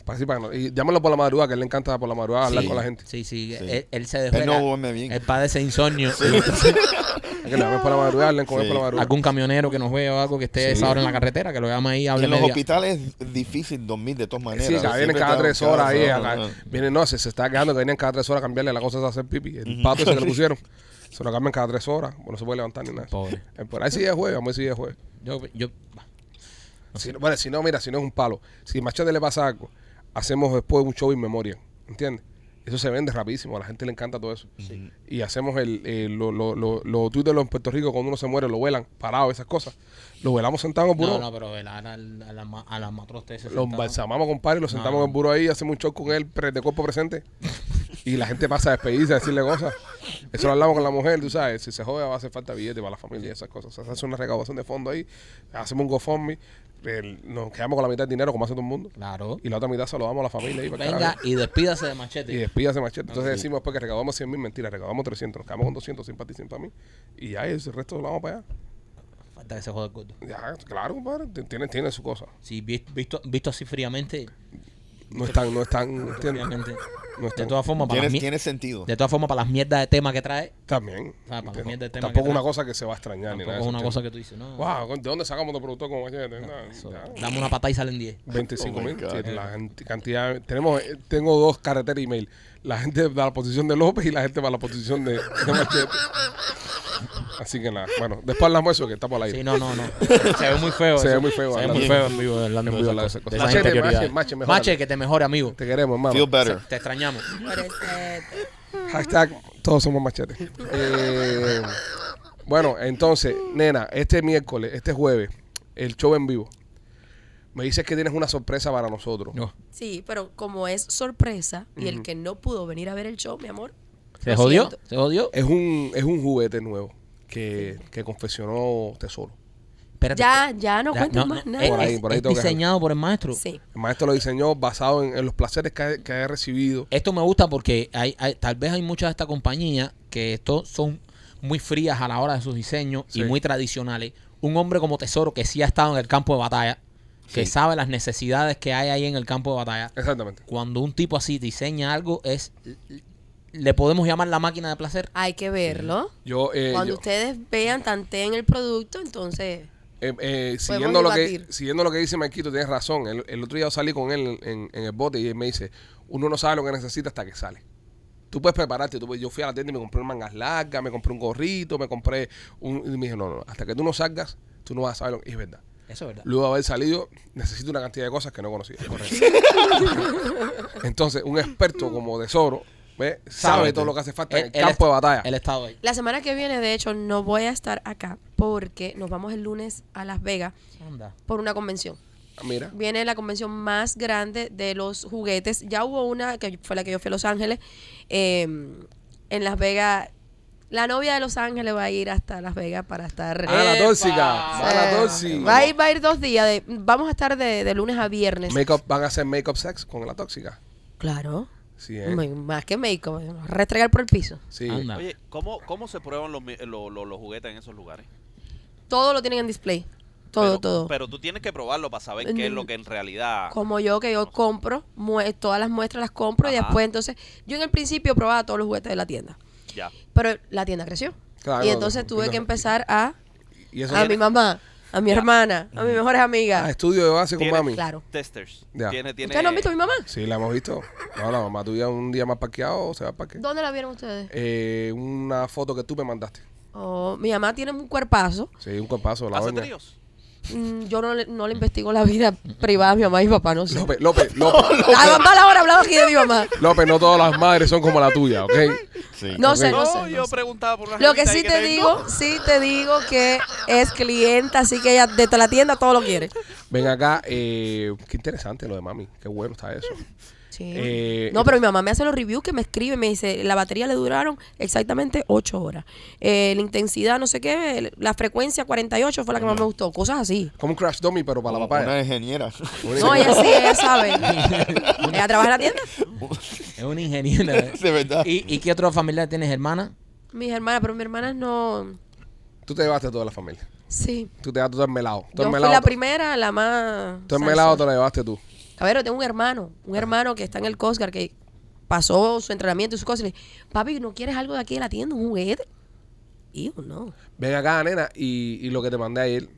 [SPEAKER 1] Para, así, para que no- y llámalo por la madrugada, que a él le encanta por la madrugada hablar
[SPEAKER 3] Sí,
[SPEAKER 1] con la gente.
[SPEAKER 3] Sí, sí.
[SPEAKER 5] Sí.
[SPEAKER 3] Él, él se desvela.
[SPEAKER 5] Él no duerme bien.
[SPEAKER 3] Él padece insomnio.
[SPEAKER 1] Hay que le llamen por la madrugada, hablen con él
[SPEAKER 5] Sí.
[SPEAKER 1] por la madrugada.
[SPEAKER 3] Algún camionero que nos vea o algo que esté a esa hora en la carretera, que lo llame ahí y
[SPEAKER 5] Y
[SPEAKER 3] hable
[SPEAKER 5] en los
[SPEAKER 3] media-
[SPEAKER 5] hospitales es difícil dormir de todas maneras.
[SPEAKER 1] Sí, cada,
[SPEAKER 5] Siempre
[SPEAKER 1] vienen cada
[SPEAKER 5] está-
[SPEAKER 1] tres horas ahí.
[SPEAKER 5] cada-
[SPEAKER 1] acá. Vienen, no, se, se está quejando que vienen cada tres horas a cambiarle la cosa de hacer pipi. El pato ese que
[SPEAKER 3] [laughs]
[SPEAKER 1] le pusieron. Se lo cambian cada tres horas. Bueno, no se puede levantar ni nada.
[SPEAKER 3] Pobre.
[SPEAKER 1] Eh, Por ahí sí es jueves, vamos a decir es jueves.
[SPEAKER 3] Yo, yo,
[SPEAKER 1] Si no- bueno, si no, mira, si no es un palo. Si Machete le pasa algo, hacemos después un show in memoria. ¿Entiendes? Eso se vende rapidísimo, a la gente le encanta todo eso. Y hacemos el, eh, lo, lo, lo, lo tuit de los en Puerto Rico cuando uno se muere, lo velan parado, esas cosas. Lo velamos sentado en el buró.
[SPEAKER 3] No, no, pero velar al, al, ama- al amatroste ese
[SPEAKER 1] Lo
[SPEAKER 3] sentado.
[SPEAKER 1] embalsamamos, compadre, lo sentamos
[SPEAKER 3] No.
[SPEAKER 1] en el buró ahí, hacemos un show con él pre- de cuerpo presente. Y la gente pasa a despedirse, a decirle cosas. Eso lo hablamos con la mujer, tú sabes. Si se jode, va a hacer falta billete para la familia y esas cosas. O sea, se hace una recaudación de fondo ahí, hacemos un GoFundMe, el- nos quedamos con la mitad del dinero, como hace todo el mundo.
[SPEAKER 3] Claro.
[SPEAKER 1] Y la otra mitad se lo damos a la familia ahí para que
[SPEAKER 3] Venga
[SPEAKER 1] haga.
[SPEAKER 3] y despídase de machete.
[SPEAKER 1] Y despídase, machete. Entonces decimos después que recaudamos 100 mil, mentira, recaudamos 300, nos quedamos con 200, 100 para ti, 100 para mí. Y ya el resto lo vamos para allá.
[SPEAKER 3] Falta que se joda el gordo.
[SPEAKER 1] Ya, claro, compadre, tiene, tiene su cosa.
[SPEAKER 3] Si vi- visto, visto así fríamente,
[SPEAKER 1] No están, no están,
[SPEAKER 3] obviamente.
[SPEAKER 1] ¿entiendes? No
[SPEAKER 3] De
[SPEAKER 1] están.
[SPEAKER 3] todas formas, para las,
[SPEAKER 5] Tiene,
[SPEAKER 3] mier-
[SPEAKER 5] tiene sentido.
[SPEAKER 3] de todas formas, para las mierdas de tema que trae,
[SPEAKER 1] También.
[SPEAKER 3] Ah, para cambiar de tema
[SPEAKER 1] tampoco
[SPEAKER 3] que
[SPEAKER 1] una
[SPEAKER 3] trae.
[SPEAKER 1] cosa que se va a extrañar ni
[SPEAKER 3] tampoco
[SPEAKER 1] nada.
[SPEAKER 3] es una cosa que tú dices, no.
[SPEAKER 1] Wow, ¿de dónde sacamos los productores con machete? Nada,
[SPEAKER 3] eso,
[SPEAKER 1] ya.
[SPEAKER 3] dame una patada y salen 10.
[SPEAKER 1] 25
[SPEAKER 5] Oh my
[SPEAKER 1] mil.
[SPEAKER 5] God.
[SPEAKER 1] sí, la canti- cantidad. Tenemos, eh, tengo dos carreteras email. La gente de la posición de López y la gente para la posición de, de Machete. Así que nada. Bueno, después hablamos eso que estamos al aire.
[SPEAKER 3] Sí, no, no, no. Se ve muy feo.
[SPEAKER 1] [laughs] Se ve
[SPEAKER 3] eso.
[SPEAKER 1] muy feo,
[SPEAKER 3] Se ve
[SPEAKER 1] hablando.
[SPEAKER 3] muy feo en vivo, hablando en
[SPEAKER 1] No, esa
[SPEAKER 3] vivo de
[SPEAKER 1] cosa,
[SPEAKER 3] esas
[SPEAKER 1] cosa. Machete,
[SPEAKER 3] interioridades.
[SPEAKER 1] mache, mache, mejora.
[SPEAKER 3] Mache, que te mejore, amigo.
[SPEAKER 1] Te queremos,
[SPEAKER 5] Feel
[SPEAKER 1] hermano.
[SPEAKER 5] better.
[SPEAKER 3] Te extrañamos.
[SPEAKER 6] Pobrecete.
[SPEAKER 1] Hashtag todos somos machete. Eh, bueno, entonces, nena, este miércoles, este jueves, el show en vivo. Me dices que tienes una sorpresa para nosotros.
[SPEAKER 3] No.
[SPEAKER 6] Sí, pero como es sorpresa y el que no pudo venir a ver el show, mi amor.
[SPEAKER 3] ¿Se
[SPEAKER 6] lo
[SPEAKER 3] jodió?
[SPEAKER 6] siento.
[SPEAKER 3] ¿Se jodió?
[SPEAKER 1] Es un, es un juguete nuevo que, que confeccionó Tesoro.
[SPEAKER 3] Espérate.
[SPEAKER 6] Ya, ya no
[SPEAKER 3] Ya,
[SPEAKER 6] cuento
[SPEAKER 3] no,
[SPEAKER 6] más
[SPEAKER 3] no,
[SPEAKER 6] nada.
[SPEAKER 3] es-
[SPEAKER 1] Por ahí,
[SPEAKER 3] es-
[SPEAKER 1] por ahí
[SPEAKER 3] es
[SPEAKER 1] tengo que
[SPEAKER 3] diseñado por el maestro.
[SPEAKER 6] Sí.
[SPEAKER 1] El maestro lo diseñó basado en, en los placeres que ha, que ha recibido.
[SPEAKER 3] Esto me gusta porque hay, hay- tal vez hay muchas de estas compañías que esto son muy frías a la hora de sus diseños
[SPEAKER 1] Sí.
[SPEAKER 3] y muy tradicionales. Un hombre como Tesoro que sí ha estado en el campo de batalla, que sabe las necesidades que hay ahí en el campo de batalla.
[SPEAKER 1] Exactamente.
[SPEAKER 3] Cuando un tipo así diseña algo, es le podemos llamar la máquina de placer.
[SPEAKER 6] Hay que verlo.
[SPEAKER 1] Yo, eh,
[SPEAKER 6] Cuando
[SPEAKER 1] yo-
[SPEAKER 6] ustedes vean, tanteen el producto, entonces.
[SPEAKER 1] eh, eh, siguiendo, lo que,
[SPEAKER 6] debatir.
[SPEAKER 1] siguiendo lo que dice Marquito, tienes razón. El, el otro día yo salí con él en, en el bote y él me dice, uno no sabe lo que necesita hasta que sale. Tú puedes prepararte. Tú, puedes- yo fui a la tienda y me compré unas mangas largas, me compré un gorrito, me compré un... Y me dijo, no, no, hasta que tú no salgas, tú no vas a saber lo que y es verdad.
[SPEAKER 3] Eso es verdad.
[SPEAKER 1] Luego de haber salido, necesito una cantidad de cosas que no conocía. [laughs] Entonces, un experto como Tesoro ¿ve? sabe todo lo que hace falta en el campo de batalla.
[SPEAKER 3] El estado ahí.
[SPEAKER 6] La semana que viene, de hecho, no voy a estar acá porque nos vamos el lunes a Las Vegas
[SPEAKER 3] Anda.
[SPEAKER 6] por una convención.
[SPEAKER 1] Ah, Mira,
[SPEAKER 6] Viene la convención más grande de los juguetes. Ya hubo una que fue la que yo fui a Los Ángeles. eh, en Las Vegas, la novia de Los Ángeles va a ir hasta Las Vegas para estar.
[SPEAKER 1] a Ah, la
[SPEAKER 3] ¡Epa!
[SPEAKER 1] tóxica, a la
[SPEAKER 6] Eh, va,
[SPEAKER 1] tóxica.
[SPEAKER 6] a ir, va a ir dos días. de- vamos a estar de, de lunes a viernes.
[SPEAKER 1] Make-up- van a hacer make-up sex con la tóxica.
[SPEAKER 6] Claro.
[SPEAKER 1] Sí, ¿eh?
[SPEAKER 6] Me- Más que médico. Restregar por el piso.
[SPEAKER 1] Sí.
[SPEAKER 3] Anda.
[SPEAKER 4] Oye, ¿cómo, ¿cómo se prueban los, mi- eh, lo- lo- los juguetes en esos lugares?
[SPEAKER 6] Todo lo tienen en display. Todo,
[SPEAKER 4] Pero-
[SPEAKER 6] todo.
[SPEAKER 4] Pero ah. tú tienes que probarlo para saber qué es lo que en realidad...
[SPEAKER 6] Como yo, que yo compro, mue- todas las muestras las compro y
[SPEAKER 4] Ajá.
[SPEAKER 6] después entonces, yo en el principio probaba todos los juguetes de la tienda.
[SPEAKER 4] Ya.
[SPEAKER 6] Pero la tienda creció.
[SPEAKER 1] Claro,
[SPEAKER 6] y
[SPEAKER 1] no,
[SPEAKER 6] entonces
[SPEAKER 1] no,
[SPEAKER 6] tuve
[SPEAKER 1] no.
[SPEAKER 6] que empezar a,
[SPEAKER 1] Y eso
[SPEAKER 6] a Ah, mi
[SPEAKER 1] tiene-
[SPEAKER 6] mamá, a mi hermana, a mis mejores
[SPEAKER 1] Ah,
[SPEAKER 6] amigas.
[SPEAKER 1] estudio de base con
[SPEAKER 4] Tiene-
[SPEAKER 1] mami.
[SPEAKER 6] Claro.
[SPEAKER 4] Testers.
[SPEAKER 1] Ya.
[SPEAKER 4] Tiene, tiene...
[SPEAKER 6] ¿Ustedes no han visto a mi mamá?
[SPEAKER 1] Sí, la hemos visto. No, la mamá tuya un día más parqueado se va a parquear.
[SPEAKER 6] ¿Dónde la vieron ustedes?
[SPEAKER 1] Eh, una foto que tú me mandaste.
[SPEAKER 6] Oh, mi mamá tiene un cuerpazo.
[SPEAKER 1] Sí, un compaso. La
[SPEAKER 4] ¿Hace
[SPEAKER 1] doña.
[SPEAKER 4] tríos?
[SPEAKER 6] Mm, yo no le, no le investigo la vida privada a mi mamá y mi papá, no sé.
[SPEAKER 1] López, López,
[SPEAKER 6] [laughs]
[SPEAKER 1] López.
[SPEAKER 6] La mamá ahora hablaba aquí de mi mamá.
[SPEAKER 1] López, no todas las madres son como la tuya, ¿ok?
[SPEAKER 5] Sí.
[SPEAKER 6] No sé,
[SPEAKER 4] No,
[SPEAKER 6] no sé.
[SPEAKER 4] yo
[SPEAKER 6] no sé.
[SPEAKER 4] preguntaba por una
[SPEAKER 6] Lo que sí te digo, sí te digo que es clienta, así que ella desde la tienda todo lo quiere.
[SPEAKER 1] Ven acá, eh, qué interesante lo de mami, qué bueno está eso.
[SPEAKER 6] Sí.
[SPEAKER 1] Eh,
[SPEAKER 6] no, pero mi mamá me hace los reviews que me escribe, me dice, la batería le duraron exactamente 8 horas. Eh, la intensidad, no sé qué, el- la frecuencia 48 fue la que más me gustó, cosas así.
[SPEAKER 1] Como un crash dummy, pero para la
[SPEAKER 5] Una
[SPEAKER 1] papaya.
[SPEAKER 5] ingeniera.
[SPEAKER 1] Una
[SPEAKER 6] No,
[SPEAKER 1] idea.
[SPEAKER 6] ella sí,
[SPEAKER 1] [laughs]
[SPEAKER 6] ella sabe. ella trabaja en la tienda.
[SPEAKER 3] Es una
[SPEAKER 1] [laughs]
[SPEAKER 3] ingeniera. ¿eh?
[SPEAKER 5] De verdad.
[SPEAKER 3] ¿Y, ¿Y qué otra familia tienes, hermana?
[SPEAKER 6] Mis hermanas, pero mis hermanas no...
[SPEAKER 1] Tú te llevaste a toda la familia.
[SPEAKER 6] Sí.
[SPEAKER 1] Tú te llevaste todo el melado. Todo
[SPEAKER 6] Yo
[SPEAKER 1] el
[SPEAKER 6] fui
[SPEAKER 1] melado.
[SPEAKER 6] la primera, la más...
[SPEAKER 1] todo el
[SPEAKER 6] salsa.
[SPEAKER 1] melado te lo llevaste tú.
[SPEAKER 6] A ver, yo tengo un hermano, un hermano que está en el Cosgar que pasó su entrenamiento y sus cosas. Y le dije, papi, ¿no quieres algo de aquí de la tienda? ¿Un juguete? Y yo, no.
[SPEAKER 1] Ven acá, nena, y, y lo que te mandé ayer.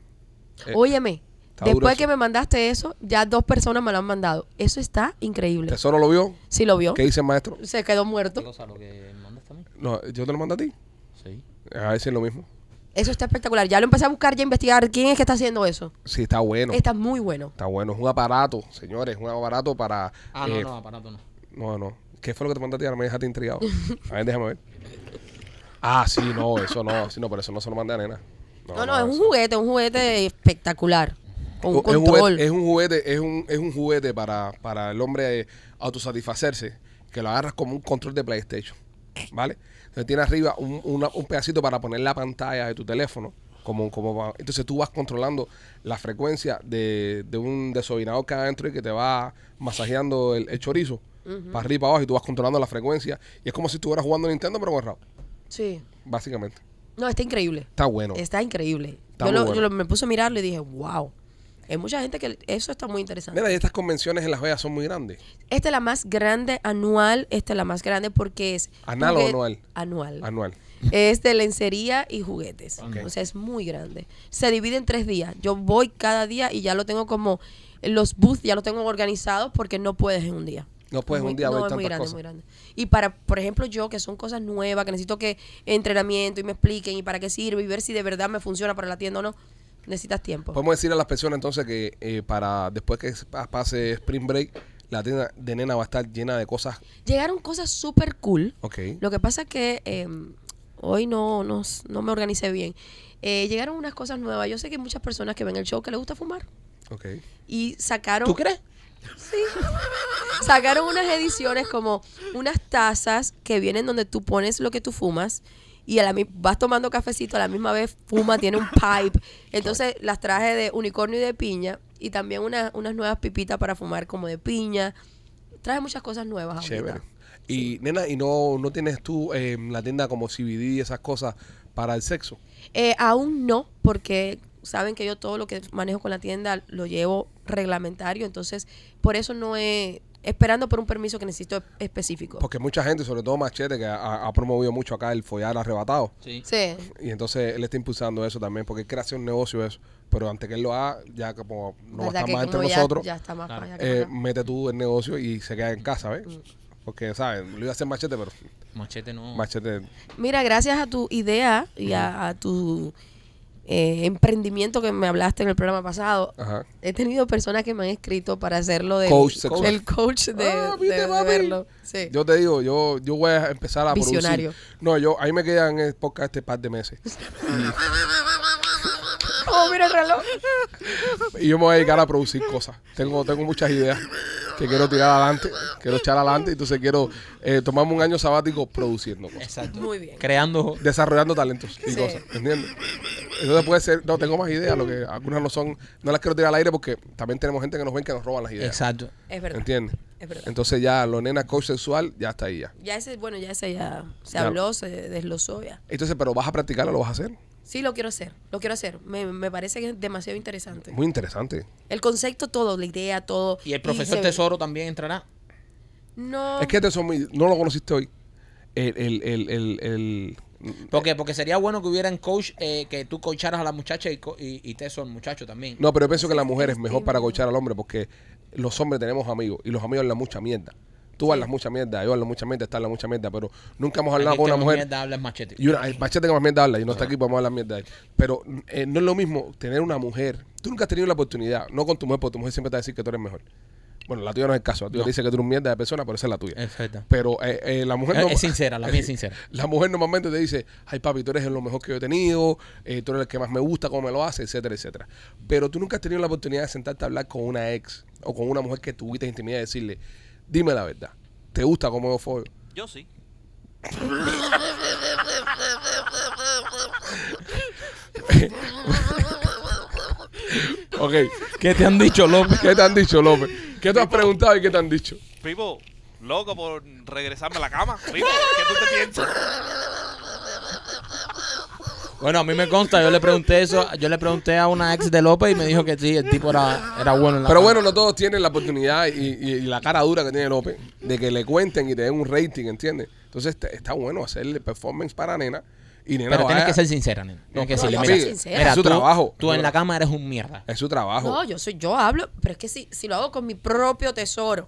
[SPEAKER 1] Eh,
[SPEAKER 6] Óyeme,
[SPEAKER 1] está duro
[SPEAKER 6] después
[SPEAKER 1] eso.
[SPEAKER 6] que me mandaste eso, ya dos personas me lo han mandado. Eso está increíble.
[SPEAKER 1] ¿Tesoro lo vio?
[SPEAKER 6] Si lo vio,
[SPEAKER 1] ¿Qué dice el maestro?
[SPEAKER 6] se quedó
[SPEAKER 3] ¿Qué
[SPEAKER 6] muerto.
[SPEAKER 3] cosa? ¿Lo que mandaste a mí?
[SPEAKER 1] No, yo te lo mandé a ti.
[SPEAKER 3] Sí.
[SPEAKER 1] A ver si es lo mismo.
[SPEAKER 6] Eso está espectacular. Ya lo empecé a buscar, ya a investigar quién es que está haciendo eso.
[SPEAKER 1] Sí, está bueno.
[SPEAKER 6] Está muy bueno.
[SPEAKER 1] Está bueno. Es un aparato, señores. Es un aparato para.
[SPEAKER 3] Ah, no,
[SPEAKER 1] eh,
[SPEAKER 3] no, aparato no.
[SPEAKER 1] No, no. ¿Qué fue lo que te mandaste? Ahora me dejaste intrigado. A ver, déjame ver. Ah, sí, no, eso no. Sí, no, pero eso no se lo mandé a nena.
[SPEAKER 6] No, no, es un
[SPEAKER 1] eso-
[SPEAKER 6] juguete, un juguete espectacular. Con un
[SPEAKER 1] es un juguete-
[SPEAKER 6] control.
[SPEAKER 1] Es un juguete, es un, es un juguete para, para el hombre eh, autosatisfacerse, que lo agarras como un control de PlayStation. ¿Vale? Entonces tiene arriba un, una- un pedacito para poner la pantalla de tu teléfono. Como, como va- entonces tú vas controlando la frecuencia de, de un desobinador que hay adentro y que te va masajeando el, el chorizo para arriba y para abajo y tú vas controlando la frecuencia. Y es como si estuvieras jugando Nintendo, pero con rabo,
[SPEAKER 6] Sí.
[SPEAKER 1] básicamente.
[SPEAKER 6] No, está increíble.
[SPEAKER 1] Está bueno.
[SPEAKER 6] Está increíble.
[SPEAKER 1] Está
[SPEAKER 6] yo
[SPEAKER 1] muy
[SPEAKER 6] lo-
[SPEAKER 1] bueno.
[SPEAKER 6] yo lo- me puse a mirarlo y dije, wow. Hay mucha gente que eso está muy interesante.
[SPEAKER 1] Mira, y estas convenciones en Las Vegas son muy grandes.
[SPEAKER 6] Esta es la más grande anual. Esta es la más grande porque es.
[SPEAKER 1] ¿Anal o
[SPEAKER 6] juguete-
[SPEAKER 1] anual?
[SPEAKER 6] Anual.
[SPEAKER 1] Anual.
[SPEAKER 6] Es de lencería y juguetes. O sea, es muy grande. Se divide en tres días. Yo voy cada día y ya lo tengo como. Los booths ya lo tengo organizados porque no puedes en un día.
[SPEAKER 1] No puedes en
[SPEAKER 6] Muy-
[SPEAKER 1] un día ver
[SPEAKER 6] no, es muy
[SPEAKER 1] tantas
[SPEAKER 6] grande,
[SPEAKER 1] cosas.
[SPEAKER 6] muy grande. Y para, por ejemplo, yo, que son cosas nuevas, que necesito que entrenamiento y me expliquen y para qué sirve y ver si de verdad me funciona para la tienda o no, necesitas tiempo.
[SPEAKER 1] Podemos decir a las personas entonces que eh, para después que pa- pase Spring Break, la tienda de nena va a estar llena de cosas.
[SPEAKER 6] Llegaron cosas súper cool.
[SPEAKER 1] Ok.
[SPEAKER 6] Lo que pasa que eh, hoy no, no, s- no me organicé bien. Eh, llegaron unas cosas nuevas. Yo sé que hay muchas personas que ven el show que les gusta fumar.
[SPEAKER 1] Ok.
[SPEAKER 6] Y sacaron...
[SPEAKER 3] ¿Tú crees?
[SPEAKER 6] Sí. Sacaron unas ediciones como unas tazas que vienen donde tú pones lo que tú fumas y a la mi- vas tomando cafecito, a la misma vez fuma, tiene un pipe. Entonces las traje de unicornio y de piña y también una- unas nuevas pipitas para fumar como de piña. Traje muchas cosas nuevas ahorita.
[SPEAKER 1] Chévere. Y nena, ¿y no, no tienes tú eh, la tienda como CBD y esas cosas para el sexo?
[SPEAKER 6] Eh, aún no, porque saben que yo todo lo que manejo con la tienda lo llevo reglamentario, entonces por eso no he... Esperando por un permiso que necesito específico.
[SPEAKER 1] Porque mucha gente, sobre todo Machete, que ha, ha promovido mucho acá el follar arrebatado.
[SPEAKER 3] Sí.
[SPEAKER 6] Sí.
[SPEAKER 1] Y entonces él está impulsando eso también, porque él crea hacer un negocio de eso. Pero antes que él lo haga, ya como no va a
[SPEAKER 6] ¿Verdad
[SPEAKER 1] estar
[SPEAKER 6] que
[SPEAKER 1] más entre
[SPEAKER 6] como ya-
[SPEAKER 1] nosotros,
[SPEAKER 6] Ya, está más para allá que Mm.
[SPEAKER 1] eh,
[SPEAKER 6] para acá?
[SPEAKER 1] mete tú el negocio y se queda en casa, ¿ves? Porque, ¿sabes? Lo iba a hacer Machete, pero
[SPEAKER 6] Mm.
[SPEAKER 3] Machete no.
[SPEAKER 1] Machete
[SPEAKER 6] Mira, gracias a tu idea y a, a tu eh, emprendimiento que me hablaste en el programa pasado,
[SPEAKER 1] Ajá.
[SPEAKER 6] he tenido personas que me han escrito para hacerlo del
[SPEAKER 1] Coach sexual.
[SPEAKER 6] el coach de,
[SPEAKER 1] Ah,
[SPEAKER 6] de-
[SPEAKER 1] ¿viste,
[SPEAKER 6] de
[SPEAKER 1] papi?
[SPEAKER 6] verlo. Sí.
[SPEAKER 1] Yo te digo, yo, yo voy a empezar a
[SPEAKER 6] Visionario.
[SPEAKER 1] producir. No, yo, ahí me quedan en el podcast este par de meses.
[SPEAKER 6] Oh, mira el reloj.
[SPEAKER 1] Y yo me voy a dedicar a producir cosas. Tengo, tengo muchas ideas que quiero tirar adelante, quiero echar adelante. Entonces quiero eh, tomarme un año sabático produciendo cosas,
[SPEAKER 3] Exacto.
[SPEAKER 6] Muy bien.
[SPEAKER 3] Creando.
[SPEAKER 1] desarrollando talentos y
[SPEAKER 6] Sí.
[SPEAKER 1] cosas. ¿Entiendes? Entonces puede ser, no, tengo más ideas, lo que algunas no son, no las quiero tirar al aire porque también tenemos gente que nos ven que nos roban las ideas.
[SPEAKER 3] Exacto.
[SPEAKER 6] Es verdad.
[SPEAKER 1] ¿Entiendes?
[SPEAKER 6] Es verdad.
[SPEAKER 1] Entonces ya lo nena coach sexual ya está ahí ya.
[SPEAKER 6] Ya ese, bueno, ya ese ya se
[SPEAKER 1] Ya.
[SPEAKER 6] habló, se desglosó ya.
[SPEAKER 1] Entonces, pero vas a practicarlo, lo vas a hacer.
[SPEAKER 6] Sí, lo quiero hacer, lo quiero hacer. Me, me parece que es demasiado interesante.
[SPEAKER 1] Muy interesante.
[SPEAKER 6] El concepto todo, la idea, todo.
[SPEAKER 3] Y el profesor
[SPEAKER 6] se-
[SPEAKER 3] Tesoro también entrará.
[SPEAKER 6] No. Ah.
[SPEAKER 1] Es que este son muy, no lo conociste hoy. El, el, el, el, el-
[SPEAKER 3] Porque, porque sería bueno que hubieran coach eh, que tú coacharas a la muchacha y, co- y, y Teso al muchacho también.
[SPEAKER 1] no, pero yo pienso que la mujer es mejor para coachar al hombre porque los hombres tenemos amigos y los amigos hablan mucha mierda. Tú hablas mucha mierda, yo hablo mucha mierda, está habla mucha mierda, pero nunca hemos
[SPEAKER 3] Aquí
[SPEAKER 1] hablado
[SPEAKER 3] el
[SPEAKER 1] con
[SPEAKER 3] que
[SPEAKER 1] una
[SPEAKER 3] más
[SPEAKER 1] mujer.
[SPEAKER 3] mierda habla es machete.
[SPEAKER 1] Y una, el machete que más mierda habla y no está aquí, podemos hablar mierda de él. Pero eh, no es lo mismo tener una mujer. Tú nunca has tenido la oportunidad, no con tu mujer, porque tu mujer siempre te va a decir que tú eres mejor. Bueno, la tuya no es el caso. La tuya dice que tú eres un mierda de persona, pero esa es la tuya.
[SPEAKER 3] Exacto.
[SPEAKER 1] Pero eh, eh, la mujer
[SPEAKER 3] Es-
[SPEAKER 1] no-
[SPEAKER 3] es sincera, la mía
[SPEAKER 1] [laughs]
[SPEAKER 3] es sincera.
[SPEAKER 1] La mujer normalmente te dice, ay papi, tú eres lo mejor que yo he tenido, eh, tú eres el que más me gusta, cómo me lo hace, etcétera, etcétera. Pero tú nunca has tenido la oportunidad de sentarte a hablar con una ex o con una mujer que tuviste intimidad y decirle, dime la verdad, ¿te gusta cómo yo follo?
[SPEAKER 4] Yo sí.
[SPEAKER 1] Ok, [laughs]
[SPEAKER 3] ¿Qué te han dicho, López?
[SPEAKER 1] ¿qué te han dicho, López? ¿Qué te has preguntado y qué te han dicho?
[SPEAKER 4] Primo, loco por regresarme a la cama. Primo, ¿qué tú te piensas?
[SPEAKER 3] Bueno, a mí me consta, yo le pregunté eso, yo le pregunté a una ex de López y me dijo que sí, el tipo era, era bueno en la
[SPEAKER 1] Pero
[SPEAKER 3] cama.
[SPEAKER 1] bueno, no todos tienen la oportunidad y, y- y la cara dura que tiene López de que le cuenten y te den un rating, ¿entiendes? Entonces te- está bueno hacerle performance para nena y nena
[SPEAKER 3] Pero tienes
[SPEAKER 1] vaya-
[SPEAKER 3] que ser sincera, nena. Tienes
[SPEAKER 1] No,
[SPEAKER 3] que
[SPEAKER 1] eh. no,
[SPEAKER 3] decirle,
[SPEAKER 6] no,
[SPEAKER 3] mira,
[SPEAKER 6] sí, sincera.
[SPEAKER 3] mira,
[SPEAKER 1] Es su
[SPEAKER 3] tú,
[SPEAKER 1] trabajo.
[SPEAKER 3] tú en la cama eres un mierda.
[SPEAKER 1] Es su trabajo.
[SPEAKER 6] No, yo soy, yo hablo, pero es que si, si lo hago con mi propio tesoro,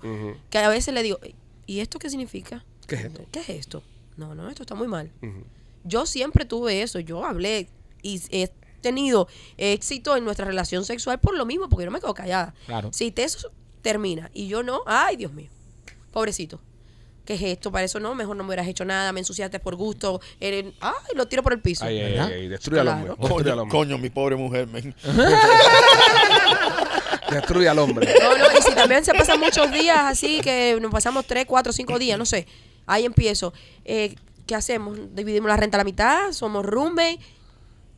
[SPEAKER 6] que a veces le digo, ¿y esto qué significa?
[SPEAKER 1] ¿Qué es esto?
[SPEAKER 6] ¿Qué es esto? No, no, esto está muy mal. Yo siempre tuve eso, yo hablé y he tenido éxito en nuestra relación sexual por lo mismo, porque yo no me quedo callada.
[SPEAKER 3] Claro.
[SPEAKER 6] Si Teso termina y yo no, ay Dios mío, pobrecito. ¿Qué es esto? Para eso no, mejor no me hubieras hecho nada, me ensuciaste por gusto. Eres... ¡Ay! Lo tiro por el piso.
[SPEAKER 1] Ay, ay,
[SPEAKER 3] ¿verdad?
[SPEAKER 1] ay, ay, destruye al hombre.
[SPEAKER 6] Claro.
[SPEAKER 1] Destruye al
[SPEAKER 5] Coño,
[SPEAKER 1] hombre.
[SPEAKER 5] coño, mi pobre mujer, men.
[SPEAKER 1] Destruye al hombre.
[SPEAKER 6] No, no, y si también se pasan muchos días así, que nos pasamos tres, cuatro, cinco días, no sé. Ahí empiezo. Eh, ¿Qué hacemos? Dividimos la renta a la mitad, somos roommate,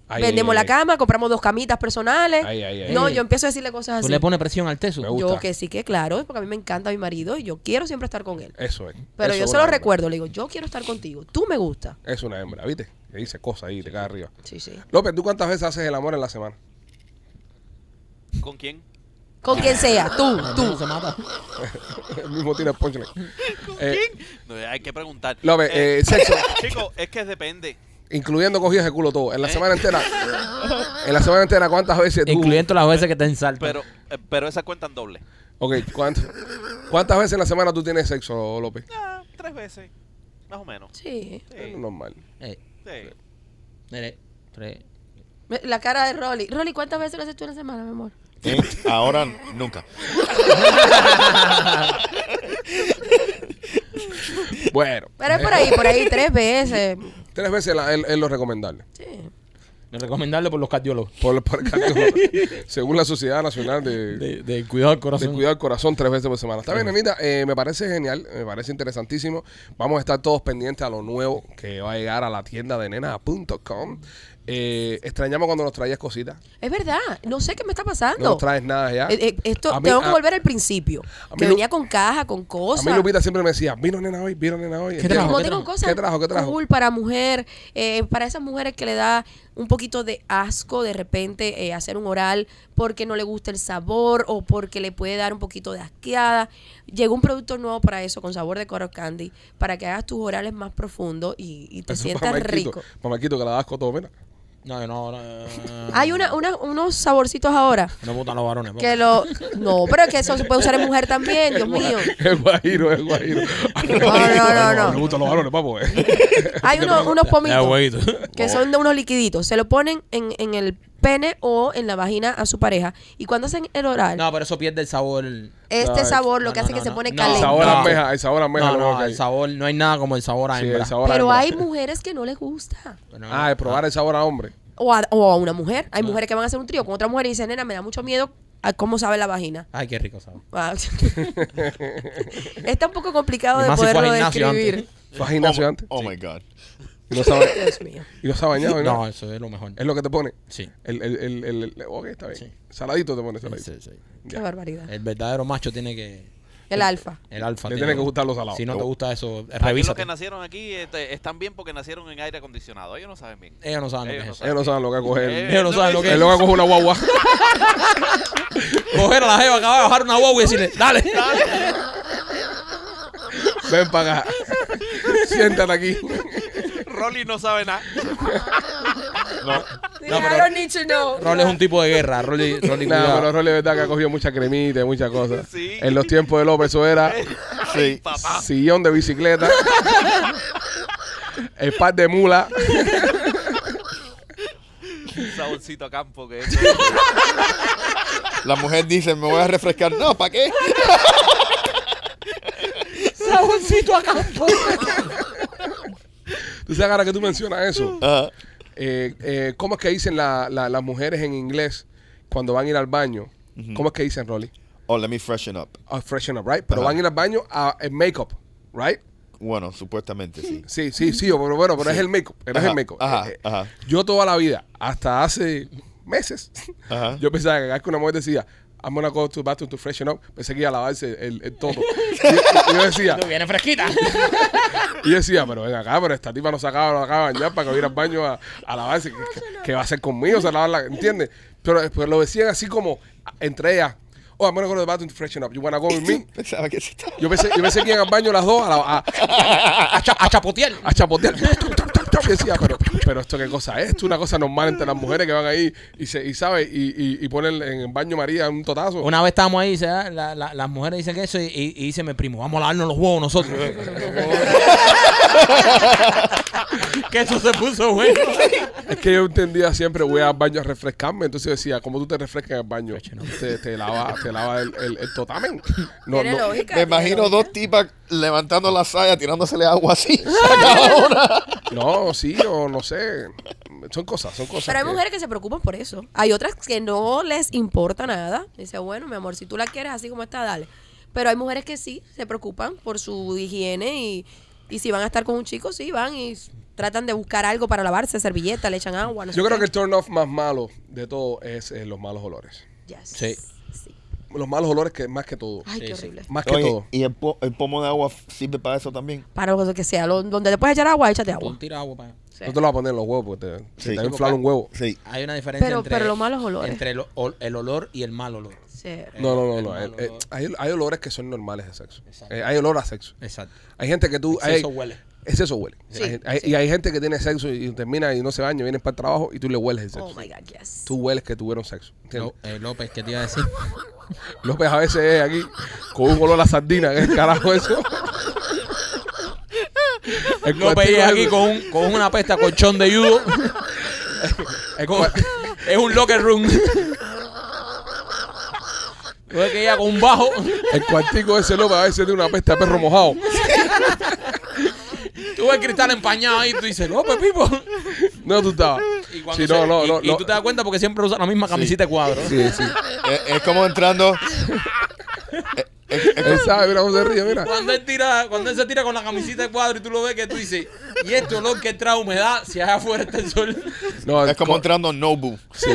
[SPEAKER 1] Ay,
[SPEAKER 6] vendemos
[SPEAKER 1] ay,
[SPEAKER 6] la
[SPEAKER 1] ay.
[SPEAKER 6] cama, compramos dos camitas personales.
[SPEAKER 1] Ay, ay, ay.
[SPEAKER 6] no,
[SPEAKER 3] Ey.
[SPEAKER 6] yo empiezo a decirle cosas
[SPEAKER 3] Tú
[SPEAKER 6] así.
[SPEAKER 3] le pones presión al teso.
[SPEAKER 1] Me gusta.
[SPEAKER 6] Yo que sí, que claro, porque a mí me encanta mi marido y yo quiero siempre estar con él.
[SPEAKER 1] Eso es.
[SPEAKER 6] Pero
[SPEAKER 1] Eso
[SPEAKER 6] yo
[SPEAKER 1] es
[SPEAKER 6] se
[SPEAKER 1] una
[SPEAKER 6] lo
[SPEAKER 1] hembra.
[SPEAKER 6] recuerdo, le digo, yo quiero estar contigo, tú me gusta.
[SPEAKER 1] Es una hembra, ¿viste? Que dice cosas ahí, te cae arriba.
[SPEAKER 6] Sí, sí.
[SPEAKER 1] López, ¿tú cuántas veces haces el amor en la semana? [laughs]
[SPEAKER 4] ¿Con quién?
[SPEAKER 6] Con quien
[SPEAKER 1] [laughs]
[SPEAKER 6] sea, tú, tú.
[SPEAKER 3] se mata.
[SPEAKER 1] El mismo tiro de punchline. Eh,
[SPEAKER 4] No, hay que preguntar.
[SPEAKER 1] López,
[SPEAKER 4] Eh,
[SPEAKER 1] eh, sexo,
[SPEAKER 4] [laughs] Chicos, es que depende.
[SPEAKER 1] incluyendo cogidas de culo todo. En la
[SPEAKER 4] Eh.
[SPEAKER 1] semana entera, en la semana entera, ¿cuántas veces tú?
[SPEAKER 3] Incluyendo las veces que te ensaltan.
[SPEAKER 4] Pero, eh, pero esas cuentan doble.
[SPEAKER 1] Ok, ¿cuánto- ¿cuántas veces en la semana tú tienes sexo, López?
[SPEAKER 4] Ah, tres veces. Más o menos.
[SPEAKER 6] Sí.
[SPEAKER 4] Sí,
[SPEAKER 1] Normal.
[SPEAKER 3] Eh,
[SPEAKER 4] sí.
[SPEAKER 3] mire, tres.
[SPEAKER 6] La cara de Rolly. Rolly, ¿cuántas veces lo haces tú en la semana, mi amor?
[SPEAKER 5] Eh, Ahora nunca.
[SPEAKER 1] Bueno,
[SPEAKER 6] Pero es
[SPEAKER 1] [laughs]
[SPEAKER 6] por ahí, por ahí, tres veces.
[SPEAKER 1] tres veces la- es es lo recomendable.
[SPEAKER 6] Sí.
[SPEAKER 3] Me recomendarle por los cardiólogos.
[SPEAKER 1] Por, por
[SPEAKER 6] [laughs]
[SPEAKER 1] el cardiólogo. según la Sociedad Nacional de,
[SPEAKER 3] De, de cuidado al
[SPEAKER 1] de
[SPEAKER 3] corazón.
[SPEAKER 1] cuidado al corazón tres veces por semana. Está bien, Anita, eh, me parece genial, me parece interesantísimo. Vamos a estar todos pendientes a lo nuevo que va a llegar a la tienda de nena.com. Eh, extrañamos cuando nos traías cositas.
[SPEAKER 6] Es verdad, no sé qué me está
[SPEAKER 1] No
[SPEAKER 6] pasando.
[SPEAKER 1] nos traes nada ya.
[SPEAKER 6] Eh, eh, esto
[SPEAKER 1] A mí-
[SPEAKER 6] tengo que
[SPEAKER 1] a-
[SPEAKER 6] volver al principio.
[SPEAKER 1] a mí
[SPEAKER 6] Que
[SPEAKER 1] Lu-
[SPEAKER 6] venía con caja, con
[SPEAKER 1] A
[SPEAKER 6] cosas.
[SPEAKER 1] mí Lupita siempre me decía, vino nena hoy, vino nena hoy.
[SPEAKER 3] ¿Qué
[SPEAKER 1] ¿Entiendes?
[SPEAKER 3] trajo?
[SPEAKER 6] Como
[SPEAKER 3] ¿Qué
[SPEAKER 6] tengo
[SPEAKER 3] trajo?
[SPEAKER 6] cosas
[SPEAKER 1] ¿Qué trajo? ¿Qué trajo?
[SPEAKER 6] cool para mujer, eh, para esas mujeres que le da un poquito de asco de repente eh, hacer un oral porque no le gusta el sabor o porque le puede dar un poquito de asqueada. Llegó un producto nuevo para eso, con sabor de coro candy, para que hagas tus orales más profundos y, y
[SPEAKER 1] Eso
[SPEAKER 6] te
[SPEAKER 1] es
[SPEAKER 6] sientas
[SPEAKER 1] para Marquito.
[SPEAKER 6] rico.
[SPEAKER 1] Para Marquito, que la das con todo, [laughs] mira.
[SPEAKER 3] No, yo no, no, no, no.
[SPEAKER 6] Hay una, una- unos saborcitos ahora
[SPEAKER 3] No me gustan los varones. [laughs]
[SPEAKER 6] que lo... No, pero es que eso se puede usar en mujer también, Dios
[SPEAKER 1] El gua-
[SPEAKER 6] mío.
[SPEAKER 1] El guajiro, el guajiro.
[SPEAKER 6] no, no, no.
[SPEAKER 1] Me gustan los varones, papo.
[SPEAKER 3] [laughs]
[SPEAKER 1] eh.
[SPEAKER 6] Hay unos, unos pomitos.
[SPEAKER 3] huevito.
[SPEAKER 6] que son de unos liquiditos. Se lo ponen en, en el pene o en la vagina a su pareja. Y cuando hacen el oral,
[SPEAKER 3] No, pero eso pierde el sabor.
[SPEAKER 6] este
[SPEAKER 1] No,
[SPEAKER 6] sabor lo
[SPEAKER 3] no,
[SPEAKER 6] que
[SPEAKER 3] no,
[SPEAKER 6] hace
[SPEAKER 3] no,
[SPEAKER 6] que se
[SPEAKER 3] no.
[SPEAKER 6] pone
[SPEAKER 3] No.
[SPEAKER 1] El
[SPEAKER 6] caliente.
[SPEAKER 1] sabor
[SPEAKER 3] No.
[SPEAKER 1] a almeja, el sabor a almeja.
[SPEAKER 3] No,
[SPEAKER 1] lo veo
[SPEAKER 3] no,
[SPEAKER 1] que
[SPEAKER 3] el
[SPEAKER 1] hay.
[SPEAKER 3] sabor, no hay nada como el sabor a
[SPEAKER 1] Sí,
[SPEAKER 3] hembra.
[SPEAKER 1] el sabor a
[SPEAKER 6] Pero
[SPEAKER 1] hembra.
[SPEAKER 6] hay mujeres que no les gusta.
[SPEAKER 3] Bueno,
[SPEAKER 1] Ah, de probar el sabor a hombre.
[SPEAKER 6] O a, o a una mujer. Hay mujeres que van a hacer un trío con otra mujer y dicen, nena, me da mucho miedo a cómo sabe la vagina.
[SPEAKER 3] Ay, qué rico sabor. [laughs]
[SPEAKER 6] Ah, Está un poco complicado
[SPEAKER 3] Y
[SPEAKER 6] de
[SPEAKER 3] más si fue a
[SPEAKER 6] poderlo
[SPEAKER 3] gimnasio
[SPEAKER 6] describir.
[SPEAKER 3] antes.
[SPEAKER 1] ¿Fue al gimnasio
[SPEAKER 5] Oh,
[SPEAKER 1] antes?
[SPEAKER 5] Oh my God.
[SPEAKER 1] Y no se ha ba-
[SPEAKER 6] Dios mío.
[SPEAKER 1] y no se ha bañado, ¿no?
[SPEAKER 3] No, eso es lo mejor.
[SPEAKER 1] Es lo que te pone.
[SPEAKER 3] Sí.
[SPEAKER 1] El, el, el, el, el- ok, está bien.
[SPEAKER 3] Sí.
[SPEAKER 1] Saladito te pone, saladito.
[SPEAKER 3] Sí, sí.
[SPEAKER 6] Qué barbaridad.
[SPEAKER 3] El verdadero macho tiene que.
[SPEAKER 6] El
[SPEAKER 3] eh.
[SPEAKER 6] alfa.
[SPEAKER 3] El alfa.
[SPEAKER 1] Le tiene que gustar los salados.
[SPEAKER 3] Si no te gusta eso,
[SPEAKER 4] Aquí los
[SPEAKER 3] revisa.
[SPEAKER 4] que nacieron aquí este, están bien porque nacieron en aire acondicionado. Ellos no saben bien. Eh,
[SPEAKER 3] Ellos no saben
[SPEAKER 4] Ellos
[SPEAKER 3] lo que
[SPEAKER 4] no
[SPEAKER 3] es eso.
[SPEAKER 1] Ellos no saben lo que es coger.
[SPEAKER 3] Ellos no saben lo que
[SPEAKER 1] Eh, pues, Ellos lo
[SPEAKER 3] es.
[SPEAKER 1] que coger una guagua.
[SPEAKER 3] Coger a la jeva, acaba de bajar una guagua y decirle, dale.
[SPEAKER 1] Ven para acá. Siéntate aquí.
[SPEAKER 4] Rolly no
[SPEAKER 1] [laughs]
[SPEAKER 4] sabe nada.
[SPEAKER 3] No, pero-
[SPEAKER 6] I don't need to know.
[SPEAKER 3] Rolly es un tipo de guerra. Rolly,
[SPEAKER 1] [laughs]
[SPEAKER 3] Rolly,
[SPEAKER 1] Nada,
[SPEAKER 3] cuidado.
[SPEAKER 1] pero Rolly es verdad que ha cogido mucha cremita y muchas cosas.
[SPEAKER 4] Sí. Eh,
[SPEAKER 1] En los tiempos de López eso era
[SPEAKER 5] Sí.
[SPEAKER 4] Papá.
[SPEAKER 1] sillón de bicicleta, [laughs] el par de mula.
[SPEAKER 4] Un saborcito a campo que es.
[SPEAKER 5] La mujer dice, me voy a refrescar. No,
[SPEAKER 1] [laughs]
[SPEAKER 5] ¿para qué?
[SPEAKER 3] Saborcito a campo.
[SPEAKER 1] Tú sabes ahora que tú mencionas eso.
[SPEAKER 5] Ajá.
[SPEAKER 1] eh, eh, ¿Cómo es que dicen la- la- las mujeres en inglés cuando van a ir al baño? ¿Cómo es que dicen, Rolly?
[SPEAKER 5] oh, let me freshen up.
[SPEAKER 1] a freshen up, right? Pero
[SPEAKER 5] Ajá.
[SPEAKER 1] van a ir al baño a el makeup, right?
[SPEAKER 5] Bueno, supuestamente sí.
[SPEAKER 1] Sí, sí, sí, pero bueno, pero es el makeup, pero es
[SPEAKER 5] Ajá,
[SPEAKER 1] el makeup.
[SPEAKER 5] ajá,
[SPEAKER 1] Eh, eh,
[SPEAKER 5] ajá.
[SPEAKER 1] Yo toda la vida, hasta hace meses,
[SPEAKER 5] Ajá.
[SPEAKER 1] yo pensaba que cada vez que una mujer decía I'm gonna go to the bathroom to freshen up, pensé que iba a lavarse el, el todo. Y, y yo decía,
[SPEAKER 3] Tú vienes fresquita.
[SPEAKER 1] [laughs] y yo decía, pero ven acá, pero esta tipa no se acaba, no acaba de bañar para que vaya al baño a, a lavarse. ¿Qué, qué- qué va a hacer conmigo? Se lavar la, ¿entiendes? Pero, después lo decían así como entre ellas, oh, I'm gonna go to the bathroom to freshen up. You wanna go with me?
[SPEAKER 5] Pensaba que sí estaba.
[SPEAKER 1] Yo pensé, yo pensé que iban al baño las dos a, la- a-
[SPEAKER 3] A, cha- a chapotear.
[SPEAKER 1] a chapotear. [laughs] Yo decía, pero, pero esto qué cosa es, esto es una cosa normal entre las mujeres que van ahí y se, y sabes, y, y, y ponen en el baño María un totazo.
[SPEAKER 3] Una vez estábamos ahí, dice, ah, la- la- las mujeres dicen que eso y, y- y dice mi primo, vamos a lavarnos los huevos nosotros. [laughs] que eso se puso bueno.
[SPEAKER 1] Es que yo entendía siempre, voy al baño a refrescarme. Entonces yo decía, ¿cómo tú te refrescas en el baño? Te, te lava, te lava el, el, el totamen. No,
[SPEAKER 6] Tiene
[SPEAKER 1] no.
[SPEAKER 6] lógica.
[SPEAKER 5] Me
[SPEAKER 6] tiene
[SPEAKER 5] imagino
[SPEAKER 6] lógica.
[SPEAKER 5] dos tipas levantando la saya, tirándosele agua
[SPEAKER 6] [laughs]
[SPEAKER 5] así. a cada una.
[SPEAKER 1] No, sí, o no sé. Son cosas, son cosas.
[SPEAKER 6] Pero hay
[SPEAKER 1] que-
[SPEAKER 6] mujeres que se preocupan por eso. Hay otras que no les importa nada. Dice, bueno, mi amor, si tú la quieres así como está, dale. Pero hay mujeres que sí se preocupan por su higiene y, y si van a estar con un chico, sí van y s- tratan de buscar algo para lavarse, servilleta, le echan agua. No sé
[SPEAKER 1] Yo creo que
[SPEAKER 6] qué.
[SPEAKER 1] el turn off más malo de todo es eh, los malos olores.
[SPEAKER 6] Yes.
[SPEAKER 3] Sí.
[SPEAKER 6] Sí.
[SPEAKER 1] Los malos olores que más que todo.
[SPEAKER 6] Ay,
[SPEAKER 3] Sí,
[SPEAKER 6] qué
[SPEAKER 3] sí.
[SPEAKER 6] horrible.
[SPEAKER 1] Más que
[SPEAKER 5] Oye,
[SPEAKER 1] todo.
[SPEAKER 5] ¿Y el, po- el pomo de agua sirve para eso también?
[SPEAKER 6] Para lo que sea, lo- donde te puedes echar agua, échate agua.
[SPEAKER 3] Tú tira agua para allá.
[SPEAKER 6] Sí.
[SPEAKER 1] No te lo vas a poner en los huevos porque te, se
[SPEAKER 5] Sí.
[SPEAKER 1] te va a inflar un huevo.
[SPEAKER 5] Sí.
[SPEAKER 3] Hay una diferencia
[SPEAKER 6] Pero-
[SPEAKER 3] entre,
[SPEAKER 6] pero los malos olores.
[SPEAKER 3] entre lo- ol- el olor y el mal olor.
[SPEAKER 6] Sí.
[SPEAKER 1] No, no, no.
[SPEAKER 3] El
[SPEAKER 1] no.
[SPEAKER 3] mal
[SPEAKER 1] Eh, eh,
[SPEAKER 3] olor.
[SPEAKER 1] hay, hay olores que son normales de sexo.
[SPEAKER 3] Exacto.
[SPEAKER 1] Eh, hay olor a sexo.
[SPEAKER 3] Exacto.
[SPEAKER 1] Hay gente que tú.
[SPEAKER 3] Exceso
[SPEAKER 1] hay-
[SPEAKER 3] huele.
[SPEAKER 1] Exceso huele.
[SPEAKER 6] Sí,
[SPEAKER 1] Hay- hay-
[SPEAKER 6] sí.
[SPEAKER 1] Y hay gente que tiene sexo y termina y no se baña, viene para el trabajo y tú le hueles el sexo.
[SPEAKER 6] Oh my God, yes.
[SPEAKER 1] Tú hueles que tuvieron sexo. ¿entiendes?
[SPEAKER 3] Lo- eh, López, ¿qué te iba a decir?
[SPEAKER 1] López a veces es aquí con un olor a sardina, que es carajo eso.
[SPEAKER 3] [laughs]
[SPEAKER 1] El
[SPEAKER 3] López
[SPEAKER 1] cuartico
[SPEAKER 3] es aquí
[SPEAKER 1] ese-
[SPEAKER 3] con, un- con una pesta colchón de judo.
[SPEAKER 1] el
[SPEAKER 3] Con-
[SPEAKER 1] cua-
[SPEAKER 3] es un locker room. Tuve que ir con un bajo.
[SPEAKER 1] el cuartico ese López a veces tiene una peste a perro mojado.
[SPEAKER 3] Tuve el cristal empañado ahí y tú dices, López, Pipo.
[SPEAKER 1] No, tú estabas.
[SPEAKER 3] Y, cuando
[SPEAKER 1] Sí,
[SPEAKER 3] se-
[SPEAKER 1] no, no,
[SPEAKER 3] y-
[SPEAKER 1] no,
[SPEAKER 3] y
[SPEAKER 1] no.
[SPEAKER 3] tú te das cuenta porque siempre usa la misma camiseta
[SPEAKER 1] [laughs]
[SPEAKER 3] de cuadro.
[SPEAKER 1] Sí, sí.
[SPEAKER 5] Es, Eh, es como entrando. es- es- es
[SPEAKER 1] Él sabe, mira cómo se ríe, mira.
[SPEAKER 3] Cuando él tira, cuando él se tira con la camiseta de cuadro y tú lo ves que tú dices, y este olor que trae humedad, si allá afuera está el sol.
[SPEAKER 1] No,
[SPEAKER 5] Es como
[SPEAKER 1] co-
[SPEAKER 5] entrando en Nobu. [laughs]
[SPEAKER 1] Sí.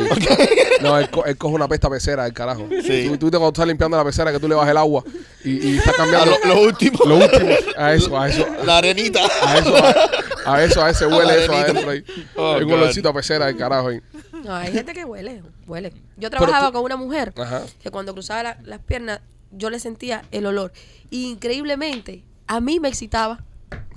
[SPEAKER 1] No, él, co- él coge una pesta pecera, el carajo.
[SPEAKER 5] Sí.
[SPEAKER 1] Tú, tú te cuando estás limpiando la pecera, que tú le bajas el agua y, y estás
[SPEAKER 5] A
[SPEAKER 1] cambiando
[SPEAKER 5] lo, lo último.
[SPEAKER 1] lo último. A eso, a eso.
[SPEAKER 5] La arenita.
[SPEAKER 1] A eso, a, a eso, a ese huele eso
[SPEAKER 5] Arenita.
[SPEAKER 1] adentro ahí.
[SPEAKER 5] Oh,
[SPEAKER 1] Hay un
[SPEAKER 5] God.
[SPEAKER 1] olorcito a pecera del carajo ahí.
[SPEAKER 6] No, hay gente que huele, huele. Yo trabajaba con una mujer
[SPEAKER 1] Ajá.
[SPEAKER 6] que cuando cruzaba la- las piernas yo le sentía el olor. Y increíblemente, a mí me excitaba.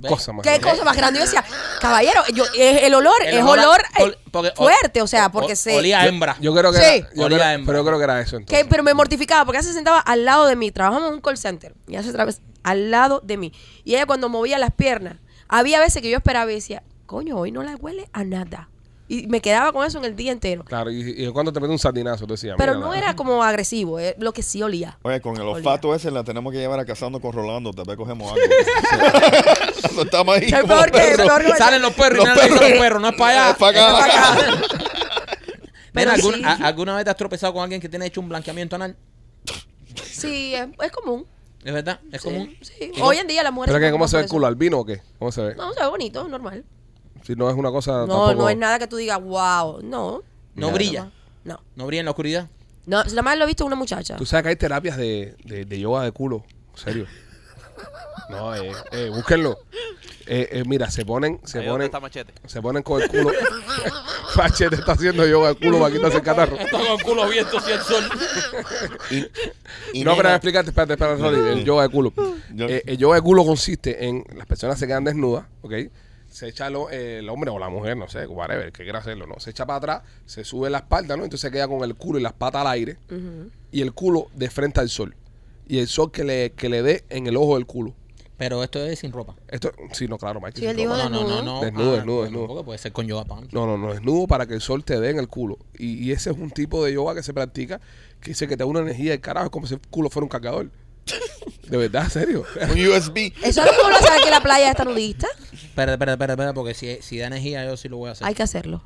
[SPEAKER 1] Cosa más.
[SPEAKER 6] ¿Qué
[SPEAKER 1] grande.
[SPEAKER 6] cosa más grande? Yo decía, caballero, yo, eh, el olor
[SPEAKER 3] El
[SPEAKER 6] es
[SPEAKER 3] olor a-
[SPEAKER 6] olor eh,
[SPEAKER 3] ol- porque ol-
[SPEAKER 6] fuerte, o sea,
[SPEAKER 3] ol-
[SPEAKER 6] porque
[SPEAKER 3] ol-
[SPEAKER 6] se...
[SPEAKER 3] olía a hembra.
[SPEAKER 1] Yo creo que
[SPEAKER 6] Sí.
[SPEAKER 1] era, yo
[SPEAKER 3] Olía
[SPEAKER 1] creo-
[SPEAKER 3] a hembra.
[SPEAKER 1] pero yo creo que era eso
[SPEAKER 6] que-
[SPEAKER 1] entonces.
[SPEAKER 6] pero me mortificaba porque ella se sentaba al lado de mí. Trabajamos en un call center. Y hace otra vez al lado de mí. Y ella cuando movía las piernas, había veces que yo esperaba y decía, coño, hoy no la huele a nada. Y me quedaba con eso en el día entero.
[SPEAKER 1] Claro, y, y cuando te mete un sardinazo, tú decías.
[SPEAKER 6] Pero
[SPEAKER 1] mira,
[SPEAKER 6] no
[SPEAKER 1] la-
[SPEAKER 6] era como agresivo, eh, lo que sí olía.
[SPEAKER 5] Oye, con el
[SPEAKER 6] Olía.
[SPEAKER 5] olfato ese la tenemos que llevar a casando con Rolando. Tal vez cogemos algo. [laughs] Eso Estamos ahí.
[SPEAKER 6] Qué
[SPEAKER 5] como
[SPEAKER 6] peor que-
[SPEAKER 5] perros.
[SPEAKER 6] peor que-
[SPEAKER 3] Salen los perros y
[SPEAKER 5] Los
[SPEAKER 3] nadie le dice a los
[SPEAKER 5] perros.
[SPEAKER 3] perros, no es para allá.
[SPEAKER 5] Es para acá.
[SPEAKER 6] Pero
[SPEAKER 3] Nena,
[SPEAKER 6] sí.
[SPEAKER 3] ¿algún-
[SPEAKER 1] ah,
[SPEAKER 3] a- ¿alguna vez te has tropezado con alguien que tiene hecho un blanqueamiento anal?
[SPEAKER 6] Sí, es, es común.
[SPEAKER 3] ¿Es verdad? ¿Es común?
[SPEAKER 6] Sí.
[SPEAKER 3] ¿Y
[SPEAKER 6] Hoy en día las mujeres.
[SPEAKER 1] Pero que, ¿cómo se ve el
[SPEAKER 6] preocupan
[SPEAKER 1] culo? ¿Albino o qué? ¿Cómo se ve?
[SPEAKER 6] por eso. No, se ve bonito, normal.
[SPEAKER 1] Si no es una cosa.
[SPEAKER 6] No,
[SPEAKER 1] tampoco...
[SPEAKER 6] no es nada que tú digas, wow. No.
[SPEAKER 3] No brilla.
[SPEAKER 6] No.
[SPEAKER 3] No brilla en la oscuridad.
[SPEAKER 6] No, nada más lo he visto en una muchacha.
[SPEAKER 1] Tú sabes que hay terapias de, de, de yoga de culo. En
[SPEAKER 4] [laughs]
[SPEAKER 1] serio. No, eh, eh, búsquenlo. Eh, eh, mira, se ponen, se
[SPEAKER 4] Ahí donde
[SPEAKER 1] ponen,
[SPEAKER 4] está machete.
[SPEAKER 1] se ponen con el culo. [laughs] Machete está haciendo yoga de culo para quitarse el catarro.
[SPEAKER 3] Con el culo abierto hacia el sol.
[SPEAKER 5] Y, y
[SPEAKER 1] no, pero
[SPEAKER 5] nena,
[SPEAKER 1] explícate, espérate, espérate, Rolly, el yoga de culo.
[SPEAKER 5] Yo-
[SPEAKER 1] Eh, el yoga de culo consiste en las personas se quedan desnudas, ¿ok? Se echa lo- eh, el hombre o la mujer, no sé, whatever, que quiera hacerlo, ¿no? Se echa para atrás, se sube la espalda, ¿no? Entonces se queda con el culo y las patas al aire y el culo de frente al sol. Y el sol que le, que le dé en el ojo del culo.
[SPEAKER 3] Pero esto es sin ropa.
[SPEAKER 1] Esto, sí, no, claro, Mike.
[SPEAKER 6] Sí, él
[SPEAKER 1] no,
[SPEAKER 6] dijo
[SPEAKER 1] no,
[SPEAKER 3] No, no, no, no. Ah,
[SPEAKER 1] Desnudo, desnudo,
[SPEAKER 3] bueno,
[SPEAKER 1] desnudo.
[SPEAKER 3] Porque puede ser con yoga pants.
[SPEAKER 1] no, no, no, desnudo para que el sol te dé en el culo. Y, y ese es un tipo de yoga que se practica que dice que te da una energía del carajo, es como si el culo fuera un
[SPEAKER 6] [laughs]
[SPEAKER 1] cargador. De verdad, serio.
[SPEAKER 5] Un USB.
[SPEAKER 6] Eso no es como lo sabe que la playa está nudista.
[SPEAKER 3] Espera, espera, espera, espera, porque si, si da energía yo sí lo voy a hacer.
[SPEAKER 6] Hay que hacerlo.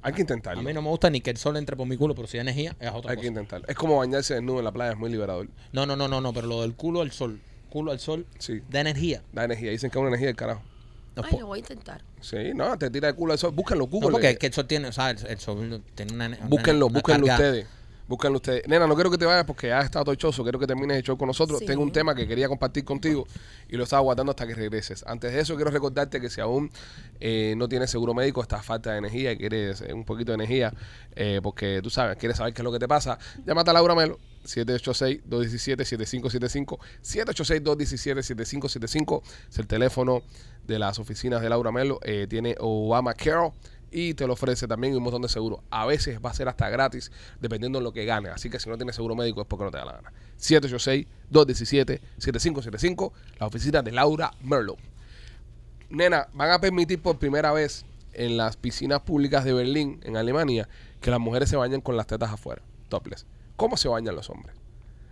[SPEAKER 1] Hay que
[SPEAKER 3] a
[SPEAKER 1] intentarlo.
[SPEAKER 3] mí no me gusta ni que el sol entre por mi culo, pero si da energía es otra
[SPEAKER 1] Hay que
[SPEAKER 3] cosa.
[SPEAKER 1] intentarlo. Es como bañarse desnudo en la playa, es muy liberador.
[SPEAKER 3] No, no, no, no, no, pero lo del culo al sol. Culo al sol
[SPEAKER 1] Sí.
[SPEAKER 3] da energía.
[SPEAKER 1] Da energía. Dicen que es una energía del carajo.
[SPEAKER 3] No,
[SPEAKER 6] Ay,
[SPEAKER 3] po-
[SPEAKER 6] lo voy a intentar.
[SPEAKER 1] Sí, no, te tira el culo al sol. Búsquenlo,
[SPEAKER 3] no,
[SPEAKER 1] Google. eh.
[SPEAKER 3] porque es que el sol tiene, o sea, el, el sol tiene una. una-
[SPEAKER 1] Búsquenlo,
[SPEAKER 3] una
[SPEAKER 1] búsquenlo
[SPEAKER 3] carga.
[SPEAKER 1] ustedes. Búsquenlo ustedes. Nena, no quiero que te vayas porque ya has estado tochoso. Quiero que termines el show con nosotros.
[SPEAKER 6] Sí.
[SPEAKER 1] Tengo un tema que quería compartir contigo y lo estaba aguantando hasta que regreses. Antes de eso, quiero recordarte que si aún eh, no tienes seguro médico, estás a falta de energía y quieres eh, un poquito de energía eh, porque tú sabes, quieres saber qué es lo que te pasa, llámate a Laura Melo. 786-217-7575 786-217-7575 es el teléfono de las oficinas de Laura Melo eh, tiene Obama Carol y te lo ofrece también un montón de seguros. A veces va a ser hasta gratis, dependiendo de lo que gane. Así que si no tienes seguro médico es porque no te da la gana. 786-217-7575, la oficina de Laura Merlo. Nena, van a permitir por primera vez en las piscinas públicas de Berlín, en Alemania, que las mujeres se bañen con las tetas afuera, topless. ¿Cómo se bañan los hombres?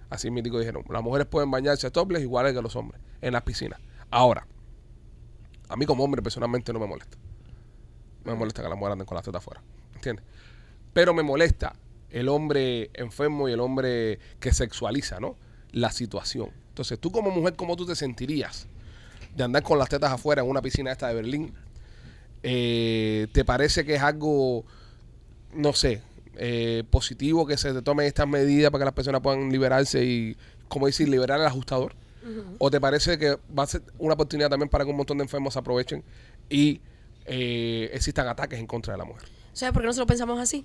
[SPEAKER 1] Así mítico dijeron, las mujeres pueden bañarse topless iguales que los hombres en las piscinas. Ahora, a mí como hombre personalmente no me molesta. No me molesta que las mujeres anden con las tetas afuera, ¿entiendes? Pero me molesta el hombre enfermo y el hombre que sexualiza, ¿no? La situación. Entonces, tú como mujer, ¿cómo tú te sentirías de andar con las tetas afuera en una piscina esta de Berlín? Eh, ¿Te parece que es algo, no sé, eh, positivo que se te tomen estas medidas para que las personas puedan liberarse y, como decir, liberar al ajustador? ¿O te parece que va a ser una oportunidad también para que un montón de enfermos se aprovechen y eh, existan ataques en contra de la mujer?
[SPEAKER 6] ¿Sabes por qué nosotros pensamos así?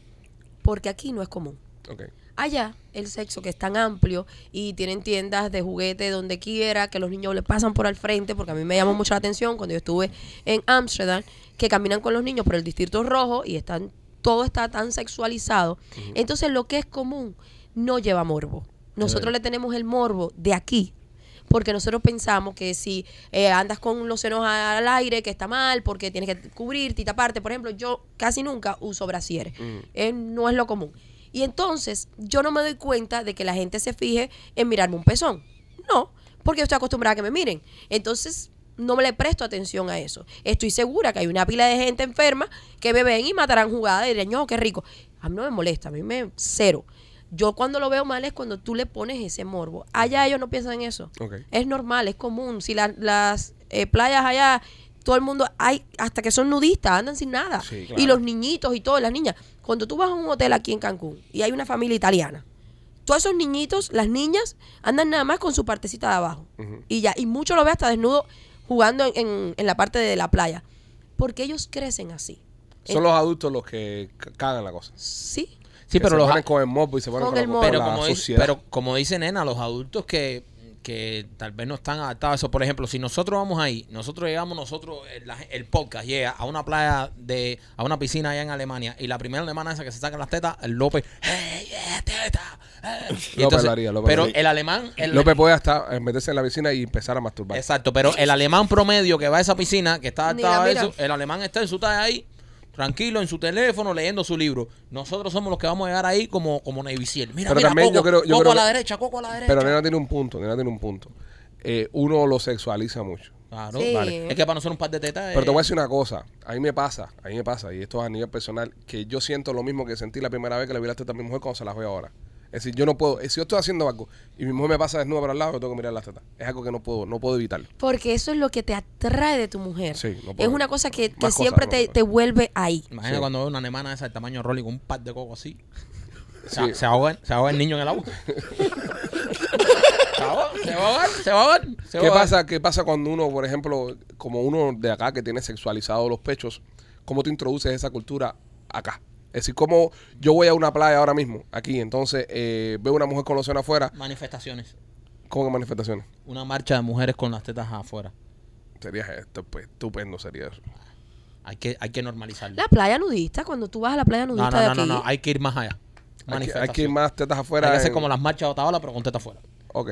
[SPEAKER 6] Porque aquí no es común.
[SPEAKER 1] Ok.
[SPEAKER 6] Allá, el sexo que es tan amplio y tienen tiendas de juguete donde quiera, que los niños le pasan por al frente, porque a mí me llamó mucho la atención cuando yo estuve en Ámsterdam, que caminan con los niños por el distrito rojo y están todo está tan sexualizado. Entonces, lo que es común no lleva morbo. Nosotros le tenemos el morbo de aquí, porque nosotros pensamos que si eh, andas con los senos al aire, que está mal, porque tienes que cubrirte y taparte. Por ejemplo, yo casi nunca uso brasieres. Eh, no es lo común. Y entonces yo no me doy cuenta de que la gente se fije en mirarme un pezón. No, porque yo estoy acostumbrada a que me miren. Entonces no me le presto atención a eso. Estoy segura que hay una pila de gente enferma que me ven y matarán jugada y dirán, no, qué rico. A mí no me molesta, a mí me cero. Yo cuando lo veo mal es cuando tú le pones ese morbo. Allá ellos no piensan en eso.
[SPEAKER 1] Ok.
[SPEAKER 6] Es normal, es común. Si la- las eh, playas allá, todo el mundo, hay hasta que son nudistas, andan sin nada.
[SPEAKER 1] Sí,
[SPEAKER 6] Y
[SPEAKER 1] claro.
[SPEAKER 6] los niñitos y todas las niñas. Cuando tú vas a un hotel aquí en Cancún y hay una familia italiana, todos esos niñitos, las niñas, andan nada más con su partecita de abajo. Y ya, y muchos lo ve hasta desnudo jugando en, en- en la parte de la playa. Porque ellos crecen así.
[SPEAKER 1] Son los adultos los que c- cagan la cosa.
[SPEAKER 6] Sí.
[SPEAKER 3] Eh.
[SPEAKER 1] Que
[SPEAKER 3] Sí, pero
[SPEAKER 1] se
[SPEAKER 3] los,
[SPEAKER 1] ponen con el mopo y se ponen
[SPEAKER 6] Con
[SPEAKER 1] con,
[SPEAKER 6] el
[SPEAKER 1] la,
[SPEAKER 6] mopo.
[SPEAKER 1] con
[SPEAKER 3] pero
[SPEAKER 1] la
[SPEAKER 3] como, dice,
[SPEAKER 1] suciedad.
[SPEAKER 3] pero como dice Nena, los adultos que, que tal vez no están adaptados a eso. Por ejemplo, si nosotros vamos ahí, nosotros llegamos, nosotros, el, la- el podcast llega a una playa de, a una piscina allá en Alemania, y la primera alemana esa que se saca las tetas, el López, "Hey, yeah, teta, eh". Y
[SPEAKER 1] López lo haría, López
[SPEAKER 3] pero
[SPEAKER 1] lo haría.
[SPEAKER 3] el alemán, el,
[SPEAKER 1] López puede hasta eh, meterse en la piscina y empezar a masturbar.
[SPEAKER 3] Exacto, pero el alemán promedio que va a esa piscina, que está
[SPEAKER 6] Ni la
[SPEAKER 3] adaptado a
[SPEAKER 6] mira.
[SPEAKER 3] eso, el alemán está en su talla ahí, tranquilo, en su teléfono, leyendo su libro. Nosotros somos los que vamos a llegar ahí como, como Navy Seal. Mira,
[SPEAKER 1] Pero
[SPEAKER 3] mira,
[SPEAKER 1] también
[SPEAKER 3] Coco,
[SPEAKER 1] yo creo- yo
[SPEAKER 3] Coco
[SPEAKER 1] creo
[SPEAKER 3] a la
[SPEAKER 1] que-
[SPEAKER 3] derecha, Coco a la derecha.
[SPEAKER 1] Pero Nena tiene un punto, Nena tiene un punto. Eh, uno lo sexualiza mucho.
[SPEAKER 3] Claro,
[SPEAKER 6] Sí.
[SPEAKER 3] vale. Es que para nosotros un par de tetas
[SPEAKER 1] Pero te
[SPEAKER 3] es-
[SPEAKER 1] voy a decir una cosa, a mí me pasa, a mí me pasa, y esto es a nivel personal, que yo siento lo mismo que sentí la primera vez que le vi las tetas a mi mujer cuando se las veo ahora. Es decir, yo no puedo, eh, si yo estoy haciendo algo y mi mujer me pasa desnuda para el lado, yo tengo que mirar las tetas. Es algo que no puedo, no puedo evitarlo.
[SPEAKER 6] Porque eso es lo que te atrae de tu mujer.
[SPEAKER 1] Sí, no
[SPEAKER 6] es
[SPEAKER 1] puedo.
[SPEAKER 6] una cosa que, que
[SPEAKER 1] Más cosas,
[SPEAKER 6] siempre
[SPEAKER 1] no,
[SPEAKER 6] te,
[SPEAKER 1] no.
[SPEAKER 6] te vuelve ahí.
[SPEAKER 3] Imagina
[SPEAKER 1] Sí.
[SPEAKER 3] cuando ve una alemana de esa del tamaño de Rolly con un par de cocos así.
[SPEAKER 1] Sí.
[SPEAKER 3] Se, se ahoga, se ahoga el niño en el agua. se ahoga, se va a ahogar, se va a ahogar. se va a
[SPEAKER 1] ¿Qué
[SPEAKER 3] ahogar.
[SPEAKER 1] pasa, ¿Qué pasa cuando uno, por ejemplo, como uno de acá que tiene sexualizado los pechos, cómo tú introduces esa cultura acá? Es decir, como yo voy a una playa ahora mismo, aquí, entonces eh, veo una mujer con los senos afuera,
[SPEAKER 3] Manifestaciones.
[SPEAKER 1] ¿cómo que manifestaciones?
[SPEAKER 3] Una marcha de mujeres con las tetas afuera.
[SPEAKER 1] Sería esto, pues, estupendo sería eso.
[SPEAKER 3] Hay que, hay que normalizarlo.
[SPEAKER 6] La playa nudista, cuando tú vas a la playa
[SPEAKER 3] No,
[SPEAKER 6] nudista
[SPEAKER 3] no,
[SPEAKER 6] de
[SPEAKER 3] no,
[SPEAKER 6] aquí.
[SPEAKER 3] no, no, hay que ir más allá.
[SPEAKER 1] Hay que, hay
[SPEAKER 3] Manifestación.
[SPEAKER 1] que ir más tetas afuera.
[SPEAKER 3] Hay que hacer
[SPEAKER 1] en-
[SPEAKER 3] como las marchas de Otaola, pero con teta afuera.
[SPEAKER 1] Ok.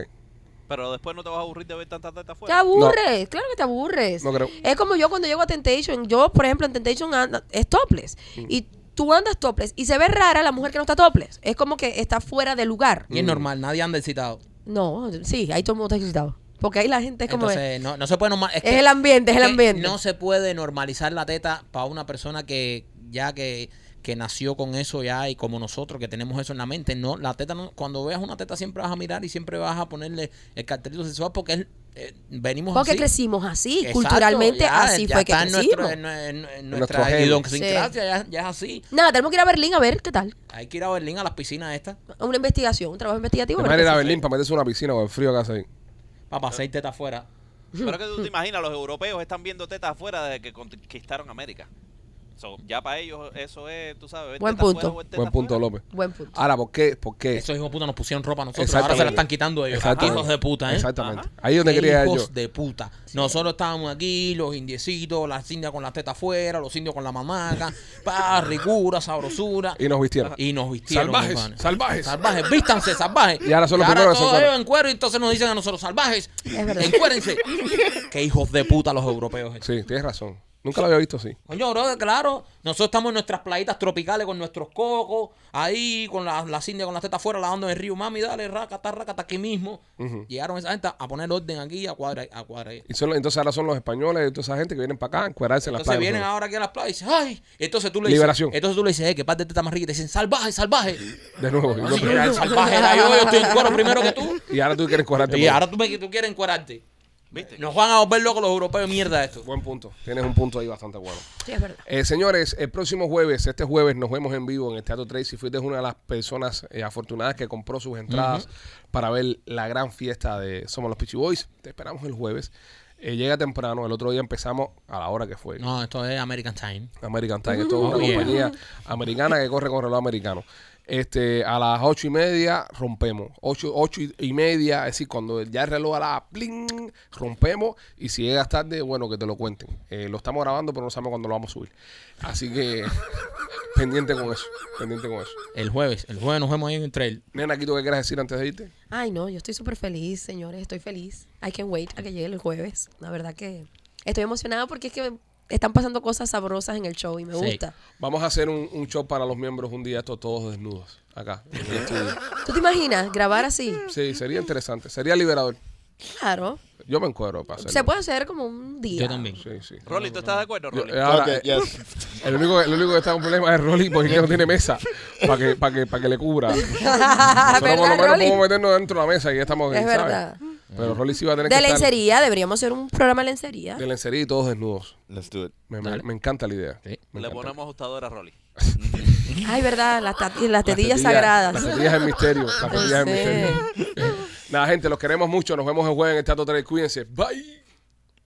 [SPEAKER 4] Pero después no te vas a aburrir de ver tantas tetas
[SPEAKER 6] Te
[SPEAKER 4] afuera.
[SPEAKER 6] aburres, claro que te aburres.
[SPEAKER 1] No creo.
[SPEAKER 6] Es como yo cuando llego a Temptation, yo por ejemplo en Temptation anda, es topless
[SPEAKER 3] Mm.
[SPEAKER 6] y tú andas topless y se ve rara la mujer que no está topless. Es como que está fuera de lugar.
[SPEAKER 1] Mm.
[SPEAKER 3] Y es normal, nadie anda excitado.
[SPEAKER 6] No, sí, ahí todo el mundo está excitado. Porque ahí la gente es como...
[SPEAKER 3] Entonces, no, no se puede normal.
[SPEAKER 6] es el ambiente, es el ambiente.
[SPEAKER 3] No se puede normalizar la teta para una persona que ya que, que nació con eso ya y como nosotros que tenemos eso en la mente. No, la teta no- cuando veas una teta siempre vas a mirar y siempre vas a ponerle el cartelito sexual porque es- eh, venimos
[SPEAKER 6] porque
[SPEAKER 3] así.
[SPEAKER 6] crecimos así,
[SPEAKER 3] Exacto,
[SPEAKER 6] culturalmente
[SPEAKER 3] ya-
[SPEAKER 6] así
[SPEAKER 3] ya
[SPEAKER 6] fue que
[SPEAKER 3] está en nuestro-
[SPEAKER 6] crecimos.
[SPEAKER 3] en nue- en- en
[SPEAKER 1] nuestro
[SPEAKER 3] nuestra
[SPEAKER 1] gen.
[SPEAKER 3] idiosincrasia, ya, ya es así.
[SPEAKER 6] Nada, tenemos que ir a Berlín a ver qué tal.
[SPEAKER 3] Hay que ir a Berlín a las piscinas estas
[SPEAKER 6] Una investigación, un trabajo investigativo.
[SPEAKER 1] Te
[SPEAKER 6] a ver
[SPEAKER 1] van a ir
[SPEAKER 6] qué
[SPEAKER 1] a
[SPEAKER 6] se-
[SPEAKER 1] Berlín para meterse en una piscina con el frío que hace ahí.
[SPEAKER 3] para pasar teta afuera.
[SPEAKER 4] Pero es que tú te imaginas, los europeos están viendo tetas afuera desde que conquistaron América. So, ya para ellos eso es, tú sabes, vete
[SPEAKER 6] Buen
[SPEAKER 4] hasta afuera,
[SPEAKER 6] punto.
[SPEAKER 4] vete
[SPEAKER 1] Buen
[SPEAKER 4] hasta
[SPEAKER 1] punto,
[SPEAKER 4] afuera.
[SPEAKER 1] López.
[SPEAKER 6] Buen punto.
[SPEAKER 1] Ahora, ¿por qué? ¿Por qué?
[SPEAKER 3] Esos hijos de puta nos pusieron ropa a nosotros.
[SPEAKER 1] Exactamente.
[SPEAKER 3] Ahora se la están quitando ellos.
[SPEAKER 1] Exactamente.
[SPEAKER 3] Hijos de puta, ¿eh?
[SPEAKER 1] Exactamente. Ahí es donde
[SPEAKER 3] Qué
[SPEAKER 1] quería yo.
[SPEAKER 3] hijos de puta. Nosotros estábamos aquí, los indiecitos, las indias con las tetas afuera, los indios con la mamaca, pa, ricura, sabrosura.
[SPEAKER 1] Y nos vistieron.
[SPEAKER 3] Y nos vistieron.
[SPEAKER 1] Salvajes,
[SPEAKER 3] mis panes.
[SPEAKER 1] salvajes.
[SPEAKER 3] Salvajes, vístanse, salvajes.
[SPEAKER 1] Y ahora son los
[SPEAKER 3] Y
[SPEAKER 1] primeros que se
[SPEAKER 3] todos
[SPEAKER 1] encueran.
[SPEAKER 3] ellos en cuero y entonces nos dicen a nosotros, salvajes,
[SPEAKER 6] Es verdad. [laughs]
[SPEAKER 3] encuérense. Qué hijos de puta los europeos. estos.
[SPEAKER 1] Sí, tienes razón. Nunca lo había visto así.
[SPEAKER 3] Coño, bro, claro. Nosotros estamos en nuestras playitas tropicales con nuestros cocos, ahí con las las indias con las tetas afuera, lavando en el río. Mami, dale, racata, racata, aquí mismo. Llegaron esa gente a poner orden aquí, a cuadra, a cuadra.
[SPEAKER 1] Y son los- entonces ahora son los españoles y toda esa gente que vienen para acá a encuerarse en las
[SPEAKER 3] Entonces
[SPEAKER 1] playas.
[SPEAKER 3] vienen ahora aquí a las playas y dicen, ¡ay! Entonces tú le
[SPEAKER 1] Liberación.
[SPEAKER 3] dices, entonces tú le dices, eh, que parte de teta más rica. Y te dicen, salvaje, salvaje.
[SPEAKER 1] De nuevo. Y, no-
[SPEAKER 3] Ay, era el salvaje era yo, yo estoy en cuero primero que tú.
[SPEAKER 1] y ahora tú quieres encuadrarte.
[SPEAKER 3] Y ahora tú, me, tú quieres encuerarte.
[SPEAKER 4] ¿Viste?
[SPEAKER 3] Nos van a volver locos los europeos, mierda esto.
[SPEAKER 1] Buen punto. Tienes un punto ahí bastante bueno.
[SPEAKER 6] Sí, es verdad.
[SPEAKER 1] Eh, señores, el próximo jueves, este jueves, nos vemos en vivo en el Teatro Tracy. Fuiste una de las personas eh, afortunadas que compró sus entradas para ver la gran fiesta de Somos los Pitchy Boys. Te esperamos el jueves. Eh, llega temprano. El otro día empezamos a la hora que fue.
[SPEAKER 3] No, esto es American Time.
[SPEAKER 1] American Time. Esto es
[SPEAKER 3] Oh,
[SPEAKER 1] una
[SPEAKER 3] yeah.
[SPEAKER 1] compañía americana que corre con reloj americano. Este, a las ocho y media rompemos. Ocho, ocho y, y media, es decir, cuando ya el reloj a la pling, rompemos. Y si llegas tarde, bueno, que te lo cuenten. Eh, lo estamos grabando, pero no sabemos cuándo lo vamos a subir. Así que [laughs] pendiente con eso. Pendiente con eso.
[SPEAKER 3] El jueves. El jueves nos vemos ahí en el trail.
[SPEAKER 1] Nena, ¿qué tú qué quieres decir antes de irte?
[SPEAKER 6] Ay, no, yo estoy súper feliz, señores. Estoy feliz. I can't wait a que llegue el jueves. La verdad que estoy emocionada porque es que están pasando cosas sabrosas en el show y me
[SPEAKER 3] Sí.
[SPEAKER 6] gusta.
[SPEAKER 1] Vamos a hacer un, un show para los miembros un día, estos todos desnudos, acá. en el estudio.
[SPEAKER 6] ¿Tú te imaginas grabar así?
[SPEAKER 1] Sí, sería interesante. Sería liberador.
[SPEAKER 6] Claro.
[SPEAKER 1] Yo me encuentro para hacerlo.
[SPEAKER 6] Se puede hacer como un día.
[SPEAKER 3] Yo
[SPEAKER 6] [laughs]
[SPEAKER 3] también.
[SPEAKER 1] Sí, sí.
[SPEAKER 4] Rolly, ¿tú estás de acuerdo,
[SPEAKER 1] Yo-
[SPEAKER 4] Rolly?
[SPEAKER 1] eh, ahora,
[SPEAKER 5] Ok, yes.
[SPEAKER 1] El único, el único que está con problema es Rolly porque no tiene mesa para que, para que, para que le cubra.
[SPEAKER 6] Ah,
[SPEAKER 1] Nosotros por lo
[SPEAKER 6] ¿verdad,
[SPEAKER 1] menos
[SPEAKER 6] Rolly?
[SPEAKER 1] podemos meternos dentro de la mesa y ya estamos
[SPEAKER 6] Es
[SPEAKER 1] ¿sabes?
[SPEAKER 6] verdad.
[SPEAKER 1] Pero Rolly sí va a tener
[SPEAKER 6] De
[SPEAKER 1] que estar
[SPEAKER 6] lencería, deberíamos hacer un programa de lencería.
[SPEAKER 1] de lencería y todos desnudos.
[SPEAKER 5] Let's do it.
[SPEAKER 1] Me, me- me encanta la idea.
[SPEAKER 3] Sí.
[SPEAKER 1] Me
[SPEAKER 4] Le
[SPEAKER 1] encanta.
[SPEAKER 4] ponemos ajustador a Rolly.
[SPEAKER 6] Ay, verdad, las, tat- las
[SPEAKER 1] Las
[SPEAKER 6] tetillas
[SPEAKER 1] Las
[SPEAKER 6] sagradas.
[SPEAKER 1] tetillas del misterio. Las tetillas del
[SPEAKER 6] Sí. [laughs]
[SPEAKER 1] misterio. Nada, gente, los queremos mucho. Nos vemos el jueves en el Teatro 3. Cuídense. Bye.